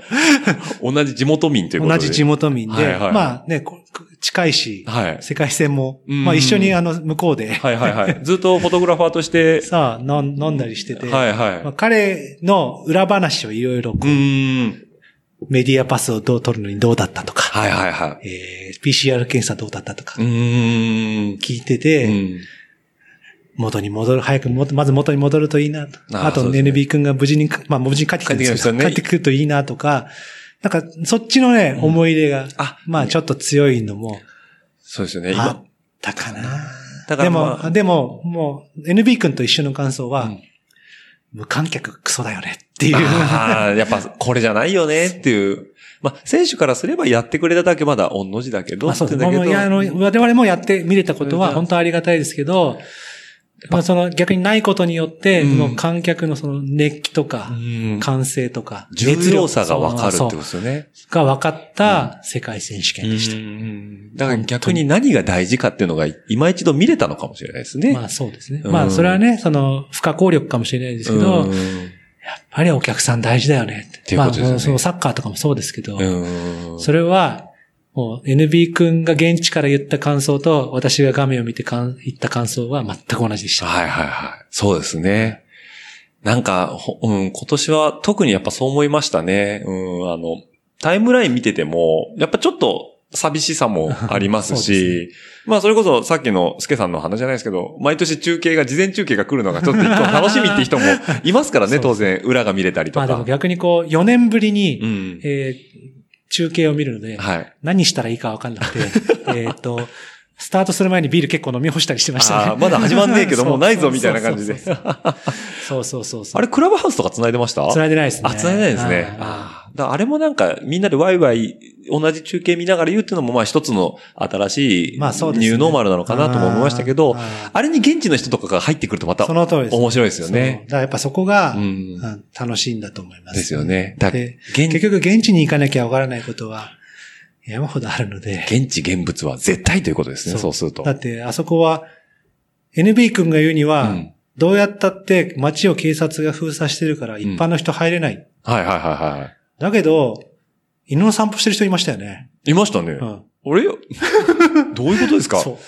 [SPEAKER 2] 同じ地元民ということ
[SPEAKER 3] 同
[SPEAKER 2] で。
[SPEAKER 3] じ地元民で、
[SPEAKER 2] はいはいはい
[SPEAKER 3] まあね、こ近いし、
[SPEAKER 2] はい。
[SPEAKER 3] 世界戦も、
[SPEAKER 2] うん
[SPEAKER 3] まあ一緒にあの、向こうで、
[SPEAKER 2] はいはいはい。ずっとフォトグラファーとして、
[SPEAKER 3] さあ、飲ん飲んだりしてて、
[SPEAKER 2] はいはい。
[SPEAKER 3] まあ、彼の裏話をいろいろこ
[SPEAKER 2] う
[SPEAKER 3] う、
[SPEAKER 2] ーん。
[SPEAKER 3] メディアパスをどう取るのにどうだったとか、
[SPEAKER 2] はいはいは
[SPEAKER 3] えー、PCR 検査どうだったとか
[SPEAKER 2] い。う、ーん。
[SPEAKER 3] 聞いてて、
[SPEAKER 2] うん
[SPEAKER 3] 元に戻る、早くも、まず元に戻るといいなと。
[SPEAKER 2] あー
[SPEAKER 3] あと、
[SPEAKER 2] そうですね
[SPEAKER 3] NB 君が無事に、まあ、無事に帰ってきてるんですけど
[SPEAKER 2] 帰
[SPEAKER 3] 帰
[SPEAKER 2] っ
[SPEAKER 3] ってて
[SPEAKER 2] き
[SPEAKER 3] くるといいなとか、なんか、そっちのね、
[SPEAKER 2] うん
[SPEAKER 3] 思い入れが、
[SPEAKER 2] あ
[SPEAKER 3] まあ、ちょっと強いのも、
[SPEAKER 2] そうですよね。
[SPEAKER 3] あ
[SPEAKER 2] 今
[SPEAKER 3] っ。たかな。
[SPEAKER 2] だか
[SPEAKER 3] で
[SPEAKER 2] ら
[SPEAKER 3] も、
[SPEAKER 2] まあ
[SPEAKER 3] でも、もう、NB 君と一緒の感想は、
[SPEAKER 2] うん
[SPEAKER 3] 無観客クソだよねっていう。
[SPEAKER 2] ああ、やっぱこれじゃないよねっていう。まあ、選手からすればやってくれただけまだ御の字だけど、
[SPEAKER 3] まあそうです
[SPEAKER 2] ってだ
[SPEAKER 3] ね。
[SPEAKER 2] け
[SPEAKER 3] もういや、あの、
[SPEAKER 2] ど。
[SPEAKER 3] 我々もやって見れたことは本当ありがたいですけど、まあその逆にないことによって、
[SPEAKER 2] うん
[SPEAKER 3] もう観客のその熱気とか、
[SPEAKER 2] うん
[SPEAKER 3] 歓声とか、
[SPEAKER 2] 重
[SPEAKER 3] 熱量
[SPEAKER 2] 要さがわかるって
[SPEAKER 3] そ
[SPEAKER 2] こ
[SPEAKER 3] う
[SPEAKER 2] とですよね。
[SPEAKER 3] が分かった世界選手権でし
[SPEAKER 2] う
[SPEAKER 3] た。
[SPEAKER 2] んだから逆に何が大事かっていうのが、今一度見れたのかもしれないですね。
[SPEAKER 3] まあそうですね。
[SPEAKER 2] うん
[SPEAKER 3] まあそれはね、その不可抗力かもしれないですけど、やっぱりお客さん大事だよねって。
[SPEAKER 2] っていうことですよね
[SPEAKER 3] まあそのサッカーとかもそうですけど、
[SPEAKER 2] うん、
[SPEAKER 3] それは、もう NB 君が現地から言った感想と、私が画面を見てかん言った感想は全く同じでした。
[SPEAKER 2] はいはいはい。そうですね。なんか、ほうん、今年は特にやっぱそう思いましたね。うん、あの、タイムライン見てても、やっぱちょっと寂しさもあります
[SPEAKER 3] そう
[SPEAKER 2] し、まあそれこそさっきのスケさんの話じゃないですけど、毎年中継が、事前中継が来るのがちょっと一個楽しみって人もいますから
[SPEAKER 3] そ
[SPEAKER 2] ね、
[SPEAKER 3] う
[SPEAKER 2] 当然、裏が見れたりと
[SPEAKER 3] まあでも
[SPEAKER 2] か。
[SPEAKER 3] 逆にこう、4年ぶりに、
[SPEAKER 2] うん。
[SPEAKER 3] えー中継を見るので、
[SPEAKER 2] はい。
[SPEAKER 3] 何したらいいかわかんなくて、えっと、スタートする前にビール結構飲み干したりしてましたね。
[SPEAKER 2] あーまだ始まんねえけど、
[SPEAKER 3] そう
[SPEAKER 2] もうないぞ、みたいな感じで。
[SPEAKER 3] そうそうそうそうそうそうそ
[SPEAKER 2] あ
[SPEAKER 3] う。
[SPEAKER 2] れ、クラブハウスとか繋いでました
[SPEAKER 3] 繋いでないですね。
[SPEAKER 2] あ、繋いでないですね。
[SPEAKER 3] あ
[SPEAKER 2] ああ。だからあれもなんか、みんなでワイワイ、同じ中継見ながら言うっていうのも、まあ一つの新しい、
[SPEAKER 3] まあそうですね
[SPEAKER 2] ニューノーマルなの
[SPEAKER 3] ー
[SPEAKER 2] かなとも思いましたけ
[SPEAKER 3] あ
[SPEAKER 2] ど、
[SPEAKER 3] ー
[SPEAKER 2] あれに現地の人とかが入ってくるとまた、
[SPEAKER 3] その通りです。
[SPEAKER 2] 面白いですよ
[SPEAKER 3] そう
[SPEAKER 2] ね
[SPEAKER 3] だ。からやっぱそこが、
[SPEAKER 2] うん。
[SPEAKER 3] うん楽しいんだと思います。
[SPEAKER 2] ですよね。だから
[SPEAKER 3] で
[SPEAKER 2] 現
[SPEAKER 3] 結局現地に行かなきゃわからないことは山ほどあるので。
[SPEAKER 2] 現地現物は絶対ということですね、
[SPEAKER 3] そ
[SPEAKER 2] そううすると
[SPEAKER 3] だ。ってあそこは NB 君が言うに
[SPEAKER 2] う
[SPEAKER 3] は、
[SPEAKER 2] ん
[SPEAKER 3] どうやったって街を警察が封鎖してるから一般の人入れない。
[SPEAKER 2] はいはいはいは
[SPEAKER 3] だけど、犬の散歩してる人いましたよね。
[SPEAKER 2] い。いましたね
[SPEAKER 3] う。ん。
[SPEAKER 2] あれ どういうことです か
[SPEAKER 3] そ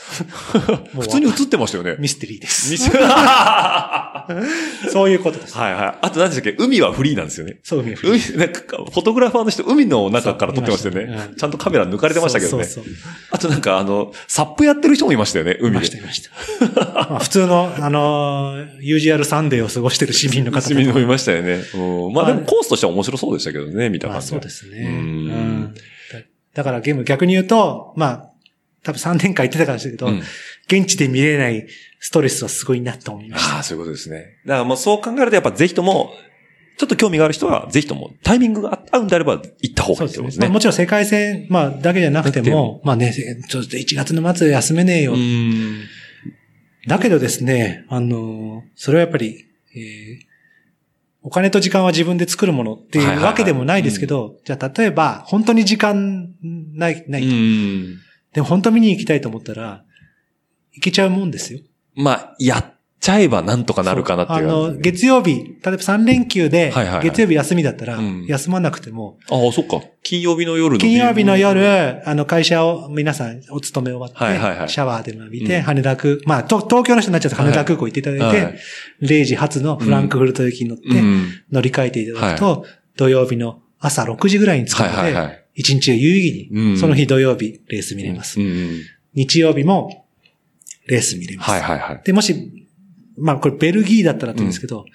[SPEAKER 3] う。
[SPEAKER 2] 普通に映ってましたよね。
[SPEAKER 3] ミステリーです。
[SPEAKER 2] 見せ はい
[SPEAKER 3] そういうことです。
[SPEAKER 2] はい。あと何でしたっけ海はフリーなんですよね。
[SPEAKER 3] そう、海を振り
[SPEAKER 2] 海、なんか、フォトグラファーの人、海の中から撮ってましたよ
[SPEAKER 3] そういました
[SPEAKER 2] ね
[SPEAKER 3] う。ん
[SPEAKER 2] ちゃんとカメラ抜かれてましたけどね。
[SPEAKER 3] そうそうそう
[SPEAKER 2] あとなんか、あの、サップやってる人もいましたよね、
[SPEAKER 3] い
[SPEAKER 2] 海
[SPEAKER 3] ました、
[SPEAKER 2] で。
[SPEAKER 3] いました。まあ普通の、あのー、UGR サンデーを過ごしてる市民の方
[SPEAKER 2] 市
[SPEAKER 3] とか
[SPEAKER 2] 民もいましたよね。うんまあで
[SPEAKER 3] あ
[SPEAKER 2] も
[SPEAKER 3] れ
[SPEAKER 2] コースとしては面白そうでしたけどね、見た
[SPEAKER 3] ま
[SPEAKER 2] 感
[SPEAKER 3] あ
[SPEAKER 2] じ。
[SPEAKER 3] そうですね。
[SPEAKER 2] う
[SPEAKER 3] うんんだだからゲーム逆に言うと、まあ、多分3年間言ってたからですけど、
[SPEAKER 2] うん
[SPEAKER 3] 現地で見れないストレスはすごいなと思いまし
[SPEAKER 2] ああ、そういうことですね。だからもうそう考えると、やっぱぜひとも、ちょっと興味がある人は、ぜひとも、タイミングが合うんであれば、行った方
[SPEAKER 3] た。
[SPEAKER 2] がいいってことです
[SPEAKER 3] まあも
[SPEAKER 2] ね。
[SPEAKER 3] ちろん世界戦、まあ、だけじゃなくて
[SPEAKER 2] だって
[SPEAKER 3] も、まあね、ちょっと1月の末休めねえよ。
[SPEAKER 2] うん
[SPEAKER 3] だけどですね、あのー、それはやっぱり、えーお金と時間は自分で作るものって
[SPEAKER 2] はいはい
[SPEAKER 3] いう
[SPEAKER 2] はい
[SPEAKER 3] わけでもないですけど、じゃあ例えば、本当に時間ない、な
[SPEAKER 2] う
[SPEAKER 3] い、
[SPEAKER 2] ん。
[SPEAKER 3] でも本当見に行きたいと思ったら、行けちゃうもんですよ。
[SPEAKER 2] まあ、やっちゃえばなんとかなるかなっていう
[SPEAKER 3] そうあ
[SPEAKER 2] 感
[SPEAKER 3] の、
[SPEAKER 2] じですね。
[SPEAKER 3] 月曜日、例えば3連休で
[SPEAKER 2] はいはいは、い
[SPEAKER 3] 月曜日休みだったら
[SPEAKER 2] うん、
[SPEAKER 3] 休まなくても、
[SPEAKER 2] ああ、そっか。金曜日の夜の。
[SPEAKER 3] 金曜日の。夜、あの、会社を皆さんお勤め終わって、
[SPEAKER 2] はいはいはい
[SPEAKER 3] シャワーでも浴び
[SPEAKER 2] う
[SPEAKER 3] て、
[SPEAKER 2] ん
[SPEAKER 3] 羽田空、まあ、と東京の人になっちゃって羽田空港行っていただいて、
[SPEAKER 2] はい
[SPEAKER 3] 0時発のフランクフルト行きに乗って、
[SPEAKER 2] うん。
[SPEAKER 3] 乗り換えていただくと、土曜日の朝6時ぐらいに着くの
[SPEAKER 2] はいはいは
[SPEAKER 3] で
[SPEAKER 2] い、
[SPEAKER 3] 一日を有意義
[SPEAKER 2] う
[SPEAKER 3] に、
[SPEAKER 2] ん
[SPEAKER 3] その日土曜日レース見れます
[SPEAKER 2] う。ん。
[SPEAKER 3] 日曜日もレース見れます
[SPEAKER 2] はい。はいはい。
[SPEAKER 3] で、もし、まあこれベルギーだったらって言うんですけど、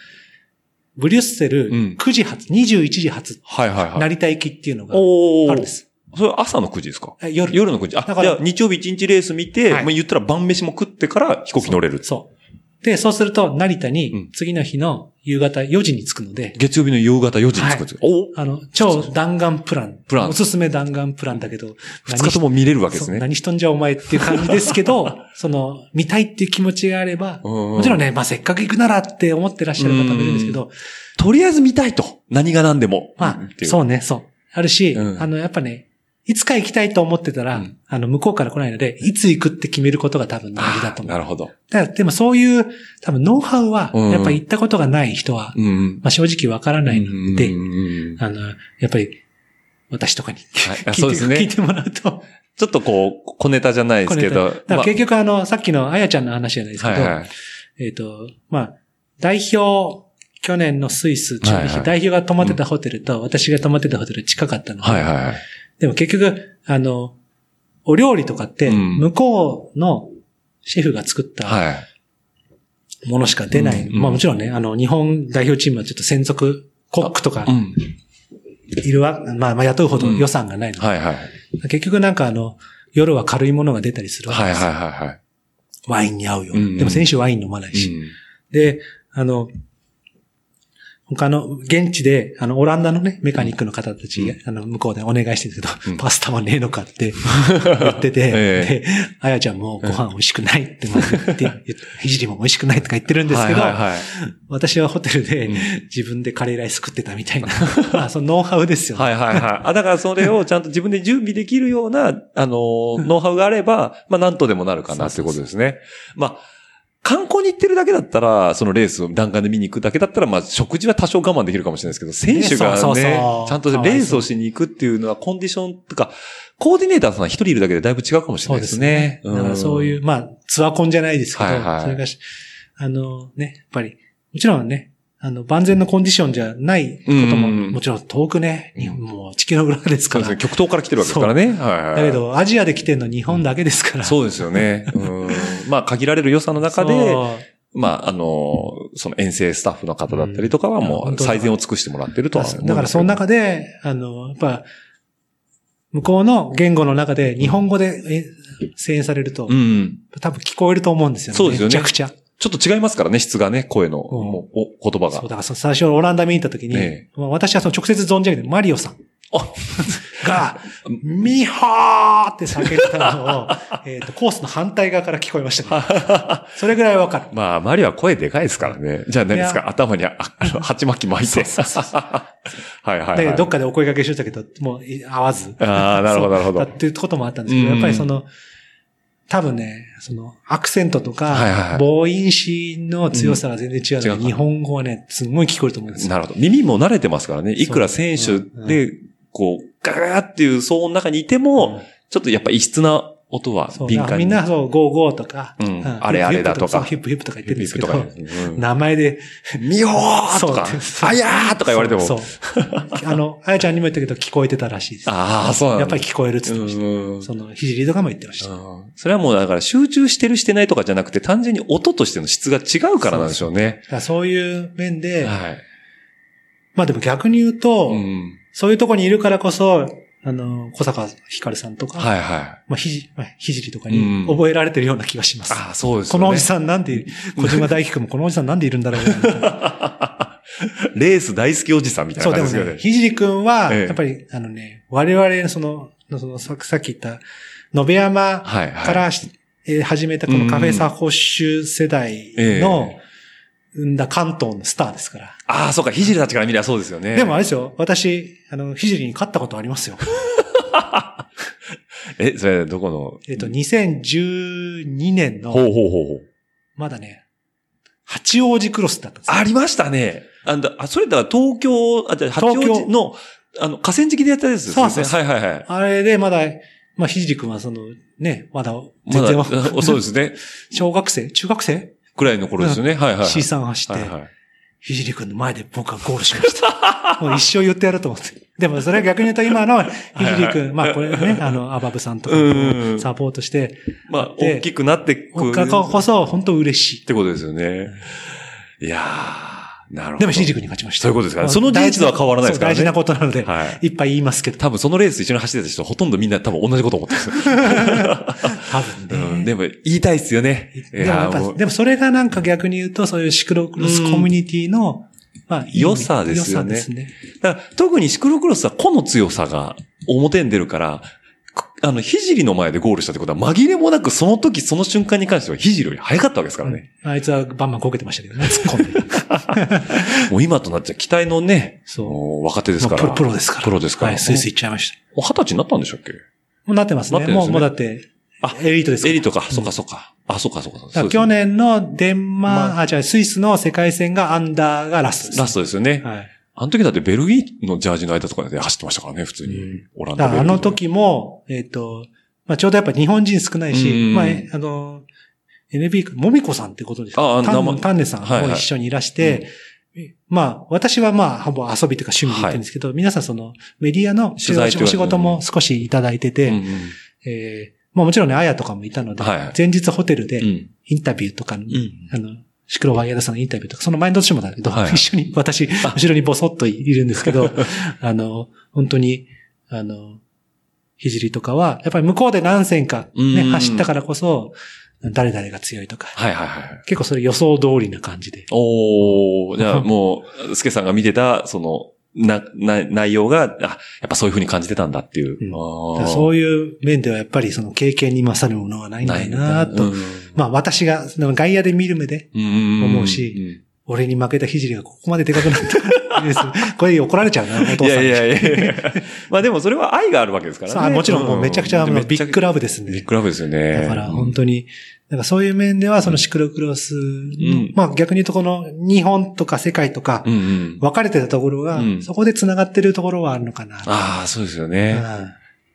[SPEAKER 3] ブリュッセル
[SPEAKER 2] うん
[SPEAKER 3] 9時発、21時発、
[SPEAKER 2] はいはいはい。
[SPEAKER 3] 成田行きっていうのが
[SPEAKER 2] おー
[SPEAKER 3] あるんです。
[SPEAKER 2] それ朝の9時ですか
[SPEAKER 3] え夜。
[SPEAKER 2] 夜の9時。あ、
[SPEAKER 3] だから
[SPEAKER 2] じゃあ日曜日1日レース見て、
[SPEAKER 3] はい
[SPEAKER 2] まあ言ったら晩飯も食ってから飛行機乗れる。
[SPEAKER 3] そう。で、そうすると成田
[SPEAKER 2] う
[SPEAKER 3] に
[SPEAKER 2] ん
[SPEAKER 3] 次の日の夕方4時に着くので、
[SPEAKER 2] 月曜日の夕方4時に着くんですよ。お
[SPEAKER 3] あの、超弾丸プラン。
[SPEAKER 2] プラン
[SPEAKER 3] おすすめ弾丸プランだけど、
[SPEAKER 2] 2日とも見れるわけです
[SPEAKER 3] そう
[SPEAKER 2] ね。
[SPEAKER 3] 何しとんじゃお前っていう感じです けど、その、見たいっていう気持ちがあれば、
[SPEAKER 2] も
[SPEAKER 3] もちろんね、まあせっかく行くならって思ってらっしゃる方もいるんですけど、
[SPEAKER 2] とりあえず見たいと。何が何でも。
[SPEAKER 3] まあ
[SPEAKER 2] っ、てい
[SPEAKER 3] そうね、そう。あるし、
[SPEAKER 2] うん
[SPEAKER 3] あの、やっぱね、いつか行きたいと思ってたら、
[SPEAKER 2] うん
[SPEAKER 3] あの、向こうから来ないので、いつ行くって決めることが多分大事だ
[SPEAKER 2] あ
[SPEAKER 3] と
[SPEAKER 2] ー
[SPEAKER 3] 思
[SPEAKER 2] な
[SPEAKER 3] う。
[SPEAKER 2] るほど。
[SPEAKER 3] だからでもそういう、多分ノウハウは、
[SPEAKER 2] うん
[SPEAKER 3] やっぱ行ったことがない人は、
[SPEAKER 2] うん。
[SPEAKER 3] まあ正直わからないので、
[SPEAKER 2] うんうん
[SPEAKER 3] あの、やっぱり、私とかに聞
[SPEAKER 2] はいい
[SPEAKER 3] て、
[SPEAKER 2] あそうですね
[SPEAKER 3] 聞いてもらうと。
[SPEAKER 2] ちょっとこう、小ネタじゃないですけど。
[SPEAKER 3] だか
[SPEAKER 2] ま
[SPEAKER 3] ら
[SPEAKER 2] あ
[SPEAKER 3] 結局あの、さっきのあやちゃんの話じゃないですけ
[SPEAKER 2] は
[SPEAKER 3] ど、
[SPEAKER 2] いはい。
[SPEAKER 3] えっ、と、まあ、代表、去年のスイス中日、
[SPEAKER 2] はいはい
[SPEAKER 3] 代表が泊まってたホテルと、私が泊まってたホテル近かったので、
[SPEAKER 2] はいはいはい。
[SPEAKER 3] でも結局、あの、お料理とかって、
[SPEAKER 2] うん
[SPEAKER 3] 向こうのシェフが作った
[SPEAKER 2] はい。
[SPEAKER 3] ものしか出ない。
[SPEAKER 2] うんうん
[SPEAKER 3] まあもちろんね、あの、日本代表チームはちょっと専属コックとか
[SPEAKER 2] うん。
[SPEAKER 3] いるわ、まあ、まあ雇うほど予算がないので、
[SPEAKER 2] はいはい。
[SPEAKER 3] 結局なんかあの、夜は軽いものが出たりするわけ
[SPEAKER 2] はいはい
[SPEAKER 3] ですよ。
[SPEAKER 2] は
[SPEAKER 3] ワインに合うよ。
[SPEAKER 2] うんうん
[SPEAKER 3] でも選手ワイン飲まない
[SPEAKER 2] い。
[SPEAKER 3] し。
[SPEAKER 2] うん
[SPEAKER 3] で、あの、他の、現地で、あの、オランダのね、メカニックの方たち、あの、向こうでお願いしてるけど、
[SPEAKER 2] うん
[SPEAKER 3] パスタはねえのかって 言ってて、
[SPEAKER 2] ええ
[SPEAKER 3] で、あやちゃんもご飯美味しくないってまず言って、ひじりも美味しくないとか言ってるんですけど、
[SPEAKER 2] はいはいはい。
[SPEAKER 3] 私はホテルで
[SPEAKER 2] うん
[SPEAKER 3] 自分でカレーライス食ってたみたいな、 まあ、そのノウハウですよね。
[SPEAKER 2] はいはいはい。あ、だからそれをちゃんと自分で準備できるような、あのー、ノウハウがあれば、まあなんとでもなるかなってことですね。まあ、観光に行ってるだけだったら、そのレースを弾丸で見に行くだけだったら、まあ食事は多少我慢できるかもしれないですけど、選手がね、
[SPEAKER 3] ねそうそうそう
[SPEAKER 2] ちゃんとレースをしに行くっていうのはコンディションとか、コーディネーターさんが一人いるだけでだいぶ違うかもしれないですね。
[SPEAKER 3] だからそういうう、まあ、ツアーコンじゃないですけど、
[SPEAKER 2] はいはい
[SPEAKER 3] それがし、あのね、やっぱり、もちろんね、あの、万全のコンディションじゃないことも、
[SPEAKER 2] うん
[SPEAKER 3] もちろん遠くね、
[SPEAKER 2] うん
[SPEAKER 3] 日本もう地球の裏です
[SPEAKER 2] そ
[SPEAKER 3] か
[SPEAKER 2] う
[SPEAKER 3] ら。
[SPEAKER 2] ですね。極東から来てるわけですからね。はいはい。
[SPEAKER 3] だけ、ど、アジアで来てるの日本だけですから。
[SPEAKER 2] そうですよね。うん。まあ限られる予算の中で、
[SPEAKER 3] そう
[SPEAKER 2] まあ、あの、その遠征スタッフの方だったりとかは
[SPEAKER 3] うん
[SPEAKER 2] も
[SPEAKER 3] 本
[SPEAKER 2] う
[SPEAKER 3] 当だ
[SPEAKER 2] 最善を尽くしてもらってるとは思うんですけど
[SPEAKER 3] だからその中で、あの、やっぱ、向こうの言語の中で日本語でえ声援されると、
[SPEAKER 2] うん。
[SPEAKER 3] 多分聞こえると思うんですよね。
[SPEAKER 2] そうですよね
[SPEAKER 3] めちゃくちゃ。
[SPEAKER 2] ちょっと違いますからね、質がね、声の、
[SPEAKER 3] うん
[SPEAKER 2] もうお言葉
[SPEAKER 3] そう、だ
[SPEAKER 2] が。
[SPEAKER 3] からその最初オランダ見に行った時に、
[SPEAKER 2] え
[SPEAKER 3] まあ私はその直接存じ上げて、マリオさん
[SPEAKER 2] あ
[SPEAKER 3] が、ミホーって叫んだ のを、えっと、コースの反対側から聞こえましたね、それぐらいわかる。
[SPEAKER 2] まあ、マリは声でかいですからね。じゃあ何です
[SPEAKER 3] い
[SPEAKER 2] か頭にあ、あの、鉢巻き巻いて。 はいはい、はい。
[SPEAKER 3] だけど、どっかでお声掛けしてたけど、もうい合わず。
[SPEAKER 2] ああ、なるほど、なるほ
[SPEAKER 3] だ
[SPEAKER 2] ど
[SPEAKER 3] っ。ていうこともあったんですけど、
[SPEAKER 2] うん
[SPEAKER 3] やっぱりその、多分ね、その、アクセントと
[SPEAKER 2] はいはいは
[SPEAKER 3] か
[SPEAKER 2] い、
[SPEAKER 3] 母音詞の強さが全然違うので、
[SPEAKER 2] うん違うか
[SPEAKER 3] 日本語はね、すごい聞こえると思うんですよ。
[SPEAKER 2] なるほど。耳も慣れてますからね。いくら選手で、こう、ガガガっていう騒音の中にいても、ちょっとやっぱ異質な音は
[SPEAKER 3] そう、
[SPEAKER 2] 敏
[SPEAKER 3] だか
[SPEAKER 2] 感
[SPEAKER 3] らみ
[SPEAKER 2] に。
[SPEAKER 3] んな、そう、ゴーゴーとか、
[SPEAKER 2] うん
[SPEAKER 3] う
[SPEAKER 2] あれあれだとか
[SPEAKER 3] ヒップヒップとか言ってるん
[SPEAKER 2] ピ
[SPEAKER 3] で
[SPEAKER 2] ッ
[SPEAKER 3] す
[SPEAKER 2] プ
[SPEAKER 3] け
[SPEAKER 2] と
[SPEAKER 3] ど
[SPEAKER 2] か、に。うん
[SPEAKER 3] 名前で、
[SPEAKER 2] みほーとか
[SPEAKER 3] そうそ、う
[SPEAKER 2] あやーとか言われても。
[SPEAKER 3] そう。あの、あやちゃんにも言ったけど、聞こえてたらしいです。
[SPEAKER 2] ああ、そうなんだ。
[SPEAKER 3] やっぱり聞こえるっつってました。
[SPEAKER 2] うん
[SPEAKER 3] その、ひじりとかも言ってました。
[SPEAKER 2] うんそれはもうだから集中してるしてないとかじゃなくて、単純に音としての質が違うからなんでしょうね
[SPEAKER 3] だ。からそういう面で、
[SPEAKER 2] はい。
[SPEAKER 3] まあでも逆に言うと、
[SPEAKER 2] うん。
[SPEAKER 3] そういうとこにいるからこそ、あの、小坂ひかるさんとか、
[SPEAKER 2] はいはい。
[SPEAKER 3] まあ、ひじ、まあ、ひじりとか
[SPEAKER 2] うん
[SPEAKER 3] に覚えられてるような気がします。
[SPEAKER 2] ああ、そうです
[SPEAKER 3] こ
[SPEAKER 2] よね。
[SPEAKER 3] のおじさんなんで、小島大輝くんもこのおじさんなんでいるんだろうなみたい な
[SPEAKER 2] レース大好きおじさんみたい
[SPEAKER 3] そ
[SPEAKER 2] な
[SPEAKER 3] う、で
[SPEAKER 2] 感
[SPEAKER 3] も
[SPEAKER 2] じですよ
[SPEAKER 3] ね、
[SPEAKER 2] ね。
[SPEAKER 3] ひじりくんは、
[SPEAKER 2] ええ
[SPEAKER 3] やっぱり、あのね、我々のその、そのささっき言った、野辺山
[SPEAKER 2] はいはい。
[SPEAKER 3] からし、えー始めたこのカフェサホッシュ世代の、生んだ関東のスターですから。
[SPEAKER 2] ああ、そうか、ひじりたちから見りゃそうですよね。
[SPEAKER 3] でもあれですよ、私、あの、ひじりに勝ったことあ りますよ。
[SPEAKER 2] え、それ、どこの
[SPEAKER 3] えっと、2012年
[SPEAKER 2] ほうほ
[SPEAKER 3] の、
[SPEAKER 2] うほうほう。
[SPEAKER 3] まだね、八王子クロスだったんですよ
[SPEAKER 2] ありましたね。あんだ、あ、それだから東京、あ、じゃあ八王
[SPEAKER 3] 東
[SPEAKER 2] 子
[SPEAKER 3] 京
[SPEAKER 2] の、あの、河川敷でやったやつですよね。
[SPEAKER 3] そうそうそ
[SPEAKER 2] はいはいはい。
[SPEAKER 3] あれでまだ、まあ、ひじりくんはその、ね、まだ、
[SPEAKER 2] ま
[SPEAKER 3] 全然、
[SPEAKER 2] だ、そうですね。
[SPEAKER 3] 小学生中学生
[SPEAKER 2] くらいの頃ですよね。はいはいはい。
[SPEAKER 3] ?C さん走っ
[SPEAKER 2] はい
[SPEAKER 3] て、
[SPEAKER 2] はい。
[SPEAKER 3] ひじりくんの前で僕はゴールしました。 もう一生言ってやると思って。でもそれは逆に言うと今のひじりくん、まあこれ ね、あの、アバブさんとか
[SPEAKER 2] うん
[SPEAKER 3] サポートして、
[SPEAKER 2] まあ、
[SPEAKER 3] で
[SPEAKER 2] 大きくなってく
[SPEAKER 3] 僕はこそ本当嬉し
[SPEAKER 2] っ
[SPEAKER 3] い。
[SPEAKER 2] てことですよね。いやー、なるほど。
[SPEAKER 3] でもひじりくんに勝ちました。
[SPEAKER 2] そういうことですかね
[SPEAKER 3] まあ
[SPEAKER 2] その事実は変わらないですからね
[SPEAKER 3] そう大事なことなので、
[SPEAKER 2] はい。
[SPEAKER 3] いっぱい言いますけど、
[SPEAKER 2] 多分そのレース一緒に走ってた人、ほとんどみんな多分同じこと思ってます。
[SPEAKER 3] 多分
[SPEAKER 2] う
[SPEAKER 3] ね。
[SPEAKER 2] ん、でも、言いたいっすよね。い
[SPEAKER 3] でもや
[SPEAKER 2] や
[SPEAKER 3] っ
[SPEAKER 2] ー
[SPEAKER 3] ぱ
[SPEAKER 2] もう
[SPEAKER 3] でもそれがなんか逆に言うと、そういうシクロクロスコミュニティの、まあ、いい
[SPEAKER 2] 良さですよね
[SPEAKER 3] 良さですね。
[SPEAKER 2] だから特にシクロクロスは個の強さが表に出るから、くあの、ひじりの前でゴールしたってことは紛れもなくその時その瞬間に関してはひじりより早かったわけですからね。
[SPEAKER 3] あいつはバンバンこけてましたけ どね、突っ込んで。
[SPEAKER 2] もう今となっちゃ期待のね、
[SPEAKER 3] そう。
[SPEAKER 2] もう若手ですから。
[SPEAKER 3] もうプロプロですから。
[SPEAKER 2] プロですから。
[SPEAKER 3] はい、スイスイ行っちゃいました。
[SPEAKER 2] もう二十歳になったんでしたっけ
[SPEAKER 3] もうなってます
[SPEAKER 2] な
[SPEAKER 3] ね。
[SPEAKER 2] ってるんです
[SPEAKER 3] もう、
[SPEAKER 2] ね
[SPEAKER 3] もうだって、
[SPEAKER 2] あ
[SPEAKER 3] エリートですから
[SPEAKER 2] エリートか。
[SPEAKER 3] うん
[SPEAKER 2] そっかそっか。あ、そっかそっか。そうです
[SPEAKER 3] だから
[SPEAKER 2] ね
[SPEAKER 3] 去年のデンマーク、
[SPEAKER 2] ま
[SPEAKER 3] あ、じゃスイスの世界戦がアンダーがラストです。
[SPEAKER 2] ラストですよね。
[SPEAKER 3] はい。
[SPEAKER 2] あの時だってベルギーのジャージの間とかで走ってましたからね、普通に。
[SPEAKER 3] うん
[SPEAKER 2] オラン
[SPEAKER 3] だ
[SPEAKER 2] ダ
[SPEAKER 3] からあの。時も、えっ、と、まあ、ちょうどやっぱ日本人少ない
[SPEAKER 2] うん
[SPEAKER 3] し、まあ、えあの、NB 君、もみこさんってことです。
[SPEAKER 2] ああ
[SPEAKER 3] 丹
[SPEAKER 2] 名前はいはい
[SPEAKER 3] も一緒にいらして、まあ、私はまあ、ほぼ遊びというか趣味で行ってるんですけど、皆さんそのメディアの
[SPEAKER 2] 取材というか
[SPEAKER 3] お仕事も少しいただいて
[SPEAKER 2] ベ
[SPEAKER 3] て、
[SPEAKER 2] ルギー
[SPEAKER 3] えーまあもちろんね、あやとかもいたので、
[SPEAKER 2] はい
[SPEAKER 3] 前日ホテルで
[SPEAKER 2] うんうん。
[SPEAKER 3] インタビューとか、
[SPEAKER 2] うん。
[SPEAKER 3] あの、シクロワイヤーさんのインタビューとか、その前の年もだけど、
[SPEAKER 2] はい
[SPEAKER 3] 一緒に私、後ろにボソッといるんです けど、あの、本当に、あの、ひじりとかは、やっぱり向こうで何戦か、
[SPEAKER 2] うんうん
[SPEAKER 3] ね、走ったからこそ、誰々が強いとか。
[SPEAKER 2] はいはいはい。
[SPEAKER 3] 結構それ予想通りな感じで。
[SPEAKER 2] おー、じゃ あもう、スケさんが見てた、その、な、な、内容が、あ、やっぱそういう風に感じてたんだっていう。
[SPEAKER 3] うんだ
[SPEAKER 2] あ
[SPEAKER 3] から
[SPEAKER 2] ー
[SPEAKER 3] そういう面ではやっぱりその経験に勝るものはないんだよなと。
[SPEAKER 2] うん
[SPEAKER 3] まあ私が、その外野で見る目で、
[SPEAKER 2] うん
[SPEAKER 3] 思うし俺に負けたひじりがここまででかくなった。 ですこれ怒られちゃうな、お
[SPEAKER 2] うん
[SPEAKER 3] 父
[SPEAKER 2] い
[SPEAKER 3] さん
[SPEAKER 2] や
[SPEAKER 3] に。
[SPEAKER 2] いやいやい やまあでもそれは愛があるわけですから
[SPEAKER 3] さあ
[SPEAKER 2] ね。
[SPEAKER 3] もちろんもうめちゃくちゃあのビッグ
[SPEAKER 2] ラ
[SPEAKER 3] ラブですね。
[SPEAKER 2] ビッグラブですよね。
[SPEAKER 3] だから本当に、なんかそういう面ではそのシクロクロスの、
[SPEAKER 2] ん
[SPEAKER 3] まあ逆に言うとこの日本とか世界とか
[SPEAKER 2] うんうん。
[SPEAKER 3] 分かれてたところが、
[SPEAKER 2] うん
[SPEAKER 3] そこで繋がってるところはあるのかな。
[SPEAKER 2] ああ、そうですよね。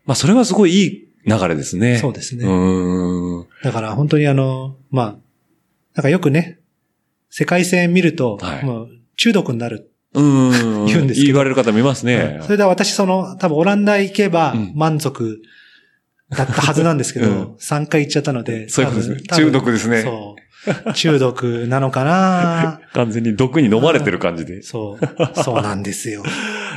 [SPEAKER 2] まあそれはすごいいい流れです
[SPEAKER 3] うん
[SPEAKER 2] ね。
[SPEAKER 3] そうですね。
[SPEAKER 2] うーん。
[SPEAKER 3] だから本当にあの、まあ、なんかよくね、世界戦見ると、
[SPEAKER 2] はい
[SPEAKER 3] もう中毒になる。
[SPEAKER 2] うん。
[SPEAKER 3] 言うんですけど
[SPEAKER 2] 言われる方見ますね。
[SPEAKER 3] それで私その、多分オランダ行けば
[SPEAKER 2] うん
[SPEAKER 3] 満足だったはずなんですけど、
[SPEAKER 2] うん
[SPEAKER 3] 3回行っちゃったので、
[SPEAKER 2] そういうことですね
[SPEAKER 3] 多分
[SPEAKER 2] 中毒ですね
[SPEAKER 3] そう。中毒なのかな
[SPEAKER 2] 完全に毒に飲まれてる感じで。
[SPEAKER 3] そう。そうなんですよ。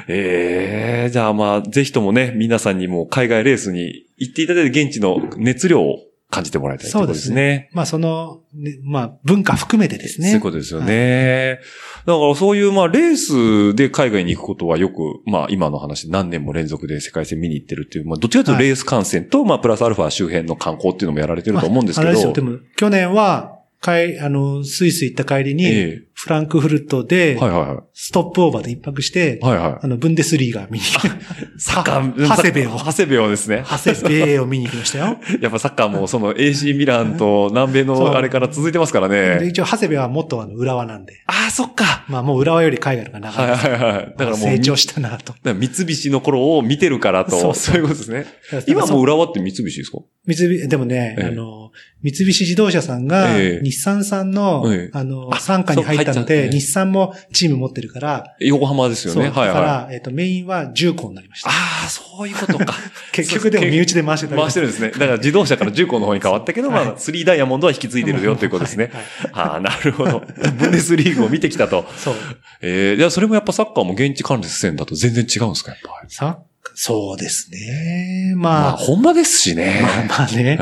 [SPEAKER 2] ええじゃあまあ、ぜひともね、皆さんにも海外レースに行っていただいて現地の熱量を感じてもらいたいということですね。
[SPEAKER 3] まあその、ねまあ文化含めてですね。
[SPEAKER 2] そういうことですよね。だからそういう、まあ、レースで海外に行くことはよく、まあ、今の話、何年も連続で世界戦見に行ってるっていう、まあ、どっちかというと
[SPEAKER 3] はい
[SPEAKER 2] レース観戦と、まあ、プラスアルファ周辺の観光っていうのもやられてると思うんですけ
[SPEAKER 3] まああれ
[SPEAKER 2] ど。
[SPEAKER 3] よでも去年は、かい、あの、スイス行った帰りに、
[SPEAKER 2] え
[SPEAKER 3] フランクフルト
[SPEAKER 2] え
[SPEAKER 3] で
[SPEAKER 2] は、いはいはい。
[SPEAKER 3] ストップオーバーで一泊して、
[SPEAKER 2] はいはい。
[SPEAKER 3] あの、ブンデスリーガ見に行きま し
[SPEAKER 2] サッカー、
[SPEAKER 3] ハセベを
[SPEAKER 2] ハセベをですね。
[SPEAKER 3] た。セベーを見に行きまし たよ。
[SPEAKER 2] やっぱサッカーもその AC ミランと南米
[SPEAKER 3] そう
[SPEAKER 2] のあれから続いてますから
[SPEAKER 3] で
[SPEAKER 2] ね。
[SPEAKER 3] 一応、長谷部は元あの浦和なんで。
[SPEAKER 2] ああ、そっか。
[SPEAKER 3] まあもう浦和より海外の方が長い
[SPEAKER 2] はい
[SPEAKER 3] です。
[SPEAKER 2] はいはい。だからもう、
[SPEAKER 3] 成長
[SPEAKER 2] み
[SPEAKER 3] したなと。
[SPEAKER 2] だから三菱の頃を見てるからと、
[SPEAKER 3] そ
[SPEAKER 2] そうう
[SPEAKER 3] そう
[SPEAKER 2] いうことですね。今もう浦和って三菱ですか
[SPEAKER 3] 三菱、でもね、
[SPEAKER 2] ええ
[SPEAKER 3] あの、三菱自動車さんが、
[SPEAKER 2] ええ
[SPEAKER 3] 日産さんの、
[SPEAKER 2] ええ
[SPEAKER 3] あの、
[SPEAKER 2] あ
[SPEAKER 3] 傘下に入っ
[SPEAKER 2] そ
[SPEAKER 3] たの
[SPEAKER 2] う入っ
[SPEAKER 3] で、
[SPEAKER 2] たんですね
[SPEAKER 3] 日産もチーム持ってるから、
[SPEAKER 2] 横浜ですよ
[SPEAKER 3] そう
[SPEAKER 2] ね。
[SPEAKER 3] だ
[SPEAKER 2] はい
[SPEAKER 3] か
[SPEAKER 2] はい。
[SPEAKER 3] ら、えっと、メインは重工になりました。
[SPEAKER 2] ああ、そういうこと か。
[SPEAKER 3] 結局でも身内で回してたり
[SPEAKER 2] 回してるんですね。だから自動車から重工の方に変わったけど、
[SPEAKER 3] はい
[SPEAKER 2] まあ、スリーダイヤモンドは引き継いでるよということです ね。
[SPEAKER 3] はいはい
[SPEAKER 2] ああ、なるほど。ブンデスリーグを見てきたと。
[SPEAKER 3] そう。
[SPEAKER 2] ええじゃあそれもやっぱサッカーも現地関連戦だと全然違うんですか、やっぱり。
[SPEAKER 3] さそうですね。
[SPEAKER 2] ま
[SPEAKER 3] ま
[SPEAKER 2] あ、
[SPEAKER 3] あ、
[SPEAKER 2] 本場ですしね。
[SPEAKER 3] まあまあね。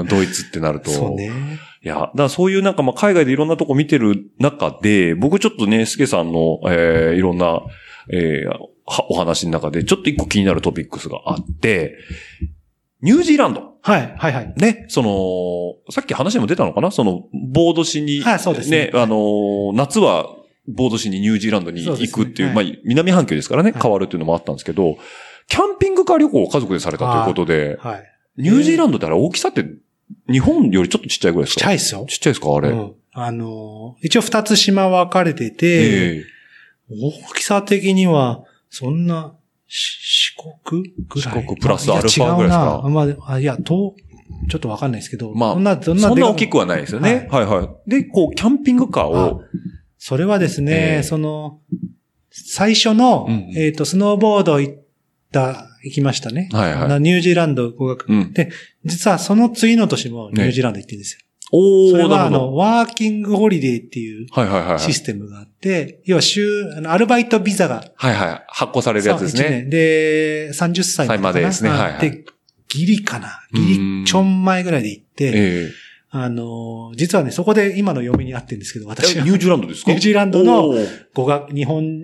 [SPEAKER 2] うん、ドイツってなると。
[SPEAKER 3] そうね。
[SPEAKER 2] いや、だからそういうなんかまあ海外でいろんなとこ見てる中で、僕ちょっとね、スケさんの、えー、いろんな、えー、はお話の中で、ちょっと一個気になるトピックスがあって、ニュージーランド。
[SPEAKER 3] はい、はい、はい。
[SPEAKER 2] ね、その、さっき話にも出たのかなその、ボードしに、
[SPEAKER 3] あそうですね
[SPEAKER 2] あのー夏は、ボードしにニュージーランドに
[SPEAKER 3] そうで
[SPEAKER 2] 行
[SPEAKER 3] すね
[SPEAKER 2] くっていう、
[SPEAKER 3] は
[SPEAKER 2] まあ、南半球ですからね、
[SPEAKER 3] はい
[SPEAKER 2] 変わるっていうのもあったんですけど、キャンピングカー旅行を家族でされたということで、
[SPEAKER 3] はい。
[SPEAKER 2] ニュージーランドってあれ大きさって、日本よりちょっとちっちゃいぐらいです
[SPEAKER 3] ちっ
[SPEAKER 2] か
[SPEAKER 3] ちゃいっすよ。
[SPEAKER 2] ちっちゃいですかあれ。
[SPEAKER 3] うんあの、一応二つ島分かれてて、
[SPEAKER 2] え
[SPEAKER 3] 大きさ的には、そんな、し四国ぐらい
[SPEAKER 2] 四国プラスアルファぐらいですか
[SPEAKER 3] あや違うなまあ、あいや、と、ちょっとわかんないですけど、
[SPEAKER 2] まあ
[SPEAKER 3] そんな、そ
[SPEAKER 2] え
[SPEAKER 3] んな
[SPEAKER 2] そん
[SPEAKER 3] で
[SPEAKER 2] な
[SPEAKER 3] か
[SPEAKER 2] 大きくはないですよね。はい、はい、で、こう、キャンピングカーを、
[SPEAKER 3] それはですね、
[SPEAKER 2] ええ
[SPEAKER 3] その、最初の、
[SPEAKER 2] うんうん
[SPEAKER 3] えっ、と、スノーボード行った、行きましたね。
[SPEAKER 2] はいはい
[SPEAKER 3] なニュージーランド語学。
[SPEAKER 2] うん。
[SPEAKER 3] 実はその次の年もニュージーランド行ってるんですよ。
[SPEAKER 2] お
[SPEAKER 3] それ
[SPEAKER 2] ー、
[SPEAKER 3] は
[SPEAKER 2] な
[SPEAKER 3] あ
[SPEAKER 2] るほ
[SPEAKER 3] の、
[SPEAKER 2] ど。
[SPEAKER 3] ワーキングホリデーっていう
[SPEAKER 2] はいはいはいはい。
[SPEAKER 3] システムがあって、要は週、あのアルバイトビザが、
[SPEAKER 2] はいはい。発行されるやつです
[SPEAKER 3] そう一
[SPEAKER 2] ね。
[SPEAKER 3] 年で、30歳か
[SPEAKER 2] 歳
[SPEAKER 3] な
[SPEAKER 2] までですねはいはい
[SPEAKER 3] で、ギリかな。
[SPEAKER 2] うん
[SPEAKER 3] ギリ、ちょん前ぐらいで行って、
[SPEAKER 2] ええ
[SPEAKER 3] あの、実はね、そこで今の嫁に会ってるんですけど、私は
[SPEAKER 2] ニュージーランドですか
[SPEAKER 3] ニュージーランドの
[SPEAKER 2] おー
[SPEAKER 3] 語学、日本、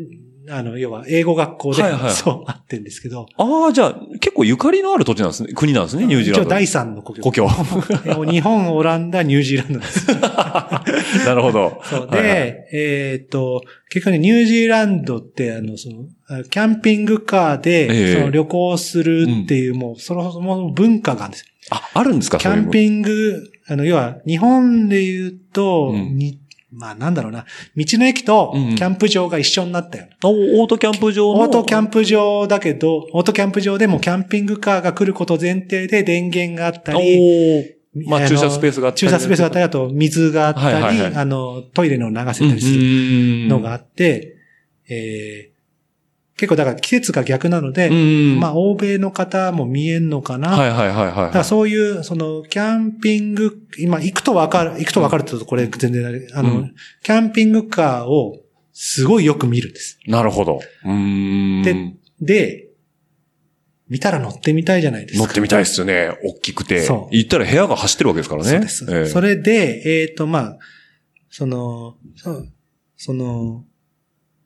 [SPEAKER 3] あの、要は英語学校で、
[SPEAKER 2] はいはい
[SPEAKER 3] そう、あってんですけど、
[SPEAKER 2] ああ、じゃあ、結構ゆかりのある土地なんですね。国なんですね、ニュージーラン
[SPEAKER 3] 一応
[SPEAKER 2] ド。
[SPEAKER 3] 第三の故郷。
[SPEAKER 2] 故郷。
[SPEAKER 3] 日本、オランダ、ニュージーランドです。
[SPEAKER 2] なるほど。
[SPEAKER 3] そう
[SPEAKER 2] はいはい
[SPEAKER 3] で、えーっと、結局ね、ニュージーランドって、あの、その、あキャンピングカー
[SPEAKER 2] え
[SPEAKER 3] で、
[SPEAKER 2] え
[SPEAKER 3] その旅行するっていう、もう、そもそも文化があるんですよ。
[SPEAKER 2] あ、あるんですか
[SPEAKER 3] キャン
[SPEAKER 2] ン
[SPEAKER 3] ピング、あの、要は、日本で言うと、
[SPEAKER 2] うん
[SPEAKER 3] にまあ、なんだろうな、道の駅と
[SPEAKER 2] うんうん
[SPEAKER 3] キャンプ場が一緒になったような
[SPEAKER 2] グ。おオートキャンプ場の。
[SPEAKER 3] オートキャン
[SPEAKER 2] プ
[SPEAKER 3] プ場だけど、オートキャンプ場でもキャンピングカーが来ること前提で電源があった
[SPEAKER 2] お
[SPEAKER 3] り、
[SPEAKER 2] ーまあ
[SPEAKER 3] の
[SPEAKER 2] 駐車スペースがあったり
[SPEAKER 3] 駐車スペースがあったり、あと水があったり、
[SPEAKER 2] はいはいはい
[SPEAKER 3] あの、トイレのを流
[SPEAKER 2] う
[SPEAKER 3] せ
[SPEAKER 2] ん
[SPEAKER 3] たりする
[SPEAKER 2] うん
[SPEAKER 3] のがあって、えー結構だから季節が逆なので、
[SPEAKER 2] うん。
[SPEAKER 3] まあ、欧米の方も見えんのかな。
[SPEAKER 2] はいはいはいはい
[SPEAKER 3] だか
[SPEAKER 2] は
[SPEAKER 3] ら
[SPEAKER 2] い。
[SPEAKER 3] そういう、その、キャンピング、今、行くとわかる、行くとわかるって言うと、これ全然あれ、あの、
[SPEAKER 2] うん
[SPEAKER 3] キャンピングカーをすごいよく見るんです。
[SPEAKER 2] なるほど。うーん。
[SPEAKER 3] でで、見たら乗ってみたいじゃないです
[SPEAKER 2] 乗
[SPEAKER 3] か。
[SPEAKER 2] ってみたいですよね。大きくて。
[SPEAKER 3] そう
[SPEAKER 2] 行ったら部屋が走ってるわけですからね。
[SPEAKER 3] そうです。
[SPEAKER 2] ええ
[SPEAKER 3] それで、えっ、と、まあ、その、そうその、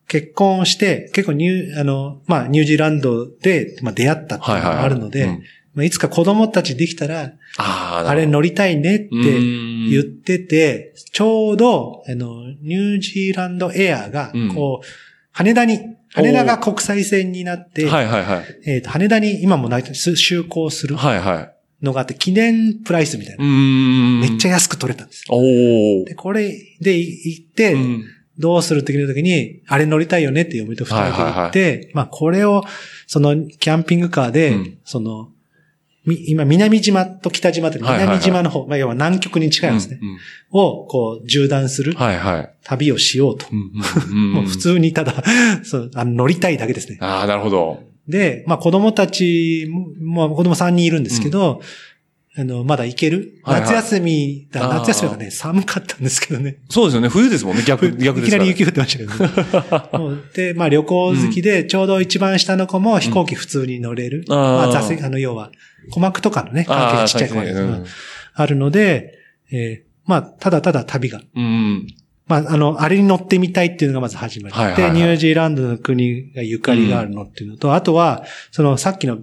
[SPEAKER 3] 結婚して、結構ニュー、あの、まあ、ニュージーランドで、まあ、出会ったっていう
[SPEAKER 2] はい
[SPEAKER 3] の
[SPEAKER 2] はいはい。
[SPEAKER 3] があるので、
[SPEAKER 2] うん
[SPEAKER 3] まあ、いつか子供たちできたら、
[SPEAKER 2] あ
[SPEAKER 3] あれ乗りたいねって言
[SPEAKER 2] 言
[SPEAKER 3] ってて、ちょうど、あの、ニュージーランドエアが
[SPEAKER 2] うん、
[SPEAKER 3] こう、羽田に、羽田が国際線になって、
[SPEAKER 2] はいはいはい。
[SPEAKER 3] えっ、と、羽田に今もないす就航する
[SPEAKER 2] はいはい。
[SPEAKER 3] のがあって、記念プライスみたいうな。
[SPEAKER 2] ーん。
[SPEAKER 3] めっちゃ
[SPEAKER 2] ゃ
[SPEAKER 3] 安く取れたんです。
[SPEAKER 2] おー。
[SPEAKER 3] で、これで行って、
[SPEAKER 2] うん
[SPEAKER 3] どうするって聞いた時に、あれ乗りたいよねって嫁と二人で言って、まあこれを、そのキャンピングカー
[SPEAKER 2] う
[SPEAKER 3] で、
[SPEAKER 2] ん
[SPEAKER 3] その、み今南島と北島って
[SPEAKER 2] はいはいはい
[SPEAKER 3] 南島の方、まあ要は南極に近いんですね。
[SPEAKER 2] うんうん
[SPEAKER 3] をこう縦断する
[SPEAKER 2] はいはい。
[SPEAKER 3] 旅をしようと。もう普。通にただ、 そうあの乗りたいだけですね。
[SPEAKER 2] ああ、なるほど。
[SPEAKER 3] で、まあ子供たちも、まあ子供3人いるんですけど、あの、まだ行ける
[SPEAKER 2] はいはい
[SPEAKER 3] 夏休みだ、
[SPEAKER 2] あー
[SPEAKER 3] 夏休みはね、寒かったんですけどね。
[SPEAKER 2] そうですよね。冬ですもんね。逆、逆
[SPEAKER 3] い
[SPEAKER 2] で
[SPEAKER 3] き
[SPEAKER 2] す
[SPEAKER 3] な
[SPEAKER 2] から
[SPEAKER 3] り
[SPEAKER 2] ね。
[SPEAKER 3] 雪降ってました けどね。うんで、まあ旅行好きで、ちょうど一番下の子も飛行機普通に乗れる。
[SPEAKER 2] あー
[SPEAKER 3] まあ座席、あの、要は、鼓膜とかのね、関係
[SPEAKER 2] あ
[SPEAKER 3] が
[SPEAKER 2] あ、
[SPEAKER 3] ちっちゃい子
[SPEAKER 2] 最近ね
[SPEAKER 3] があるので、えーまあ、ただただ旅が。
[SPEAKER 2] うん。うん。
[SPEAKER 3] まあ、あの、あれに乗ってみたいっていうのがまず始まり。
[SPEAKER 2] はいはいはい
[SPEAKER 3] で、ニュージーランドの国がゆかりがあるのっていうのと、あとは、そのさっきの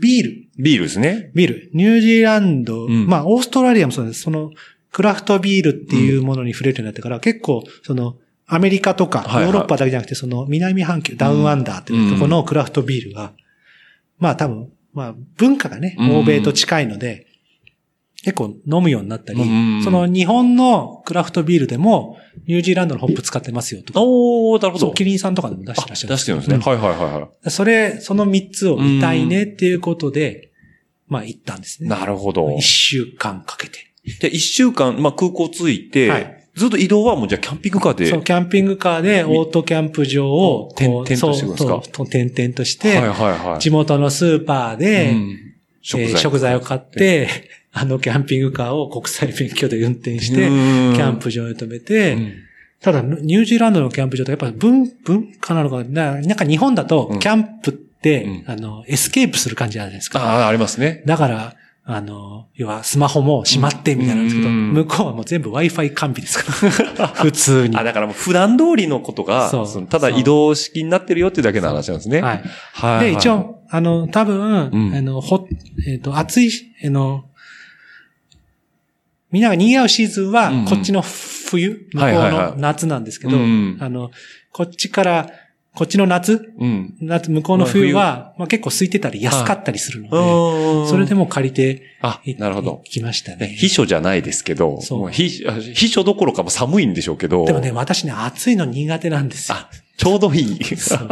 [SPEAKER 3] ビール、
[SPEAKER 2] ビールですね。
[SPEAKER 3] ビール、ニュージーランド、
[SPEAKER 2] うん
[SPEAKER 3] まあ、オーストラリアもそうです。その、クラフトビールっていうものに触れるようになってから、結構、その、アメリカとか、
[SPEAKER 2] はいはい
[SPEAKER 3] ヨーロッパだけじゃなくて、その、南半球、ダウンアンダーっていうところのクラフトビールが、まあ、多分、まあ、文化がね、
[SPEAKER 2] うん
[SPEAKER 3] 欧米と近いので、結構飲むようになったり
[SPEAKER 2] うん、
[SPEAKER 3] その、日本のクラフトビールでも、ニュージーランドのホップ使ってますよとか、
[SPEAKER 2] おー、なるほ
[SPEAKER 3] そう、
[SPEAKER 2] ど。
[SPEAKER 3] キリンさんとかでも出
[SPEAKER 2] あ
[SPEAKER 3] してらっしゃる。
[SPEAKER 2] 出してるんですね。
[SPEAKER 3] うん
[SPEAKER 2] はいはいはいは
[SPEAKER 3] それ、その3つを見たいねっていうことで、まあ行ったんです
[SPEAKER 2] い。
[SPEAKER 3] ね。
[SPEAKER 2] なるほど。
[SPEAKER 3] 一週間かけて。
[SPEAKER 2] じゃあ一週間、まあ空港着いて、
[SPEAKER 3] はい
[SPEAKER 2] ずっと移動はもうじゃあキャンピングカーで。
[SPEAKER 3] そう、キャンピングカーでオートキャンプ場を、
[SPEAKER 2] 転
[SPEAKER 3] こう
[SPEAKER 2] 々としていくんですか
[SPEAKER 3] そうそう転々とし
[SPEAKER 2] はい
[SPEAKER 3] て、
[SPEAKER 2] はいはい。
[SPEAKER 3] 地元のスーパーで、
[SPEAKER 2] うん
[SPEAKER 3] えー食材を買って、あのキャンピングカーを国際免許で運転して、キャンプ場に止めて、ただ、ニュージーランドのキャンプ場ってやっぱ文、文化なのかな、なんか日本だと
[SPEAKER 2] うん、
[SPEAKER 3] キャンプって、
[SPEAKER 2] うん
[SPEAKER 3] あの、エスケープする感じあるじゃないです
[SPEAKER 2] あ
[SPEAKER 3] か。
[SPEAKER 2] あー、ありますね。
[SPEAKER 3] だから、あの、要はスマホも閉まってみたいなんですけど、
[SPEAKER 2] うん
[SPEAKER 3] 向こうはもう全部 Wi-Fi 完備です から。普通に。
[SPEAKER 2] あ、だからもう普段通りのことが、
[SPEAKER 3] そう
[SPEAKER 2] そのただ移動式になってるよっていうだけの話なんですね。。
[SPEAKER 3] はいい。
[SPEAKER 2] はい。
[SPEAKER 3] で、一、応、あの、多分、
[SPEAKER 2] うん
[SPEAKER 3] あの、ほ、えっ、と、暑い、あの、みんなが賑わうシーズンは
[SPEAKER 2] うんうん、
[SPEAKER 3] こっちの冬、
[SPEAKER 2] はい
[SPEAKER 3] 向こ
[SPEAKER 2] は
[SPEAKER 3] う
[SPEAKER 2] いはい
[SPEAKER 3] の夏なんですけど、
[SPEAKER 2] うん
[SPEAKER 3] あの、こっちから、こっちの夏、
[SPEAKER 2] うん。
[SPEAKER 3] 夏、向こうの冬は、まあ、結構空いてたり安かったりするので、そ
[SPEAKER 2] そ
[SPEAKER 3] れでも借りて
[SPEAKER 2] あ、
[SPEAKER 3] い、
[SPEAKER 2] なるほど。
[SPEAKER 3] 行きました
[SPEAKER 2] ね
[SPEAKER 3] ね。
[SPEAKER 2] 秘書じゃないですけど、
[SPEAKER 3] そう
[SPEAKER 2] もう秘あ秘書どころかも寒いんでしょうけど、
[SPEAKER 3] でもね、私ね、暑いの苦手なんですよ。
[SPEAKER 2] あ、ちょうどい い。
[SPEAKER 3] そう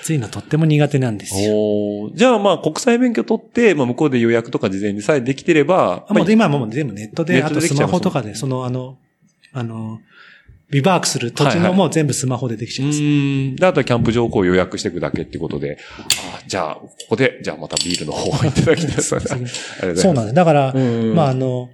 [SPEAKER 3] 暑いのとっても苦手なんですよ。
[SPEAKER 2] おーじゃあまあ国際免許取って、まあ向こうで予約とか事前にさえできてれば、
[SPEAKER 3] あもう
[SPEAKER 2] まあ
[SPEAKER 3] 今はもう全部ネット
[SPEAKER 2] ネ
[SPEAKER 3] で、
[SPEAKER 2] ッ
[SPEAKER 3] あ
[SPEAKER 2] トで
[SPEAKER 3] と
[SPEAKER 2] でき
[SPEAKER 3] ス
[SPEAKER 2] ちゃいます
[SPEAKER 3] マ
[SPEAKER 2] もん
[SPEAKER 3] ホとかで、そのあの、あの、ビバークする土地
[SPEAKER 2] はい
[SPEAKER 3] の
[SPEAKER 2] はい
[SPEAKER 3] もう全部スマホでできち
[SPEAKER 2] う
[SPEAKER 3] ゃいます。
[SPEAKER 2] ーん。で、あとはキャンプ場をこう予約していくだけってことで、あじゃあ、ここで、じゃあまたビールの方をいただき たいです。ありがとうございます
[SPEAKER 3] そうなんです。だから、
[SPEAKER 2] うん
[SPEAKER 3] まああの、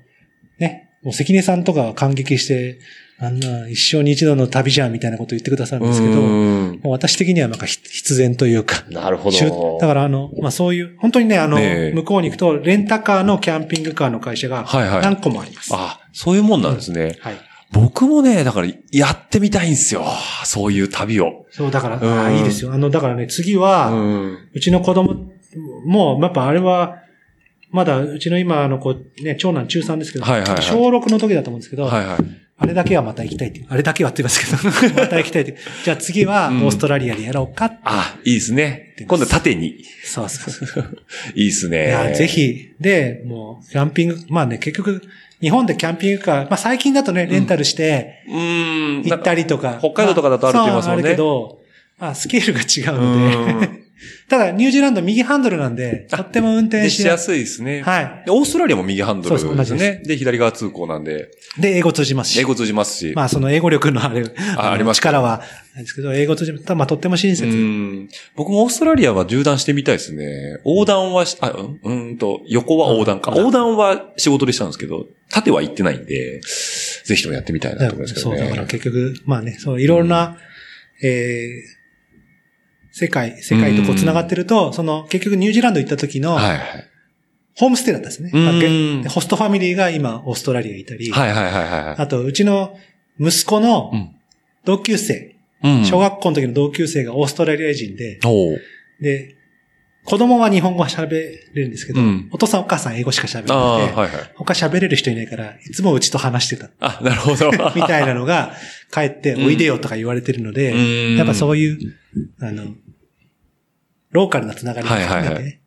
[SPEAKER 3] ね、もう関根さんとかは感激して、あんな一生に一度の旅じゃんみたいなこと言ってくださるんですけど、
[SPEAKER 2] う
[SPEAKER 3] も
[SPEAKER 2] ーん
[SPEAKER 3] う私的にはなんかひ必然というか、
[SPEAKER 2] なるほ
[SPEAKER 3] しゅ
[SPEAKER 2] ど。
[SPEAKER 3] だからあの、まあそういう、本当にね、あの、
[SPEAKER 2] ねえ
[SPEAKER 3] 向こうに行くと、レンタカーのキャンピングカーの会社が
[SPEAKER 2] はいはい
[SPEAKER 3] 何個もあります。
[SPEAKER 2] あ、そういうもんなんですね。
[SPEAKER 3] はい。
[SPEAKER 2] 僕もね、だから、やってみたいんですよ。そういう旅を。
[SPEAKER 3] そう、だから、
[SPEAKER 2] うん
[SPEAKER 3] あーいいですよ。あの、だからね、次
[SPEAKER 2] う
[SPEAKER 3] は、
[SPEAKER 2] ん。
[SPEAKER 3] うちの子供、もう、やっぱあれは、まだ、うちの今、あの子、ね、長男中3ですけど、
[SPEAKER 2] はいはいはい
[SPEAKER 3] 小6の時だと思うんですけど、
[SPEAKER 2] はいはい。
[SPEAKER 3] あれだけはまた行きたいっていう。あれだけはって言いますけど、 また行きたいっていう。じゃあ次は、オ
[SPEAKER 2] うん
[SPEAKER 3] ーストラリアでやろうか。
[SPEAKER 2] あ、いいですね
[SPEAKER 3] で。す
[SPEAKER 2] 今度は縦に。
[SPEAKER 3] そうそうそう。
[SPEAKER 2] いいですね。
[SPEAKER 3] いや、ぜ。ひ。で、もう、キャンピング、まあね、結局、日本でキャンピングカー、まあ最近だとね、レンタルして、
[SPEAKER 2] うーん。
[SPEAKER 3] 行ったりとか。
[SPEAKER 2] 北海道とかだとあるって言いますもんね
[SPEAKER 3] そうあるけど、まあ、スケールが違うの
[SPEAKER 2] う
[SPEAKER 3] で。
[SPEAKER 2] ん。
[SPEAKER 3] ただ、ニュージーランド右ハンドルなんで、とっても運転し
[SPEAKER 2] し
[SPEAKER 3] や
[SPEAKER 2] や
[SPEAKER 3] す
[SPEAKER 2] すいですね。
[SPEAKER 3] い。は
[SPEAKER 2] でオーストラリアも右ハンドルです
[SPEAKER 3] そうです同じ
[SPEAKER 2] ね。で、左側通行なんで、
[SPEAKER 3] い。で、英語通じますし。
[SPEAKER 2] 英語通じますし。
[SPEAKER 3] まあ、その英語力のあれ、
[SPEAKER 2] ああり
[SPEAKER 3] の
[SPEAKER 2] ます
[SPEAKER 3] 力は、なんですけど、英語通じます。ただまあ、とっても親
[SPEAKER 2] う
[SPEAKER 3] 切。
[SPEAKER 2] ん僕もオーストラリアは縦断してみたいですね。横断はし、あ、うんうーんと、横は横断か。
[SPEAKER 3] うん
[SPEAKER 2] 横断は仕事でしたんですけど、縦は行ってないんで、ぜひともやってみたいなと思いますけど
[SPEAKER 3] そう、
[SPEAKER 2] ね。
[SPEAKER 3] だから結局、まあね、そう、いろんな、えー世界、世界とこう繋がってると、その、結局ニュージーランド行った時の、
[SPEAKER 2] はいはい。
[SPEAKER 3] ホームステイだったんですね。
[SPEAKER 2] うん
[SPEAKER 3] でホストファミリーが今、オーストラリアいたり、
[SPEAKER 2] はいはいはいはいは
[SPEAKER 3] あと、うちの息子の
[SPEAKER 2] うん
[SPEAKER 3] 同級生、
[SPEAKER 2] い。うん
[SPEAKER 3] 小学校の時の同級生がオーストラリア人で、
[SPEAKER 2] おう
[SPEAKER 3] で、子供は日本語は喋れるんですけど、
[SPEAKER 2] うん
[SPEAKER 3] お父さんお母さん英語しか喋れ
[SPEAKER 2] ああ、
[SPEAKER 3] なくて、
[SPEAKER 2] はいはい。
[SPEAKER 3] 他喋れる人いないから、いつもうちと 話してた。
[SPEAKER 2] あ、なるほ ど。
[SPEAKER 3] みたいなのが、帰って
[SPEAKER 2] うん
[SPEAKER 3] おいでよとか言われてるので、
[SPEAKER 2] うん
[SPEAKER 3] やっぱそういう、あの、ローカルなつながりですね。
[SPEAKER 2] はいはいはい
[SPEAKER 3] はい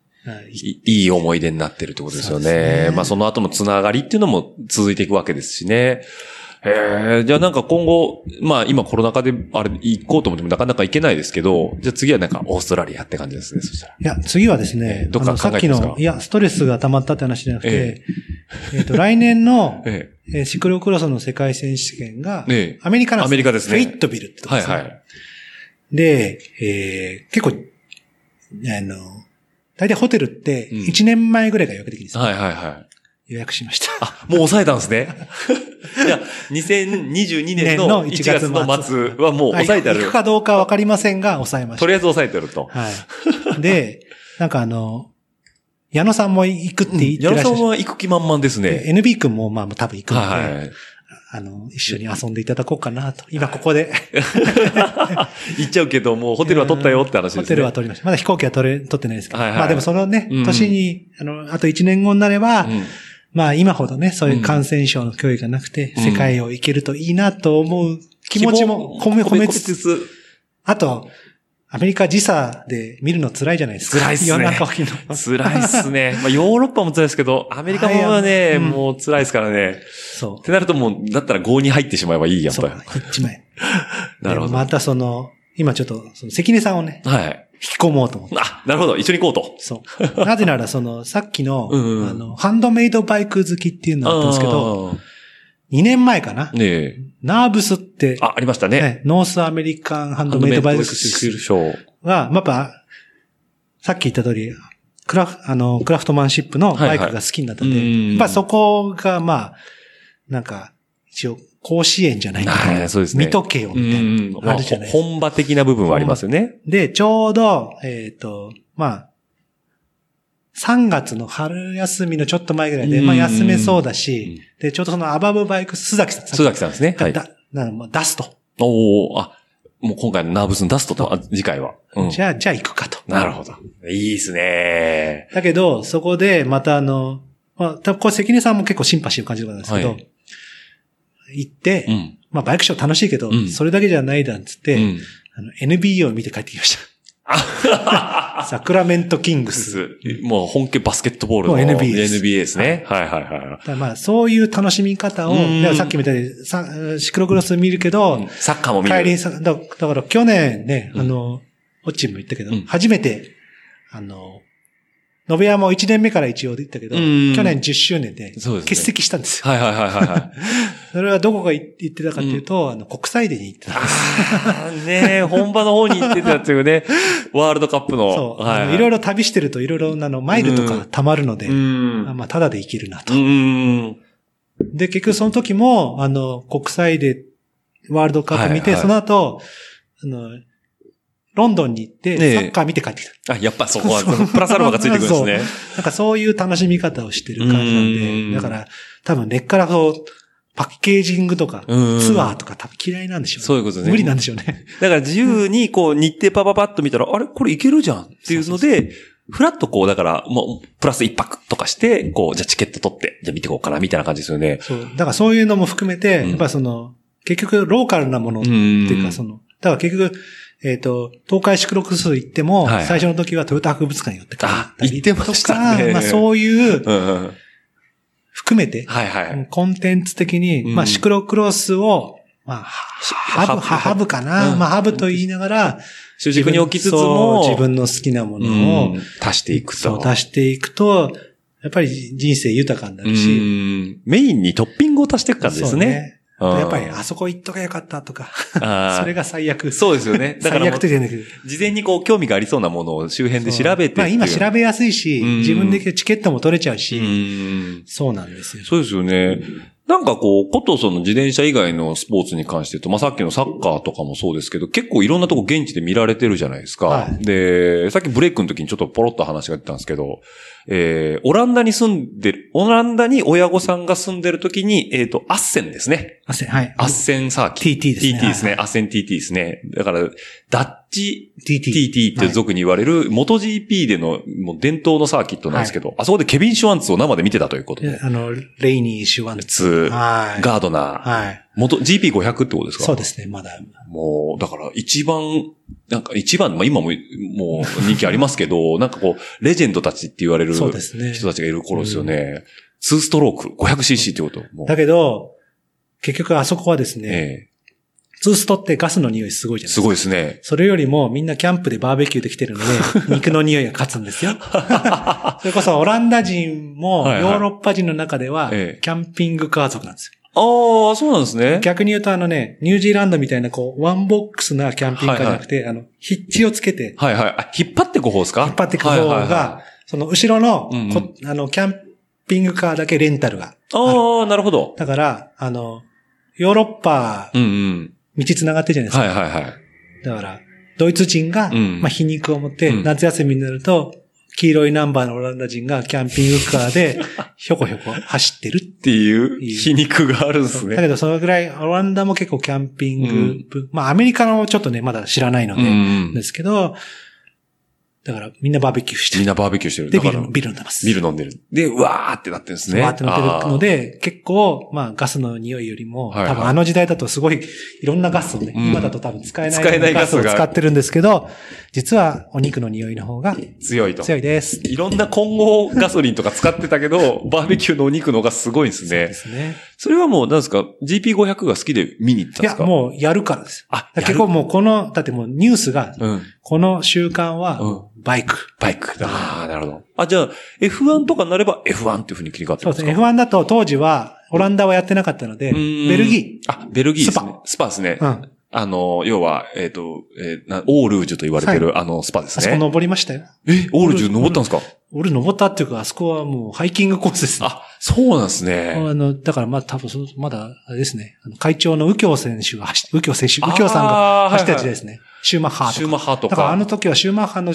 [SPEAKER 2] いいい思い出になってるってことですよ
[SPEAKER 3] そうで
[SPEAKER 2] ね。
[SPEAKER 3] すね
[SPEAKER 2] まあその後のつながりっていうのも続いていくわけですしね。えー、じゃあなんか今後、まあ今コロナ禍であれ行こうと思ってもなかなか行けないですけど、じゃあ次はなんかオーストラリアって感じですね、そしたら。
[SPEAKER 3] いや、次はですね
[SPEAKER 2] え、どっか
[SPEAKER 3] あの
[SPEAKER 2] 考
[SPEAKER 3] さ
[SPEAKER 2] え
[SPEAKER 3] ってき
[SPEAKER 2] ますか
[SPEAKER 3] の、いや、ストレスが溜まったって話じゃなく
[SPEAKER 2] え
[SPEAKER 3] て、えっ、と、来年の、
[SPEAKER 2] え
[SPEAKER 3] えーシクロクロスの世界選手権が
[SPEAKER 2] ええ、
[SPEAKER 3] アメリカなん
[SPEAKER 2] アメリカですね
[SPEAKER 3] フェイットビルって
[SPEAKER 2] え
[SPEAKER 3] とこ
[SPEAKER 2] はい
[SPEAKER 3] ですね。
[SPEAKER 2] はい。
[SPEAKER 3] で、えー結構、あの、大体ホテルって
[SPEAKER 2] うん
[SPEAKER 3] 1年前ぐらいが予約できるんですよ。
[SPEAKER 2] はいはいはい。
[SPEAKER 3] 予約しました。
[SPEAKER 2] あ、もう抑えたんです ね。いや、2022年の1月の末はもう抑えてあ
[SPEAKER 3] はい
[SPEAKER 2] る
[SPEAKER 3] 行く。かどうかわかりませんが、抑えまし
[SPEAKER 2] と
[SPEAKER 3] た。
[SPEAKER 2] りあえず抑えてると。
[SPEAKER 3] はい。で、なんかあの、矢野さんも行くって言って
[SPEAKER 2] 矢野
[SPEAKER 3] らっ
[SPEAKER 2] さ
[SPEAKER 3] しゃ
[SPEAKER 2] ん
[SPEAKER 3] る。
[SPEAKER 2] は行く気満々ですね。
[SPEAKER 3] で NB 君もまあ多分行くので、
[SPEAKER 2] はい。
[SPEAKER 3] あの、一緒に遊んでいただこうかなと。今ここで。
[SPEAKER 2] 行っちゃうけど、もうホテルは取ったよって話ですね。
[SPEAKER 3] ホテルは取りました。まだ飛行機は取れ、取ってないですけど。
[SPEAKER 2] はいはい
[SPEAKER 3] まあでもそのね、
[SPEAKER 2] うん
[SPEAKER 3] 年に、あの、あと1年後になれば、
[SPEAKER 2] うん
[SPEAKER 3] まあ今ほどね、そういう感染症の脅威がなくて、
[SPEAKER 2] うん
[SPEAKER 3] 世界を行けるといいなと思う気持ちも込め込めつつ、
[SPEAKER 2] つ。
[SPEAKER 3] あと、アメリカ時差で見るの辛いじゃないですか。
[SPEAKER 2] 辛いっすね
[SPEAKER 3] 夜中 起きるの。
[SPEAKER 2] 辛いっすね。 まあヨーロッパも辛いですけど、アメリカもは
[SPEAKER 3] は
[SPEAKER 2] ね、
[SPEAKER 3] いうん
[SPEAKER 2] もう辛いですからね。
[SPEAKER 3] そ
[SPEAKER 2] ってなるともう、だったら5に入ってしまえばいいや
[SPEAKER 3] う。
[SPEAKER 2] っ
[SPEAKER 3] そ
[SPEAKER 2] ぱ
[SPEAKER 3] う
[SPEAKER 2] り。。
[SPEAKER 3] 一枚。
[SPEAKER 2] なるほ
[SPEAKER 3] で
[SPEAKER 2] ど。
[SPEAKER 3] またその、今ちょっと、その関根さんをね、
[SPEAKER 2] はい。
[SPEAKER 3] 引き込もうと思って。
[SPEAKER 2] あ、なるほど。一緒に行こう
[SPEAKER 3] そう。なぜならその、さっきの、
[SPEAKER 2] うんうん
[SPEAKER 3] あの、ハンドメイドバイク好きっていうの
[SPEAKER 2] と。
[SPEAKER 3] だったんですけど、2年前かな
[SPEAKER 2] あー。ねえ。
[SPEAKER 3] ナーブスって、
[SPEAKER 2] あ、ありましたね。
[SPEAKER 3] ねノースアメリカンハンドメイドバイク
[SPEAKER 2] シルショー。
[SPEAKER 3] は、まあやっぱ、さっき言った通り、クラフ、あの、クラフトマンシップのバイクが好きになったんで、
[SPEAKER 2] はいはいうん
[SPEAKER 3] やっぱそこが、まあ、なんか、一応、甲子園じゃないけど
[SPEAKER 2] はいそうですね
[SPEAKER 3] 見とけよ、
[SPEAKER 2] う
[SPEAKER 3] みたい
[SPEAKER 2] ん
[SPEAKER 3] な。
[SPEAKER 2] ま
[SPEAKER 3] あ
[SPEAKER 2] あ
[SPEAKER 3] るじゃ
[SPEAKER 2] ほ
[SPEAKER 3] ないですか。
[SPEAKER 2] 本場的な部分はありますよね。
[SPEAKER 3] で、ちょうど、えっ、と、まあ、3月の春休みのちょっと前ぐらいで、
[SPEAKER 2] うん
[SPEAKER 3] まあ休めそうだし、で、ちょうどそのアバブバイク、須崎さん。
[SPEAKER 2] 須崎さんですね。はい。
[SPEAKER 3] だなまあ出すと。
[SPEAKER 2] おおあ、もう今回のナーブスに出すとと、あ次回は。うん
[SPEAKER 3] じゃあ、じゃあ行くかと。
[SPEAKER 2] なるほど。いいですね。
[SPEAKER 3] だけど、そこで、またあの、まあ、多分これ関根さんも結構シンパシーを感じることなんですけど、
[SPEAKER 2] はい
[SPEAKER 3] 行って、
[SPEAKER 2] うん。
[SPEAKER 3] まあ、バイクショー楽しいけど、
[SPEAKER 2] うん
[SPEAKER 3] それだけじゃないだんつって、
[SPEAKER 2] うん
[SPEAKER 3] あの、NBA を見て帰ってきました。サクラメントキングス。
[SPEAKER 2] もう本家バスケットボールの
[SPEAKER 3] もう
[SPEAKER 2] NBA
[SPEAKER 3] NBA です
[SPEAKER 2] ですね。はいはいはい。
[SPEAKER 3] だからまあ、そういう楽しみ方を、
[SPEAKER 2] うん
[SPEAKER 3] だからさっきみたいにさシクロクロス見るけど、
[SPEAKER 2] サッカーも見
[SPEAKER 3] 帰り
[SPEAKER 2] る。
[SPEAKER 3] にさ、だだから去年ね、
[SPEAKER 2] うん
[SPEAKER 3] あの、オッチンも言ったけど、
[SPEAKER 2] うん
[SPEAKER 3] 初めて、あの、延山も1年目から一応言ったけど、
[SPEAKER 2] うん
[SPEAKER 3] 去年10周年で
[SPEAKER 2] そうですね
[SPEAKER 3] 欠席したんですよ。
[SPEAKER 2] はいはいはいはい はい。
[SPEAKER 3] それはどこが行ってたかっていうと、あの、国際デーに行ってた。
[SPEAKER 2] あーねえ本場の方に行ってたっていう ね、ワールドカップの。
[SPEAKER 3] そう。
[SPEAKER 2] は
[SPEAKER 3] あ
[SPEAKER 2] い、
[SPEAKER 3] のいろいろ旅してるといろいろなあの、マイルと
[SPEAKER 2] うん
[SPEAKER 3] か溜まるので、
[SPEAKER 2] うん。
[SPEAKER 3] あまあ、ただで行けるなと
[SPEAKER 2] う。ん。
[SPEAKER 3] で、結局その時も、あの、国際デー、ワールドカップ見
[SPEAKER 2] は
[SPEAKER 3] て、
[SPEAKER 2] いはい
[SPEAKER 3] その後、あの、ロンドンに行って、
[SPEAKER 2] ねえ
[SPEAKER 3] サッカー見て帰ってきた。
[SPEAKER 2] あ、やっぱそこは、プラスアルファがついてくるんですね。
[SPEAKER 3] なんかそういう楽しみ方をしてる感じなんで、
[SPEAKER 2] うん
[SPEAKER 3] だから、多分根っからこう、パッケージングとか、ツ
[SPEAKER 2] うん
[SPEAKER 3] アーとか多分嫌いなんでしょうね。
[SPEAKER 2] そういうことですね
[SPEAKER 3] 無理なんでしょうね。
[SPEAKER 2] だから自由にこう日程パパパッと見たら、あれこれいけるじゃんっていうので、フラッとこうだから、もうプラス一泊とかして、こうじゃあチケット取って、じゃあ見てこうかなみたいな感じですよね。
[SPEAKER 3] そう。だからそういうのも含めて、
[SPEAKER 2] うん
[SPEAKER 3] やっぱその、結局ローカルなものっていうか、その、だから結局、えっ、と、東海シクロクロス行っても、
[SPEAKER 2] はい
[SPEAKER 3] 最初の時はトヨタ博物館寄って帰ったりと
[SPEAKER 2] あ行って
[SPEAKER 3] か、
[SPEAKER 2] ましたね
[SPEAKER 3] まあそういう、
[SPEAKER 2] うんうん
[SPEAKER 3] 含めて、
[SPEAKER 2] はいはい。
[SPEAKER 3] コンテンツ的に、
[SPEAKER 2] うん
[SPEAKER 3] まあシクロクロスを、まあ、ハブ、ハブかな、
[SPEAKER 2] うん
[SPEAKER 3] まあハブと言いながら、
[SPEAKER 2] 主軸に置きつつも、
[SPEAKER 3] そう自分の好きなものを、
[SPEAKER 2] うん足していく
[SPEAKER 3] そ
[SPEAKER 2] と。
[SPEAKER 3] う出していくと、やっぱり人生豊かにな
[SPEAKER 2] う
[SPEAKER 3] るし。
[SPEAKER 2] んメインにトッピングを足していく感じですね。
[SPEAKER 3] そうね。
[SPEAKER 2] うん
[SPEAKER 3] やっぱり、あそこ行っとけばよかったとか、
[SPEAKER 2] あー
[SPEAKER 3] それが最悪。
[SPEAKER 2] そうですよね。だから
[SPEAKER 3] 最
[SPEAKER 2] も
[SPEAKER 3] 悪
[SPEAKER 2] う
[SPEAKER 3] と言うんだけど。
[SPEAKER 2] 事前にこう興味がありそうなものを周辺で調べてって
[SPEAKER 3] まあ
[SPEAKER 2] いう。
[SPEAKER 3] 今調べやすいし、
[SPEAKER 2] うん
[SPEAKER 3] 自分でチケットも取れちゃう
[SPEAKER 2] う
[SPEAKER 3] し、
[SPEAKER 2] ん
[SPEAKER 3] そうなんですよ。
[SPEAKER 2] そうですよね。なんかこう、ことその自転車以外のスポーツに関して言うと、まあ、さっきのサッカーとかもそうですけど、結構いろんなとこ現地で見られてるじゃないですか。
[SPEAKER 3] はい
[SPEAKER 2] で、さっきブレイクの時にちょっとポロッと話が出たんですけど、えー、オランダに住んでる、オランダに親御さんが住んでる時に、えっ、と、アッセンですね。
[SPEAKER 3] あせん、はい。
[SPEAKER 2] アッセンサーキット。
[SPEAKER 3] TT ですね
[SPEAKER 2] TT ですね。
[SPEAKER 3] はい
[SPEAKER 2] アッセン TT ですね。だから、ダッチ
[SPEAKER 3] TT。
[SPEAKER 2] TT って俗に言われる、元 GP での、もう伝統のサーキットなんですけど、あそこでケビン・シュワンツを生で見てたということで
[SPEAKER 3] で。あの、レイニー・シュワンツ。
[SPEAKER 2] ツ
[SPEAKER 3] はい。
[SPEAKER 2] ガードナー。
[SPEAKER 3] はい。
[SPEAKER 2] 元 GP500 ってことですか
[SPEAKER 3] そうですね、まだ。
[SPEAKER 2] もう、だから一番、なんか一番、まあ今も、もう人気ありますけど、 なんかこう、レジェンドたちって言われる
[SPEAKER 3] そ
[SPEAKER 2] 人
[SPEAKER 3] う
[SPEAKER 2] た
[SPEAKER 3] ですね。
[SPEAKER 2] ちがいる頃ですよね。ツーストローク、500cc ってこと。もう
[SPEAKER 3] だけど、結局あそこはですね、
[SPEAKER 2] え
[SPEAKER 3] ツーストってガスの匂いすごい
[SPEAKER 2] え
[SPEAKER 3] じゃないですすか。
[SPEAKER 2] ごいですね。
[SPEAKER 3] それよりもみんなキャンプでバーベキューできてるの で、肉の匂いが勝つんですよ。それこそオランダ人も
[SPEAKER 2] は
[SPEAKER 3] ヨ
[SPEAKER 2] いはい
[SPEAKER 3] ーロッパ人の中では、キ
[SPEAKER 2] ええ
[SPEAKER 3] ャンピングカー族なんですよ。
[SPEAKER 2] ああ、そうなんですね。
[SPEAKER 3] 逆に言うとあのね、ニュージーランドみたいなこう、ワンボックスなキャンピングカーじゃなくて、あの、ヒッチをつけて、
[SPEAKER 2] はいはい。あ引っ張ってく方ですか
[SPEAKER 3] 引っ張ってく方が、
[SPEAKER 2] はいはいは
[SPEAKER 3] その後ろの、
[SPEAKER 2] うんうん
[SPEAKER 3] こあの、キャンピングカーだけレンタルが。
[SPEAKER 2] いああ、なるほど。
[SPEAKER 3] だから、あの、ヨーロッパ
[SPEAKER 2] う、んうん。
[SPEAKER 3] 道繋がってるじゃないですか。
[SPEAKER 2] はいはいはい。
[SPEAKER 3] だから、ドイツ人が、
[SPEAKER 2] うん
[SPEAKER 3] まあ、皮肉を持って、
[SPEAKER 2] うん
[SPEAKER 3] 夏休みになると、黄色いナンバーのオランダ人がキャンピングカ ーで、ひょこひょこ走ってる。
[SPEAKER 2] っていう皮肉があるんです
[SPEAKER 3] だ
[SPEAKER 2] ね。
[SPEAKER 3] けど、そのぐらい、オランダも結構キャンピング、まあ、アメリカのちょっとね、まだ知らないの
[SPEAKER 2] う
[SPEAKER 3] で、
[SPEAKER 2] ん。
[SPEAKER 3] ですけど、だから、みんなバーベキューして
[SPEAKER 2] みんなバーベキューしてる。
[SPEAKER 3] で、
[SPEAKER 2] だか
[SPEAKER 3] ビ
[SPEAKER 2] ら
[SPEAKER 3] ール、ビール飲んでます。
[SPEAKER 2] ビール飲んでる。で、うわーってなってるんですね。
[SPEAKER 3] わーってなってるの
[SPEAKER 2] あ
[SPEAKER 3] で、結構、まあ、ガスの匂いよりも、
[SPEAKER 2] はいはい
[SPEAKER 3] 多分あの時代だとすごい、いろんなガスをね、
[SPEAKER 2] うん
[SPEAKER 3] 今だと多分使えない
[SPEAKER 2] 使えないガ
[SPEAKER 3] ガ
[SPEAKER 2] ス
[SPEAKER 3] ス
[SPEAKER 2] が
[SPEAKER 3] を使ってるんですけど、実はお肉の匂いの方が
[SPEAKER 2] ー強いと。
[SPEAKER 3] 強いです。
[SPEAKER 2] いろんな混合ガソリンとか使ってたけ ど、バーベキューのお肉のがすごいんです
[SPEAKER 3] で
[SPEAKER 2] ね。
[SPEAKER 3] すね。
[SPEAKER 2] それはもう、なんですか ?GP500 が好きで見に行ったんで
[SPEAKER 3] い
[SPEAKER 2] す
[SPEAKER 3] や、
[SPEAKER 2] かう、
[SPEAKER 3] もうやるからですよ。
[SPEAKER 2] あ、
[SPEAKER 3] だから
[SPEAKER 2] や
[SPEAKER 3] 結
[SPEAKER 2] る
[SPEAKER 3] 構もうこの、だってもうニュースが、
[SPEAKER 2] うん。
[SPEAKER 3] この習慣は
[SPEAKER 2] うん、
[SPEAKER 3] バイク。
[SPEAKER 2] バイクだ。ああ、なるほど。あ、じゃあ、F1 とかになれば F1 っていう風に切り替わって
[SPEAKER 3] そ
[SPEAKER 2] ま
[SPEAKER 3] う
[SPEAKER 2] す
[SPEAKER 3] で
[SPEAKER 2] か
[SPEAKER 3] すね。F1 だと当時は、オランダはやってなかったので、
[SPEAKER 2] うーん
[SPEAKER 3] ベルギ
[SPEAKER 2] あ、ベルギーですね
[SPEAKER 3] ス。
[SPEAKER 2] スパですね。
[SPEAKER 3] ー。うん。
[SPEAKER 2] あの、要は、えっ、と、えーなオールージュと言われてる、あの、スパです
[SPEAKER 3] あそこ
[SPEAKER 2] ね。
[SPEAKER 3] 登りましたよ。
[SPEAKER 2] え、オールージュ登ったんですか
[SPEAKER 3] 俺登ったっていうか、あそこはもうハイキングコースですね。
[SPEAKER 2] あ、そうなんですね。
[SPEAKER 3] あの、だからまあ多分その、まだ、あれですね、あの会長の右京選手が走って、右京選手、右京さんが
[SPEAKER 2] が
[SPEAKER 3] 走ってた時代ですね。シューマッハ
[SPEAKER 2] はいはいシ
[SPEAKER 3] ーと
[SPEAKER 2] ュー
[SPEAKER 3] か。
[SPEAKER 2] マッハとか。
[SPEAKER 3] だからあの時はシューマッハの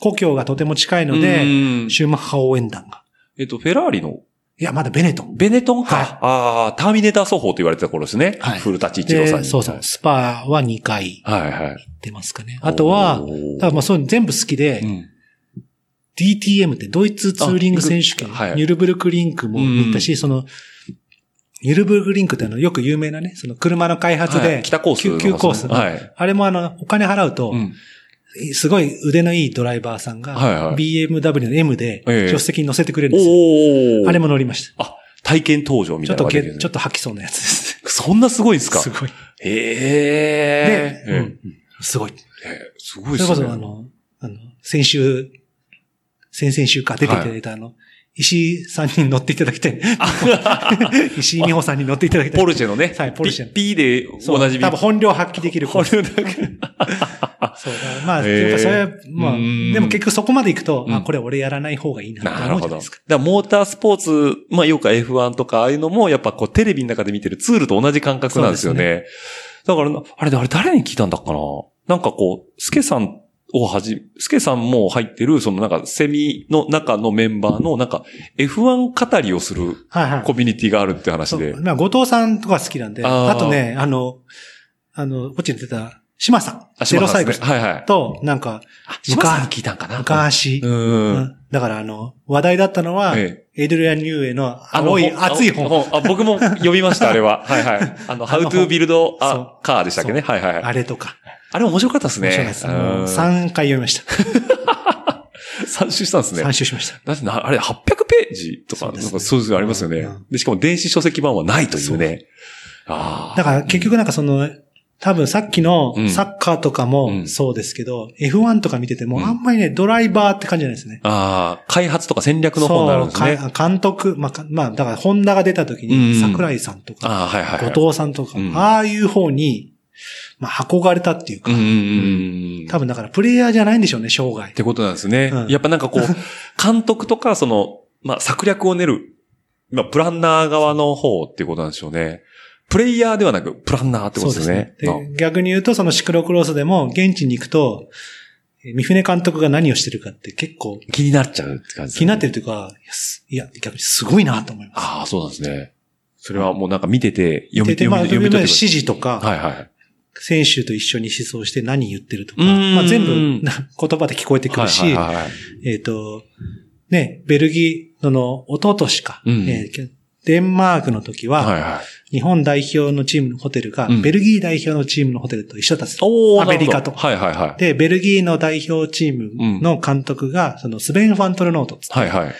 [SPEAKER 3] 故郷がとても近いの
[SPEAKER 2] う
[SPEAKER 3] で、
[SPEAKER 2] ん
[SPEAKER 3] シューマッハ応援団が。
[SPEAKER 2] えっと、フェラーリの
[SPEAKER 3] いや、まだベネトン。
[SPEAKER 2] ベネトンか。
[SPEAKER 3] はい
[SPEAKER 2] ああ、ターミネーター奏法と言われてた頃ですね。
[SPEAKER 3] はい
[SPEAKER 2] 古立一郎さん
[SPEAKER 3] で、
[SPEAKER 2] に。
[SPEAKER 3] そうそう、スパは2回行
[SPEAKER 2] はいはい。
[SPEAKER 3] ってますかね。あとは、
[SPEAKER 2] おー、
[SPEAKER 3] だからまあそういうの全部好きで、
[SPEAKER 2] うん
[SPEAKER 3] DTM ってドイツツーリング選手権、
[SPEAKER 2] あはい
[SPEAKER 3] ニュルブルクリンクも行ったし、その、ニュルブルクリンクってあの、よく有名なね、その車の開発
[SPEAKER 2] は
[SPEAKER 3] で
[SPEAKER 2] い、北コースの方ですね。
[SPEAKER 3] 旧コース
[SPEAKER 2] はい。
[SPEAKER 3] あれもあの、お金払うと
[SPEAKER 2] う、ん
[SPEAKER 3] すごい腕のいいドライバーさんが、
[SPEAKER 2] はいはい
[SPEAKER 3] BMW の M で、
[SPEAKER 2] ええ
[SPEAKER 3] 助手席に乗せてくれるんですよ。
[SPEAKER 2] おー
[SPEAKER 3] あれも乗りました。
[SPEAKER 2] 体験登場み
[SPEAKER 3] ちょ
[SPEAKER 2] たいなのが
[SPEAKER 3] っとけ、
[SPEAKER 2] できるんです
[SPEAKER 3] ちょ
[SPEAKER 2] ね
[SPEAKER 3] っと吐きそうなやつです。
[SPEAKER 2] そんなすごいんですか
[SPEAKER 3] すごい。
[SPEAKER 2] へ
[SPEAKER 3] で、
[SPEAKER 2] え。
[SPEAKER 3] うんすごい。
[SPEAKER 2] えすごい
[SPEAKER 3] そ
[SPEAKER 2] で
[SPEAKER 3] れ
[SPEAKER 2] すね。
[SPEAKER 3] こそあの、あの、先週、先々週か出ていただいたあの、石井さんに乗っていただき たい。石井美穂さんに乗っていただきたい。
[SPEAKER 2] ポルシェのね。
[SPEAKER 3] はいポルシェの
[SPEAKER 2] ピッピーで
[SPEAKER 3] そう
[SPEAKER 2] おなじみ
[SPEAKER 3] 多。分本領発揮できる。
[SPEAKER 2] こ
[SPEAKER 3] そ
[SPEAKER 2] れ
[SPEAKER 3] う
[SPEAKER 2] だけ。
[SPEAKER 3] だま
[SPEAKER 2] へ
[SPEAKER 3] あ、
[SPEAKER 2] ー
[SPEAKER 3] っていうかそれは、まあ、
[SPEAKER 2] うん
[SPEAKER 3] でも結局そこまで行くと、
[SPEAKER 2] うん
[SPEAKER 3] あ、これ俺やらない方がいいなって
[SPEAKER 2] な
[SPEAKER 3] 思
[SPEAKER 2] る
[SPEAKER 3] うじ
[SPEAKER 2] ほ
[SPEAKER 3] ゃな
[SPEAKER 2] ど。
[SPEAKER 3] いで
[SPEAKER 2] だ
[SPEAKER 3] す
[SPEAKER 2] か
[SPEAKER 3] か。
[SPEAKER 2] らモータースポーツ、まあ、よくは F1 とか、ああいうのも、やっぱこう、テレビの中で見てるツールと同じ感覚なんですよね。だ
[SPEAKER 3] そ
[SPEAKER 2] からな、あれ、あれ誰に聞いたんだっかななんかこう、スケさんをはじ、スケさんも入ってる、そのなんか、セミの中のメンバーの、なんか、F1 語りをする
[SPEAKER 3] はいはい。
[SPEAKER 2] コミュニティがあるって話
[SPEAKER 3] そ
[SPEAKER 2] で
[SPEAKER 3] う。。まあ、後藤さんとか好きなんで、
[SPEAKER 2] あー
[SPEAKER 3] あとね、あの、あの、こっちに出た、島さん。
[SPEAKER 2] あ、
[SPEAKER 3] ゼロ
[SPEAKER 2] 島さ
[SPEAKER 3] サイ
[SPEAKER 2] んで
[SPEAKER 3] ク
[SPEAKER 2] す
[SPEAKER 3] ル
[SPEAKER 2] ね。はいはい。
[SPEAKER 3] と、なんか、
[SPEAKER 2] あ、島さんに聞いたんかな
[SPEAKER 3] 昔、
[SPEAKER 2] う。
[SPEAKER 3] うんんだからあの、話題だったのは、
[SPEAKER 2] え
[SPEAKER 3] エドリアン・ニューエの
[SPEAKER 2] あの
[SPEAKER 3] 青い、
[SPEAKER 2] 本
[SPEAKER 3] 熱い本。
[SPEAKER 2] あ、僕も読みました、あれは。はいはい。あの、
[SPEAKER 3] あ
[SPEAKER 2] How
[SPEAKER 3] の
[SPEAKER 2] to
[SPEAKER 3] 本
[SPEAKER 2] build
[SPEAKER 3] そ
[SPEAKER 2] a
[SPEAKER 3] う
[SPEAKER 2] car でしたっけね。はいはい。
[SPEAKER 3] あれとか。
[SPEAKER 2] あれ面白かったですね。
[SPEAKER 3] 面白いです。もう
[SPEAKER 2] うん
[SPEAKER 3] 3回読みました。
[SPEAKER 2] 三周したんですね
[SPEAKER 3] 3。周しました。
[SPEAKER 2] だってな、あれ800ページと
[SPEAKER 3] そ
[SPEAKER 2] か、
[SPEAKER 3] うで
[SPEAKER 2] な
[SPEAKER 3] す
[SPEAKER 2] ん
[SPEAKER 3] ね
[SPEAKER 2] かそういうのありますよね
[SPEAKER 3] うん。
[SPEAKER 2] で、しかも電子書籍版はないというね。ああ。
[SPEAKER 3] だから結局なんかその、多分さっきの
[SPEAKER 2] うん
[SPEAKER 3] サッカーとか
[SPEAKER 2] う
[SPEAKER 3] も
[SPEAKER 2] ん
[SPEAKER 3] そうですけど、F1 とか見てて
[SPEAKER 2] う
[SPEAKER 3] も
[SPEAKER 2] ん
[SPEAKER 3] あんまりね、ドライバーって感じじゃないですね。
[SPEAKER 2] ああ、開発とか戦略の本になるん
[SPEAKER 3] そう、
[SPEAKER 2] ですね。
[SPEAKER 3] か監督、まあ、かまあ、だからホンダが出た時
[SPEAKER 2] うん
[SPEAKER 3] に、
[SPEAKER 2] うん
[SPEAKER 3] 桜井さんとか、
[SPEAKER 2] ああ、はいはいはい。
[SPEAKER 3] 後藤さんとか、
[SPEAKER 2] うん
[SPEAKER 3] ああいう方に、まあ、憧れたっていうか、
[SPEAKER 2] うんうんうんうん。
[SPEAKER 3] 多分だからプレイヤーじゃないんでしょうね、生涯
[SPEAKER 2] っ。てことなんですね。
[SPEAKER 3] うん
[SPEAKER 2] やっぱなんかこう、監督とか、その、まあ、策略を練るまあ、プランナー側の方っていうことなんでしょうね。プレイヤーではなく、プランナーってことですね。
[SPEAKER 3] そうですねで逆に言うと、そのシクロクロスでも、現地に行くと、えー三船監督が何をしてるかって結構
[SPEAKER 2] あ気になっちゃうって感じですね、
[SPEAKER 3] 気になってるというか、いやすいや、逆にすごいなと思います。
[SPEAKER 2] ああ、そうなんですね。それはもうなんか見てて、読み、
[SPEAKER 3] で、で
[SPEAKER 2] 読み
[SPEAKER 3] まあ、、
[SPEAKER 2] 読み取
[SPEAKER 3] 指
[SPEAKER 2] って
[SPEAKER 3] 示とか、
[SPEAKER 2] くるはいはい。
[SPEAKER 3] 選手と一緒に思想して何言ってるとか、
[SPEAKER 2] うーん
[SPEAKER 3] まあ、全部な言葉で聞こえてくるし、
[SPEAKER 2] はいはいはいはい
[SPEAKER 3] えっ、と、ね、ベルギーのの一昨年か、
[SPEAKER 2] うん
[SPEAKER 3] えーデンマークの時は、
[SPEAKER 2] はいはい。
[SPEAKER 3] 日本代表のチームのホテルが、
[SPEAKER 2] うん
[SPEAKER 3] ベルギー代表のチームのホテルと一緒だったんですよ
[SPEAKER 2] おー
[SPEAKER 3] アメリカと
[SPEAKER 2] なるほどはいはいはい。
[SPEAKER 3] で、ベルギーの代表チームの監督が、そのスベン・ファントルノートっつって
[SPEAKER 2] はいはい。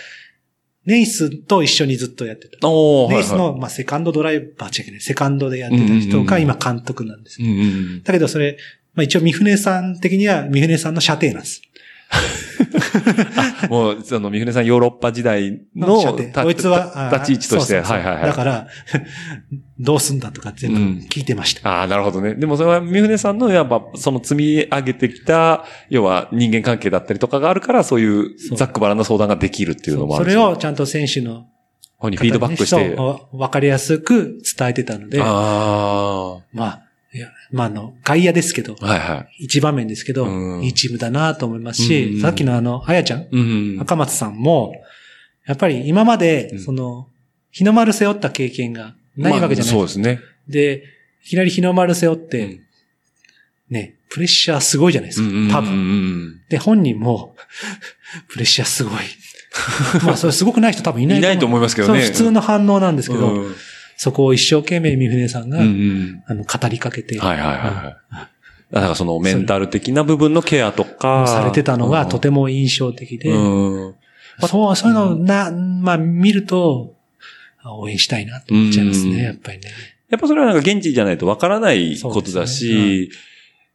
[SPEAKER 3] ネイスと一緒にずっとやってた。
[SPEAKER 2] おー
[SPEAKER 3] ネイス
[SPEAKER 2] はいは
[SPEAKER 3] の、まあ、セカンドドライバーじゃいけない、セカンドでやってた人が
[SPEAKER 2] うんうんうん
[SPEAKER 3] 今監督なんです。
[SPEAKER 2] いうんうん
[SPEAKER 3] だけどそれ、まあ一応三船さん的には三船さんの射程なんです。
[SPEAKER 2] うん。もう、その、三船さんヨーロッパ時代の、
[SPEAKER 3] 射程。
[SPEAKER 2] た
[SPEAKER 3] こいつは、あー
[SPEAKER 2] 立ち位置として、
[SPEAKER 3] そうそう
[SPEAKER 2] は
[SPEAKER 3] そう
[SPEAKER 2] いはいはい
[SPEAKER 3] だ。から、 どうすんだとか全部聞いてました。
[SPEAKER 2] ああ、なるほどね。でもそれは三船さんの、やっぱ、その積み上げてきた、要は人間関係だったりとかがあるから、そういう
[SPEAKER 3] そう
[SPEAKER 2] ざっくばらんな相談ができるっていうのもあ
[SPEAKER 3] そ
[SPEAKER 2] る
[SPEAKER 3] れをちゃんと選手の
[SPEAKER 2] を、にフィードバックし
[SPEAKER 3] 方に
[SPEAKER 2] て
[SPEAKER 3] ね。そうわかりやすく伝えてたので、
[SPEAKER 2] あ
[SPEAKER 3] まあ、いやまああの、外野ですけど
[SPEAKER 2] あ。、はいはい。
[SPEAKER 3] 一場面ですけど、
[SPEAKER 2] うん
[SPEAKER 3] いいチームだなと思います
[SPEAKER 2] うんうん
[SPEAKER 3] し、さっきのあの、あやちゃん、
[SPEAKER 2] うん。
[SPEAKER 3] 赤松さんも、やっぱり今ま
[SPEAKER 2] う
[SPEAKER 3] で、
[SPEAKER 2] ん
[SPEAKER 3] その、日の丸背負った経験がないわけじゃないですか
[SPEAKER 2] まあそうですね。
[SPEAKER 3] で、いきなり日の丸背負っ
[SPEAKER 2] うん
[SPEAKER 3] て、ね、プレッシャーすごいじゃないですか。多
[SPEAKER 2] うんうんう
[SPEAKER 3] 分。
[SPEAKER 2] ん
[SPEAKER 3] で、本人も、 プレッシャーすごい。 まあ、それすごくない人多分いない
[SPEAKER 2] いないと思いますけどね
[SPEAKER 3] それ普通の反応なんですけど、
[SPEAKER 2] うん
[SPEAKER 3] そこを一生懸命三船さんが、
[SPEAKER 2] うん
[SPEAKER 3] あの、語りかけて、
[SPEAKER 2] はいはいはいはい。だからそのメンタル的な部分のケアとか。
[SPEAKER 3] されてたのがとても印象的で、
[SPEAKER 2] うん。
[SPEAKER 3] まあそう、そういうのをな、まあ、見ると、あ応援したいなと思っちゃいま
[SPEAKER 2] う
[SPEAKER 3] す
[SPEAKER 2] ん
[SPEAKER 3] ね、やっぱりね。
[SPEAKER 2] やっぱそれはなんか現地じゃないとわからないことだ
[SPEAKER 3] そうで
[SPEAKER 2] し、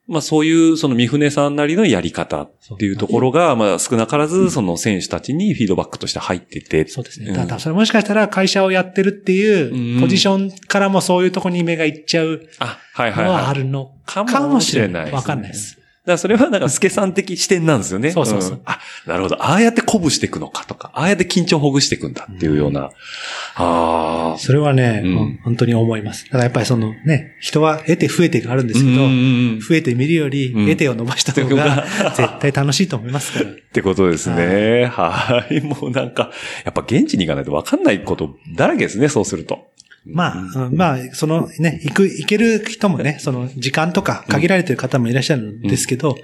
[SPEAKER 2] まあそういうその三船さんなりのやり方っていうところが、まあ少なからずその選手たちにフィードバックとして入ってて。
[SPEAKER 3] そうです
[SPEAKER 2] う
[SPEAKER 3] ね。
[SPEAKER 2] ん
[SPEAKER 3] ただ、それもしかしたら会社をやってるってい
[SPEAKER 2] うん
[SPEAKER 3] う、ポジションからもそういうとこに目がいっちゃう
[SPEAKER 2] あ、はいはい
[SPEAKER 3] のは
[SPEAKER 2] は
[SPEAKER 3] あ
[SPEAKER 2] い。
[SPEAKER 3] るの
[SPEAKER 2] か
[SPEAKER 3] かもし
[SPEAKER 2] で
[SPEAKER 3] れない。
[SPEAKER 2] すね
[SPEAKER 3] わかんないで。す。
[SPEAKER 2] だからそれはなんか、助さん的視点なんですよね。
[SPEAKER 3] そうそうそうん
[SPEAKER 2] あ、なるほど。ああやって鼓舞していくのかとか、ああやって緊張をほぐしていくんだっていうような。ああ。
[SPEAKER 3] それはね、
[SPEAKER 2] うん
[SPEAKER 3] うん本当に思います。ただやっぱりそのね、人は得て増えてがあるんですけど、
[SPEAKER 2] うん
[SPEAKER 3] 増えてみるより、
[SPEAKER 2] うん
[SPEAKER 3] 得てを伸ばした方が、絶対楽しいと思いますから。
[SPEAKER 2] ってことですね。はい。 もうなんか、やっぱ現地に行かないと分かんないことだらけですね、そうすると。
[SPEAKER 3] まあ、うんまあ、そのね、行く、行ける人もね、その時間とか限られてる方もいらっしゃるんですけど、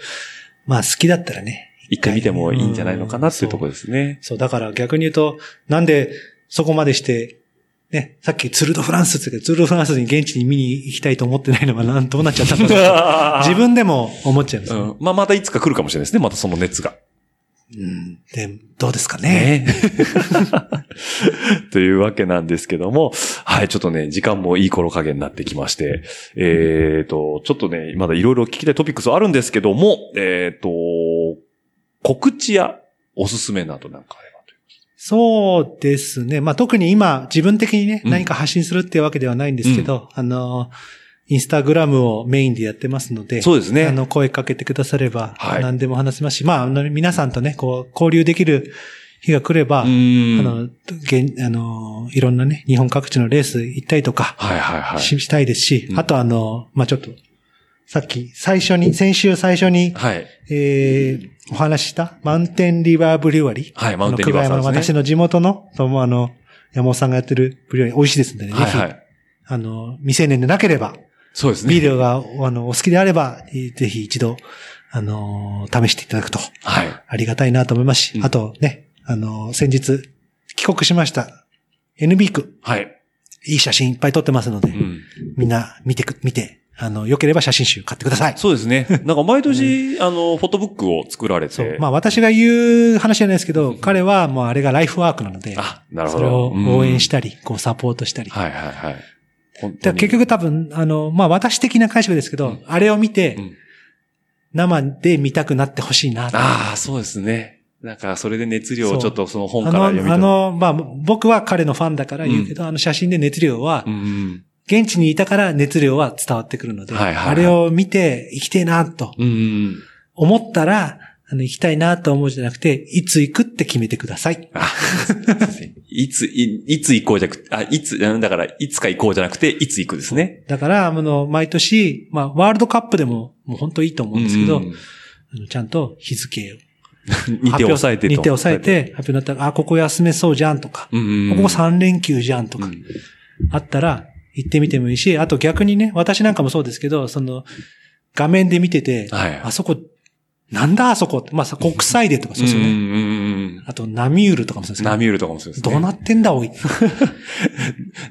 [SPEAKER 3] まあ好きだったらね。
[SPEAKER 2] 行ってみてもいいんじゃないのかなっていうとこ
[SPEAKER 3] ろ。
[SPEAKER 2] ろですね。
[SPEAKER 3] そう、だから逆に言うと、なんでそこまでして、ね、さっきツールドフランスって言ったけど、ツールドフランスに現地に見に行きたいと思ってないのがなんどうなっちゃったのか。
[SPEAKER 2] 自
[SPEAKER 3] 自分でも思っちゃいます、
[SPEAKER 2] う
[SPEAKER 3] ね
[SPEAKER 2] ん、まあ、またいつか来るかもしれないですね、またその熱が。
[SPEAKER 3] うん。で、どうですかね。
[SPEAKER 2] ね というわけなんですけども、はい、ちょっとね、時間もいい頃加減になってきまして、えっ、と、ちょっとね、まだいろいろ聞きたいトピックスはあるんですけども、えっ、と、告知やおすすめなどなんかあればという
[SPEAKER 3] そうですね。まあ、特に今、自分的にね、
[SPEAKER 2] うん
[SPEAKER 3] 何か発信するっていうわけではないんですけど、あの、インスタグラムをメインでやってますので、
[SPEAKER 2] そうですね
[SPEAKER 3] あの、声かけてくだされば
[SPEAKER 2] はい、
[SPEAKER 3] 何でも話せますし、まあ、あの、皆さんとね、こう、交流できる日が来れば、あ
[SPEAKER 2] うん。
[SPEAKER 3] の、現、あの、いろんなね、日本各地のレース行ったりとか、
[SPEAKER 2] はいはいはい。
[SPEAKER 3] ししたいですし、
[SPEAKER 2] うん
[SPEAKER 3] あとあの、まあ、ちょっと、さっき、最初に、先週最初に、
[SPEAKER 2] はい。
[SPEAKER 3] えー、お話しした、マウンテンリバーブリュワリー。
[SPEAKER 2] はい、マ
[SPEAKER 3] あ
[SPEAKER 2] ウン
[SPEAKER 3] の
[SPEAKER 2] テンリ
[SPEAKER 3] 久
[SPEAKER 2] バ
[SPEAKER 3] 我
[SPEAKER 2] ー
[SPEAKER 3] 山の
[SPEAKER 2] さんです
[SPEAKER 3] 私
[SPEAKER 2] ね。
[SPEAKER 3] の地元の、ともあの、山本さんがやってるブリュワリー美味しいですんでね、ぜひ、
[SPEAKER 2] はいはい。
[SPEAKER 3] あの、未成年でなけ れば、
[SPEAKER 2] そうですね。
[SPEAKER 3] ビールが、おあの、お好きであれば、えーぜひ一度、あの、試していただくと、
[SPEAKER 2] はい。
[SPEAKER 3] ありがたいなと思いますし、
[SPEAKER 2] うん
[SPEAKER 3] あとね、あの、先日、帰国しました、NB 区、
[SPEAKER 2] はい。
[SPEAKER 3] いい写真いっぱい撮ってますので、
[SPEAKER 2] うん。
[SPEAKER 3] みんな見てく、見て、あの、良ければ写真集買ってください。
[SPEAKER 2] そうですね。なんか毎 年、あの、フォトブックを作られて。
[SPEAKER 3] まあ私が言う話じゃないですけど、彼はもうあれがライフワークなので、
[SPEAKER 2] あ、なるほ
[SPEAKER 3] それ
[SPEAKER 2] ど。。
[SPEAKER 3] を応援したたり、こうサポートしたり。
[SPEAKER 2] はいはいはい。本当
[SPEAKER 3] だから
[SPEAKER 2] に
[SPEAKER 3] 結、局多分、あの、まあ、私的な解釈ですけど、
[SPEAKER 2] うん
[SPEAKER 3] あれを見て、
[SPEAKER 2] うん
[SPEAKER 3] 生で見たくなってほしいなと
[SPEAKER 2] ああ、そうですね。なんか、それで熱量
[SPEAKER 3] そ
[SPEAKER 2] を
[SPEAKER 3] う
[SPEAKER 2] ちょっとその本
[SPEAKER 3] あ
[SPEAKER 2] から読み
[SPEAKER 3] の、
[SPEAKER 2] た
[SPEAKER 3] あ
[SPEAKER 2] い。
[SPEAKER 3] の、まあ、僕は彼のファンだから言うけど、あの写真で熱量は
[SPEAKER 2] う、ん。
[SPEAKER 3] 現地にいたから熱量は伝わってくるので、
[SPEAKER 2] はいはいはい
[SPEAKER 3] あれを見て生きてえなと
[SPEAKER 2] うん。
[SPEAKER 3] 思ったら、あの、行きたいなと思うじゃなくて、いつ行くって決めてください。
[SPEAKER 2] あ、そうですねいつ、い、いつ行こうじゃなくて、あ、いつ、うんだから、いつか行こうじゃなくて、いつ行くですね。
[SPEAKER 3] だから、あの、毎年、まあ、ワールドカップでも、もう本当いいと思うんですけど、
[SPEAKER 2] うん
[SPEAKER 3] あのちゃんと日付を。
[SPEAKER 2] 似て抑えてと。
[SPEAKER 3] 日程抑えて、発表になったら、あ、ここ休めそうじゃんとか、
[SPEAKER 2] うんうんうん。
[SPEAKER 3] ここ3連休じゃんとか、
[SPEAKER 2] うん
[SPEAKER 3] あったら、行ってみてもいいし、あと逆にね、私なんかもそうですけど、その、画面で見てて、
[SPEAKER 2] はい。
[SPEAKER 3] あそこ、なんだあそこって、まあさ、国際でとかそうですよ
[SPEAKER 2] う
[SPEAKER 3] ね。
[SPEAKER 2] んうんうん
[SPEAKER 3] あと、ナミュールとかもそうで
[SPEAKER 2] う
[SPEAKER 3] す
[SPEAKER 2] ん。
[SPEAKER 3] よ
[SPEAKER 2] ナ
[SPEAKER 3] ね。
[SPEAKER 2] ミュールとかもそうですね。
[SPEAKER 3] どうなってんだ、おい。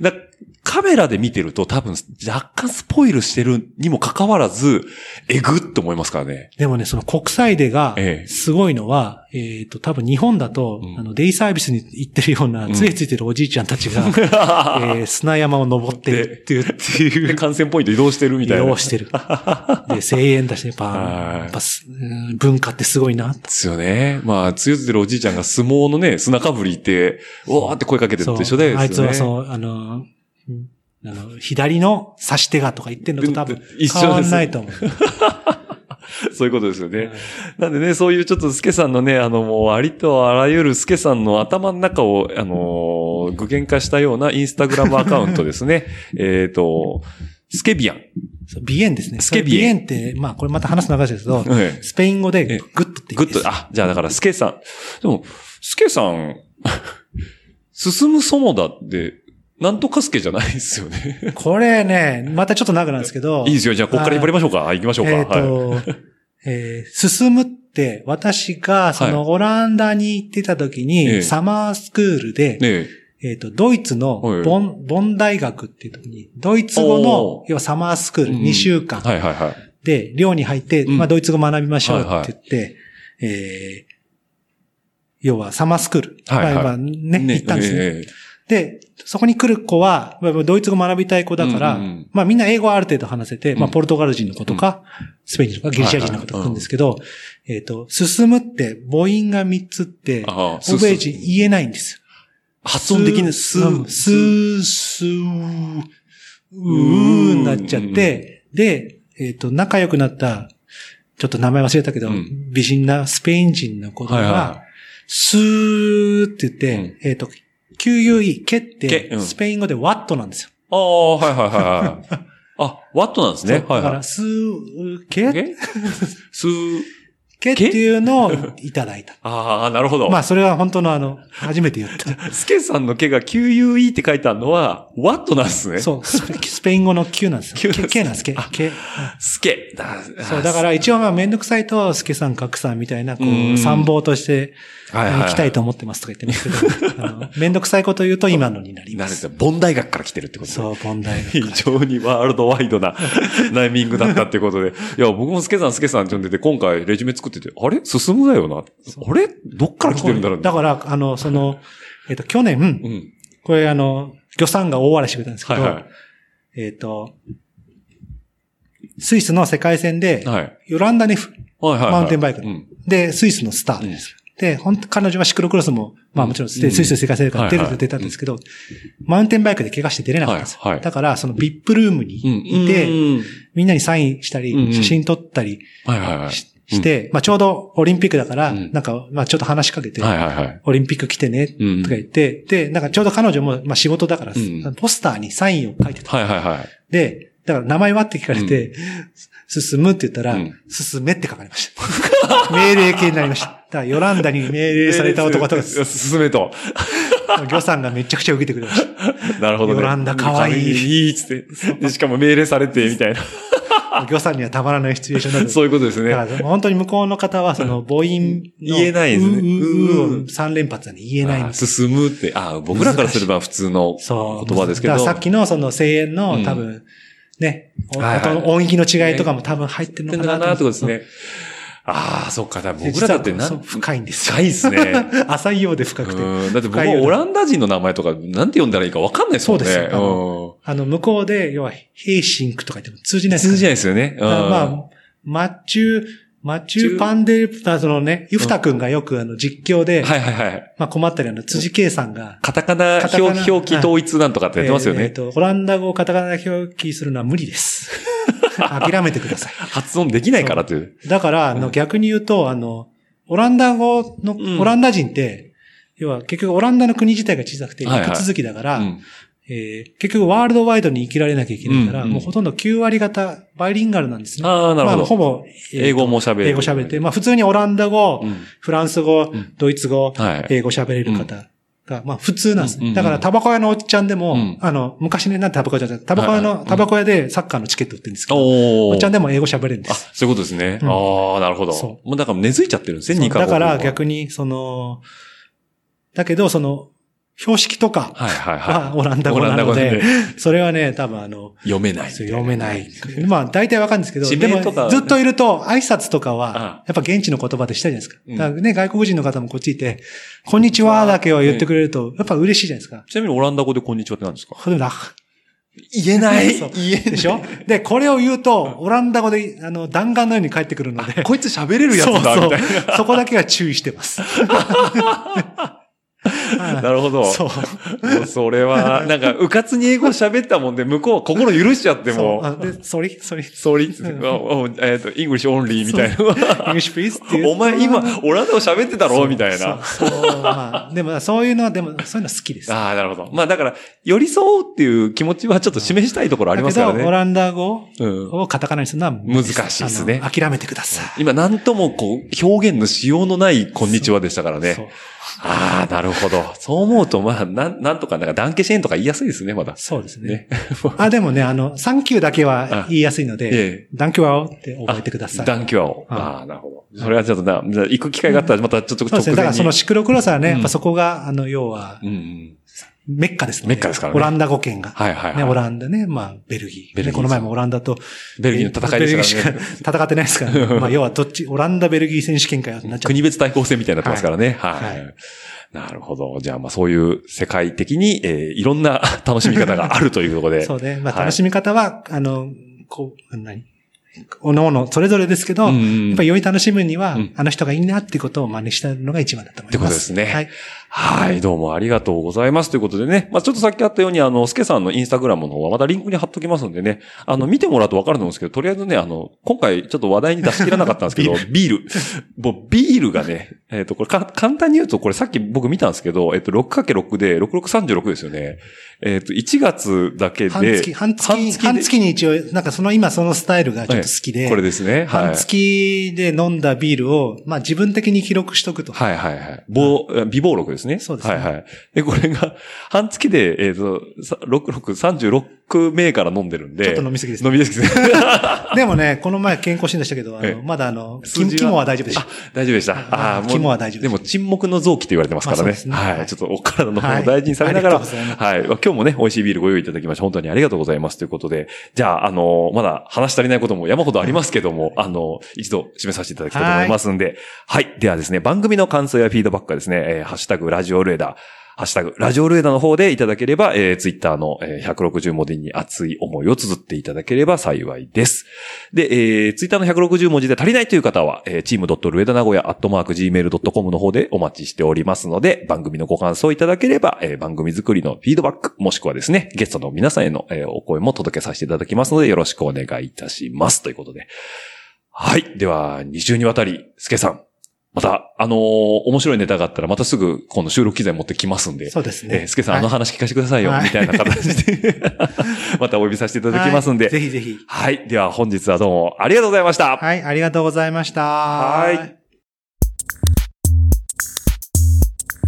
[SPEAKER 2] だカメラで見てると多分若干スポイルしてるにもかかわらず、えぐっと思いますからね。
[SPEAKER 3] でもね、その国際デーが
[SPEAKER 2] え、え
[SPEAKER 3] すごいのは、えっ、と、多分日本だと、
[SPEAKER 2] うん
[SPEAKER 3] あの、デイサービスに行ってるような、
[SPEAKER 2] ん
[SPEAKER 3] 杖ついてるおじいちゃんたち が、えー砂山を登ってるっていう、
[SPEAKER 2] っていう感染ポイント移動してるみたい
[SPEAKER 3] 移
[SPEAKER 2] な。
[SPEAKER 3] 動し てる。で、声援出して、やっ
[SPEAKER 2] は
[SPEAKER 3] ぱ
[SPEAKER 2] い、
[SPEAKER 3] やっぱすうん文化ってすごいな、と
[SPEAKER 2] ですよね。まあ、つゆつてるおじいちゃんが相撲のね、砂かぶりいて、うわーって声かけてる
[SPEAKER 3] そ
[SPEAKER 2] の
[SPEAKER 3] う
[SPEAKER 2] と一緒だよね。
[SPEAKER 3] あいつは
[SPEAKER 2] う。
[SPEAKER 3] そう、あの、あの左の差し手がとか言ってんのと多分
[SPEAKER 2] うん一緒です
[SPEAKER 3] 変わんないと思う。
[SPEAKER 2] そういうことですよ ね。
[SPEAKER 3] はい
[SPEAKER 2] なんでね、そういうちょっとスケさんのね、あのもうありとあらゆるスケさんの頭の中を、あのー具現化したようなインスタグラムアカウントですね。 えっと、スケビアン。
[SPEAKER 3] そう鼻炎ですね。
[SPEAKER 2] スケ鼻炎
[SPEAKER 3] それ炎って、まあこれまた話す流れですけど、
[SPEAKER 2] ええ
[SPEAKER 3] スペイン語
[SPEAKER 2] ええ
[SPEAKER 3] でグッドって
[SPEAKER 2] グ
[SPEAKER 3] 言うん
[SPEAKER 2] ッ
[SPEAKER 3] です
[SPEAKER 2] と、あ、じゃあだからスケさん。でも、スケさん、 進むそもだって、なんとかスケじゃないですよ ね。
[SPEAKER 3] これね、またちょっと長くなるんですけど。
[SPEAKER 2] いいですよ。じゃあ、こっから引っ張りましょうか。はい行きましょうか。
[SPEAKER 3] えっ、
[SPEAKER 2] はい。
[SPEAKER 3] と、えー進むって、私が、そ
[SPEAKER 2] は
[SPEAKER 3] の、オランダに行ってた時に、
[SPEAKER 2] ええ
[SPEAKER 3] サマースクールで、
[SPEAKER 2] ねえ。
[SPEAKER 3] えっ、と、ドイツの
[SPEAKER 2] はい
[SPEAKER 3] ボン、ボン大学っていう時に、ドイツ語
[SPEAKER 2] おー
[SPEAKER 3] の、要はサマースクール
[SPEAKER 2] うん
[SPEAKER 3] 2週間
[SPEAKER 2] はいはいはい。
[SPEAKER 3] で、寮に入って、
[SPEAKER 2] うん
[SPEAKER 3] まあ、ドイツ語学びましょうって言って、えー要はサマースクール。
[SPEAKER 2] はいはい
[SPEAKER 3] まあまあね、行ったんですね。
[SPEAKER 2] ええ
[SPEAKER 3] で、そこに来る子は、まあドイツ語学びたい子だから、
[SPEAKER 2] うんうんうん
[SPEAKER 3] まあみんな英語はある程度話せて、
[SPEAKER 2] う
[SPEAKER 3] まあ
[SPEAKER 2] ん
[SPEAKER 3] ポルトガル人の子とか、スペイン人とかギリシア人の子とか来るんですけど、えっ、と、進むって母音が3つって、
[SPEAKER 2] ああ
[SPEAKER 3] 欧米人言えないんですよ。
[SPEAKER 2] 発音的に
[SPEAKER 3] スー、スー、スー、うーになっちゃっ、て、で、えっ、と、仲良くなった、ちょっと名前忘れたけど、
[SPEAKER 2] うん
[SPEAKER 3] 美人なスペイン人の子とか、
[SPEAKER 2] はいは
[SPEAKER 3] スーって言って、えっ、と、QUE、けっ
[SPEAKER 2] け
[SPEAKER 3] て、
[SPEAKER 2] うん
[SPEAKER 3] スペイン語でワットなんですよ。
[SPEAKER 2] ああ、はいはいはい はい。あ、ワットなんですね。
[SPEAKER 3] そう
[SPEAKER 2] はい
[SPEAKER 3] だか
[SPEAKER 2] は
[SPEAKER 3] ら、
[SPEAKER 2] い。
[SPEAKER 3] スー、け、
[SPEAKER 2] えすー、。
[SPEAKER 3] けっていうのをいただいた
[SPEAKER 2] ああ、なるほど。
[SPEAKER 3] まあ、それは本当のあの、初めて 言った。
[SPEAKER 2] スケさんの毛が QUE って書いてあるのは、ワットなんですね。う。
[SPEAKER 3] そう、スペスペイン語の Q なんです
[SPEAKER 2] Q
[SPEAKER 3] よ。
[SPEAKER 2] なんです
[SPEAKER 3] けけなんです、け。け
[SPEAKER 2] スケ。だ
[SPEAKER 3] そう、だから、一応まあ、めんどくさいと、スケさん、カクさんみたいな、こ
[SPEAKER 2] うん
[SPEAKER 3] う、参謀として、
[SPEAKER 2] はいはいはい
[SPEAKER 3] 行きたいと思ってますとか言ってますけ ど、あのめんどくさいこと言うと今のになり
[SPEAKER 2] な
[SPEAKER 3] ま。
[SPEAKER 2] るんですすよ。ボン大学から来てるってことね
[SPEAKER 3] そう、問題 が。
[SPEAKER 2] 非常にワールドワイド なタイミングだったってことで。いや、僕もスケさん、スケさんって呼んでて、今回レジュメ作ってて、あれ進むだよな。あれどっから来てるんだろう
[SPEAKER 3] だから、あの、その、えっと、去年
[SPEAKER 2] う、ん。
[SPEAKER 3] これあの、魚さんが大笑いしてくれたんですけ
[SPEAKER 2] はい
[SPEAKER 3] ど、
[SPEAKER 2] は
[SPEAKER 3] えっと、スイスの世界戦で
[SPEAKER 2] い。、はい。
[SPEAKER 3] ヨランダにふ、
[SPEAKER 2] はいはいはい。
[SPEAKER 3] マウンテンバイク
[SPEAKER 2] うん。
[SPEAKER 3] で、スイスのスターです。で、本当彼女はシクロクロスも、まあもちろん、
[SPEAKER 2] う
[SPEAKER 3] で
[SPEAKER 2] ん
[SPEAKER 3] スイスの世界戦から出ると出たんですけど、マウンテンバイクで怪我して出れなかったんですよ。
[SPEAKER 2] はいはい
[SPEAKER 3] だから、その VIP ルームに
[SPEAKER 2] うん。
[SPEAKER 3] いて、
[SPEAKER 2] うん
[SPEAKER 3] みんなにサインしたり、
[SPEAKER 2] うんうん
[SPEAKER 3] 写真撮ったり、
[SPEAKER 2] はいはいはい。
[SPEAKER 3] しして、まあちょうどオリンピックだから、
[SPEAKER 2] うん
[SPEAKER 3] なんか、まあちょっと話しかけて、
[SPEAKER 2] はいはいはい。
[SPEAKER 3] オリンピック来てね、と
[SPEAKER 2] うん
[SPEAKER 3] か言って、で、なんかちょうど彼女も、まあ仕事だから、
[SPEAKER 2] うん
[SPEAKER 3] ポスターにサインを書いてた。
[SPEAKER 2] はいはいはい。
[SPEAKER 3] で、だから名前はって聞かれて、進むって言ったら、
[SPEAKER 2] うん
[SPEAKER 3] 進めって書かれました。 命令系になりました。だから、ヨランダに命令された 男とか、
[SPEAKER 2] いや進めと。
[SPEAKER 3] 魚さんがめちゃくちゃ受けてくれました。
[SPEAKER 2] なるほどね。
[SPEAKER 3] ヨランダ可愛い
[SPEAKER 2] いいっつって。で、しかも命令されて、みたいな。
[SPEAKER 3] 魚さんにはたまらないシチュエーションだった。
[SPEAKER 2] そういうことですね。
[SPEAKER 3] だから、本当に向こうの方は、その、母音の。
[SPEAKER 2] 言えないですね
[SPEAKER 3] うう
[SPEAKER 2] う
[SPEAKER 3] う
[SPEAKER 2] う
[SPEAKER 3] を三連発はね、言えないん
[SPEAKER 2] あー
[SPEAKER 3] です。
[SPEAKER 2] 進むって、あー僕らからすれば普通の
[SPEAKER 3] そう。
[SPEAKER 2] 言葉ですけ
[SPEAKER 3] だ
[SPEAKER 2] ど。
[SPEAKER 3] からさっきの、その、声援
[SPEAKER 2] う
[SPEAKER 3] の
[SPEAKER 2] ん、
[SPEAKER 3] 多分、ね、お
[SPEAKER 2] はいはい
[SPEAKER 3] 音の音域の違いとかも多分入ってる
[SPEAKER 2] っ
[SPEAKER 3] の
[SPEAKER 2] てん
[SPEAKER 3] か
[SPEAKER 2] だか
[SPEAKER 3] な
[SPEAKER 2] なってこと
[SPEAKER 3] 思
[SPEAKER 2] です。ね。ああ、そっか。だから
[SPEAKER 3] で
[SPEAKER 2] 僕らだって
[SPEAKER 3] 実は
[SPEAKER 2] な
[SPEAKER 3] そう、深いんですよ。
[SPEAKER 2] 深いっすね。
[SPEAKER 3] 浅いようで深くて。
[SPEAKER 2] うんだって僕
[SPEAKER 3] 深いよ
[SPEAKER 2] は
[SPEAKER 3] ね
[SPEAKER 2] オランダ人の名前とか、なんて呼んだらいいかわかんないですもんね。
[SPEAKER 3] そうですよ
[SPEAKER 2] う
[SPEAKER 3] あの、向こうで、要は、ヘイシンクとか言っても通じない
[SPEAKER 2] ん
[SPEAKER 3] ですから
[SPEAKER 2] 通じないですよね。うん
[SPEAKER 3] だからまあ、マッチュー、マッチューパンデル、あそのね、ユフタ君がよくあの、実況で、
[SPEAKER 2] はいはいはい。
[SPEAKER 3] まあ困ったり、あの、辻圭さんが、
[SPEAKER 2] カタカナ表
[SPEAKER 3] カタカナ
[SPEAKER 2] 表記統一なんとかってやってますよ
[SPEAKER 3] えー
[SPEAKER 2] ね
[SPEAKER 3] えー。と、オランダ語をカタカナ表記するのは無 理です。諦めてください。
[SPEAKER 2] 発音できないからという。
[SPEAKER 3] だから、あの、逆に言うと、あの、オランダ語の、
[SPEAKER 2] うん
[SPEAKER 3] オランダ人って、要は結局オランダの国自体が小さくて、
[SPEAKER 2] はいはい
[SPEAKER 3] 陸続きだから、
[SPEAKER 2] うん
[SPEAKER 3] えー結局ワールドワイドに生きられなきゃいけないから、
[SPEAKER 2] うんうん
[SPEAKER 3] もうほとんど9割方バイリンガルなんですね。
[SPEAKER 2] ああ、なるほ
[SPEAKER 3] ま
[SPEAKER 2] ど。
[SPEAKER 3] あ、ほぼ、えー
[SPEAKER 2] 英語も喋れる。
[SPEAKER 3] 英語喋って、まあ普通にオランダ語、
[SPEAKER 2] うん
[SPEAKER 3] フランス語、
[SPEAKER 2] うん
[SPEAKER 3] ドイツ語、
[SPEAKER 2] はい。
[SPEAKER 3] 英語喋れる方が、まあ普通なんです
[SPEAKER 2] うんうんう
[SPEAKER 3] ね。
[SPEAKER 2] ん
[SPEAKER 3] だからタバコ屋のおっちゃんでも、
[SPEAKER 2] うん
[SPEAKER 3] あの、昔ね、なんてタバコ屋じゃなくてタバコ屋
[SPEAKER 2] はい
[SPEAKER 3] の
[SPEAKER 2] は、い
[SPEAKER 3] タバコ屋でサッカーのチケット売ってるんですけど、
[SPEAKER 2] お
[SPEAKER 3] お
[SPEAKER 2] ー
[SPEAKER 3] っちゃんでも英語喋れるんで
[SPEAKER 2] あ、
[SPEAKER 3] す。
[SPEAKER 2] そういうことですね。
[SPEAKER 3] うん
[SPEAKER 2] ああ、なるほど。
[SPEAKER 3] そ
[SPEAKER 2] もうだから根付いちゃってるんですね、
[SPEAKER 3] そう
[SPEAKER 2] 二カ
[SPEAKER 3] だ
[SPEAKER 2] 国語
[SPEAKER 3] か
[SPEAKER 2] は
[SPEAKER 3] ら逆に、その、だけど、その、標識とか
[SPEAKER 2] はいはいは。
[SPEAKER 3] はいオランダ語
[SPEAKER 2] オラ
[SPEAKER 3] な
[SPEAKER 2] ンダ
[SPEAKER 3] の
[SPEAKER 2] 語なん
[SPEAKER 3] で
[SPEAKER 2] で、
[SPEAKER 3] それはね、多分あの、
[SPEAKER 2] 読め ない。
[SPEAKER 3] そう読めない。まあ、大体わかるんですけど、
[SPEAKER 2] 地
[SPEAKER 3] で
[SPEAKER 2] 名
[SPEAKER 3] も
[SPEAKER 2] とかはね
[SPEAKER 3] ずっといると、挨拶とか
[SPEAKER 2] ああ
[SPEAKER 3] は、やっぱ現地の言葉でしたいじゃないですか。
[SPEAKER 2] うん
[SPEAKER 3] だからね、外国人の方もこっちいて、こんにちはだけを言ってくれると、やっぱ嬉しいじゃないですか。
[SPEAKER 2] ちなみにオランダ語でこんにちはって何ですか
[SPEAKER 3] これな
[SPEAKER 2] 言えな
[SPEAKER 3] そう
[SPEAKER 2] 言え
[SPEAKER 3] でしょで、これを言うと、オランダ語で、あの、弾丸のように帰ってくるので、
[SPEAKER 2] こいつ喋れるやつ
[SPEAKER 3] そう
[SPEAKER 2] だ、
[SPEAKER 3] そ
[SPEAKER 2] み
[SPEAKER 3] う
[SPEAKER 2] たいな。。
[SPEAKER 3] そこだけは注意してます。はい
[SPEAKER 2] なるほど。
[SPEAKER 3] そう。
[SPEAKER 2] もうそれは、なんか、うかつに英語喋ったもんで、向こうは心許しちゃって
[SPEAKER 3] そう
[SPEAKER 2] も、
[SPEAKER 3] あで、それ、それ、イ
[SPEAKER 2] ソーリーっつって、
[SPEAKER 3] うん
[SPEAKER 2] あおえっと、イングリッシュオンリーみたいな。
[SPEAKER 3] ングシュプリースっていう。
[SPEAKER 2] お前今、オランダ語喋ってたろみたいな。
[SPEAKER 3] そう。そうそうまあ、でも、そういうのは、でも、そういうのは好きです。
[SPEAKER 2] ああ、なるほど。まあだから、寄り添おうっていう気持ちはちょっと示したいところありますから
[SPEAKER 3] だけど、
[SPEAKER 2] ね。
[SPEAKER 3] オランダ語
[SPEAKER 2] うん。
[SPEAKER 3] をカタカナにするのは
[SPEAKER 2] 難しいですね
[SPEAKER 3] あの諦めてください。
[SPEAKER 2] 今、なんともこう、表現のしようのないこんにちはでしたから
[SPEAKER 3] そう
[SPEAKER 2] ね。ああ、なるほど。そう思うと、まあ、なん、なんとか、なんか、団結支援とか言いやすいですね、まだ。
[SPEAKER 3] そうですね
[SPEAKER 2] ね。
[SPEAKER 3] あ、でもね、あの、サンキューだけは言いやすいので、
[SPEAKER 2] ええ。
[SPEAKER 3] ダンキュアをって覚えてください。
[SPEAKER 2] 団結はを。
[SPEAKER 3] はい
[SPEAKER 2] ああ、なるほど。それはちょっとな、じゃあ行く機会があったら、またちょっと
[SPEAKER 3] そう
[SPEAKER 2] 直
[SPEAKER 3] です
[SPEAKER 2] 前
[SPEAKER 3] ね。
[SPEAKER 2] に。
[SPEAKER 3] だからそのシクロクロスはね、
[SPEAKER 2] うん
[SPEAKER 3] やっぱそこが、あの、要は、
[SPEAKER 2] うんうん。
[SPEAKER 3] メッカですね。
[SPEAKER 2] メッカですからね
[SPEAKER 3] オランダ語圏が。
[SPEAKER 2] はいはいはい。
[SPEAKER 3] ね、オランダね、まあ、ベルギー。
[SPEAKER 2] ベルギー
[SPEAKER 3] ねこの前もオランダと。
[SPEAKER 2] ベルギーの戦いでしたから
[SPEAKER 3] ベ
[SPEAKER 2] ね
[SPEAKER 3] ルギーしか戦 ってないですから ね。まあ、要はどっち、オランダ、ベルギー選手権かよってなっちゃう。
[SPEAKER 2] 国別対抗戦みたいになってますからね。はい。
[SPEAKER 3] はい
[SPEAKER 2] なるほど。じゃあ、まあそういう世界的に、えーいろんな楽しみ方があるということで。
[SPEAKER 3] そうね。まあ、
[SPEAKER 2] はい
[SPEAKER 3] 楽しみ方は、あの、こう、何おのおの、それぞれですけど、
[SPEAKER 2] うんうん
[SPEAKER 3] やっぱりより楽しむには、
[SPEAKER 2] うん
[SPEAKER 3] あの人がいいなっていうことを真似したのが一番だと思います。
[SPEAKER 2] ってことですね
[SPEAKER 3] はい。
[SPEAKER 2] はい、どうもありがとうございます。ということでね、まあちょっとさっきあったように、あの、スケさんのインスタグラムの方はまたリンクに貼っときますんでね、あの、見てもらうとわかると思うんですけど、とりあえずね、あの、今回ちょっと話題に出し切らなかったんで すけど、ビール。もうビールがね、えっ、と、これか、簡単に言うと、これさっき僕見たんですけど、えっ、と、6×6 で、6636ですよね。えっ、と、1月だけで、
[SPEAKER 3] 半月、半月、半
[SPEAKER 2] 半
[SPEAKER 3] 月
[SPEAKER 2] 月
[SPEAKER 3] 半
[SPEAKER 2] で
[SPEAKER 3] 月に一応、なんかその今そのスタイルがちょっと好きで、
[SPEAKER 2] これですね。は
[SPEAKER 3] 半
[SPEAKER 2] い。
[SPEAKER 3] 月で飲んだビールを、まあ自分的に記録しとくと。
[SPEAKER 2] はいはいはい。棒、微暴録ですね。
[SPEAKER 3] そうですね
[SPEAKER 2] はいはい。で、これが、半月で、えっ、と、さ66、36名から飲んでるんで。
[SPEAKER 3] ちょっと飲みすぎですね
[SPEAKER 2] 飲みですぎですね。
[SPEAKER 3] でもね、この前健康診断したけど、あ
[SPEAKER 2] ええ
[SPEAKER 3] の、まだあの、
[SPEAKER 2] 数
[SPEAKER 3] 肝
[SPEAKER 2] 字は
[SPEAKER 3] 肝は大丈夫でした
[SPEAKER 2] あ。、大丈夫でした。
[SPEAKER 3] あ
[SPEAKER 2] ああー、もう。
[SPEAKER 3] 肝は大丈夫で
[SPEAKER 2] ですも、沈黙の臓器と言われてますから
[SPEAKER 3] まあ
[SPEAKER 2] ね。
[SPEAKER 3] そうですね
[SPEAKER 2] はい。ちょっとお体の方
[SPEAKER 3] は
[SPEAKER 2] も
[SPEAKER 3] い
[SPEAKER 2] 大事にされながら、
[SPEAKER 3] ありがとうございます
[SPEAKER 2] はい。今日もね、美味しいビールご用意いただきまして、本当にありがとうございますということで、じゃあ、あの、まだ話し足りないことも山ほどありますけども、あの、一度締めさせていただきたいと思いますんで、はい。ではですね、番組の感想やフィードバックはですね、えーハッシュタグラジオルエダ、ハッシュタグラジオルエダの方でいただければ、えー、ツイッターの、えー160文字に熱い思いを綴っていただければ幸いです。で、えー、ツイッターの160文字で足りないという方は、えー、チームルエダ名古屋アットマーク gmail.com の方でお待ちしておりますので、番組のご感想いただければ、えー、番組作りのフィードバック、もしくはですね、ゲストの皆さんへの、えーお声も届けさせていただきますので、よろしくお願いいたします。ということで。はい。では、2週にわたり、スケさん。また、あのー面白いネタがあったら、またすぐ、今度収録機材持ってきますんで。
[SPEAKER 3] そうです
[SPEAKER 2] え
[SPEAKER 3] ね。
[SPEAKER 2] ー、スケさん、あの
[SPEAKER 3] はい
[SPEAKER 2] 話聞かせてくださいよ、
[SPEAKER 3] はい
[SPEAKER 2] みたいな形 で、またお呼びさせていただきますんで。
[SPEAKER 3] はいぜひぜひ。
[SPEAKER 2] はい。では本日はどうもありがとうございました。
[SPEAKER 3] はい、ありがとうございました。
[SPEAKER 2] はい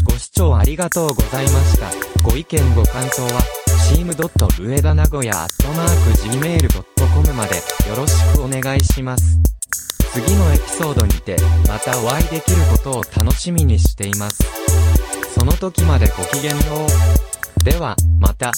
[SPEAKER 4] ご視聴ありがとうございました。ご意見ご感想は、チームドットルエダ名古屋アットマーク Gmail.com までよろしくお願いします。次のエピソードにて、またお会いできることを楽しみにしています。その時までごきげんよう。では、また。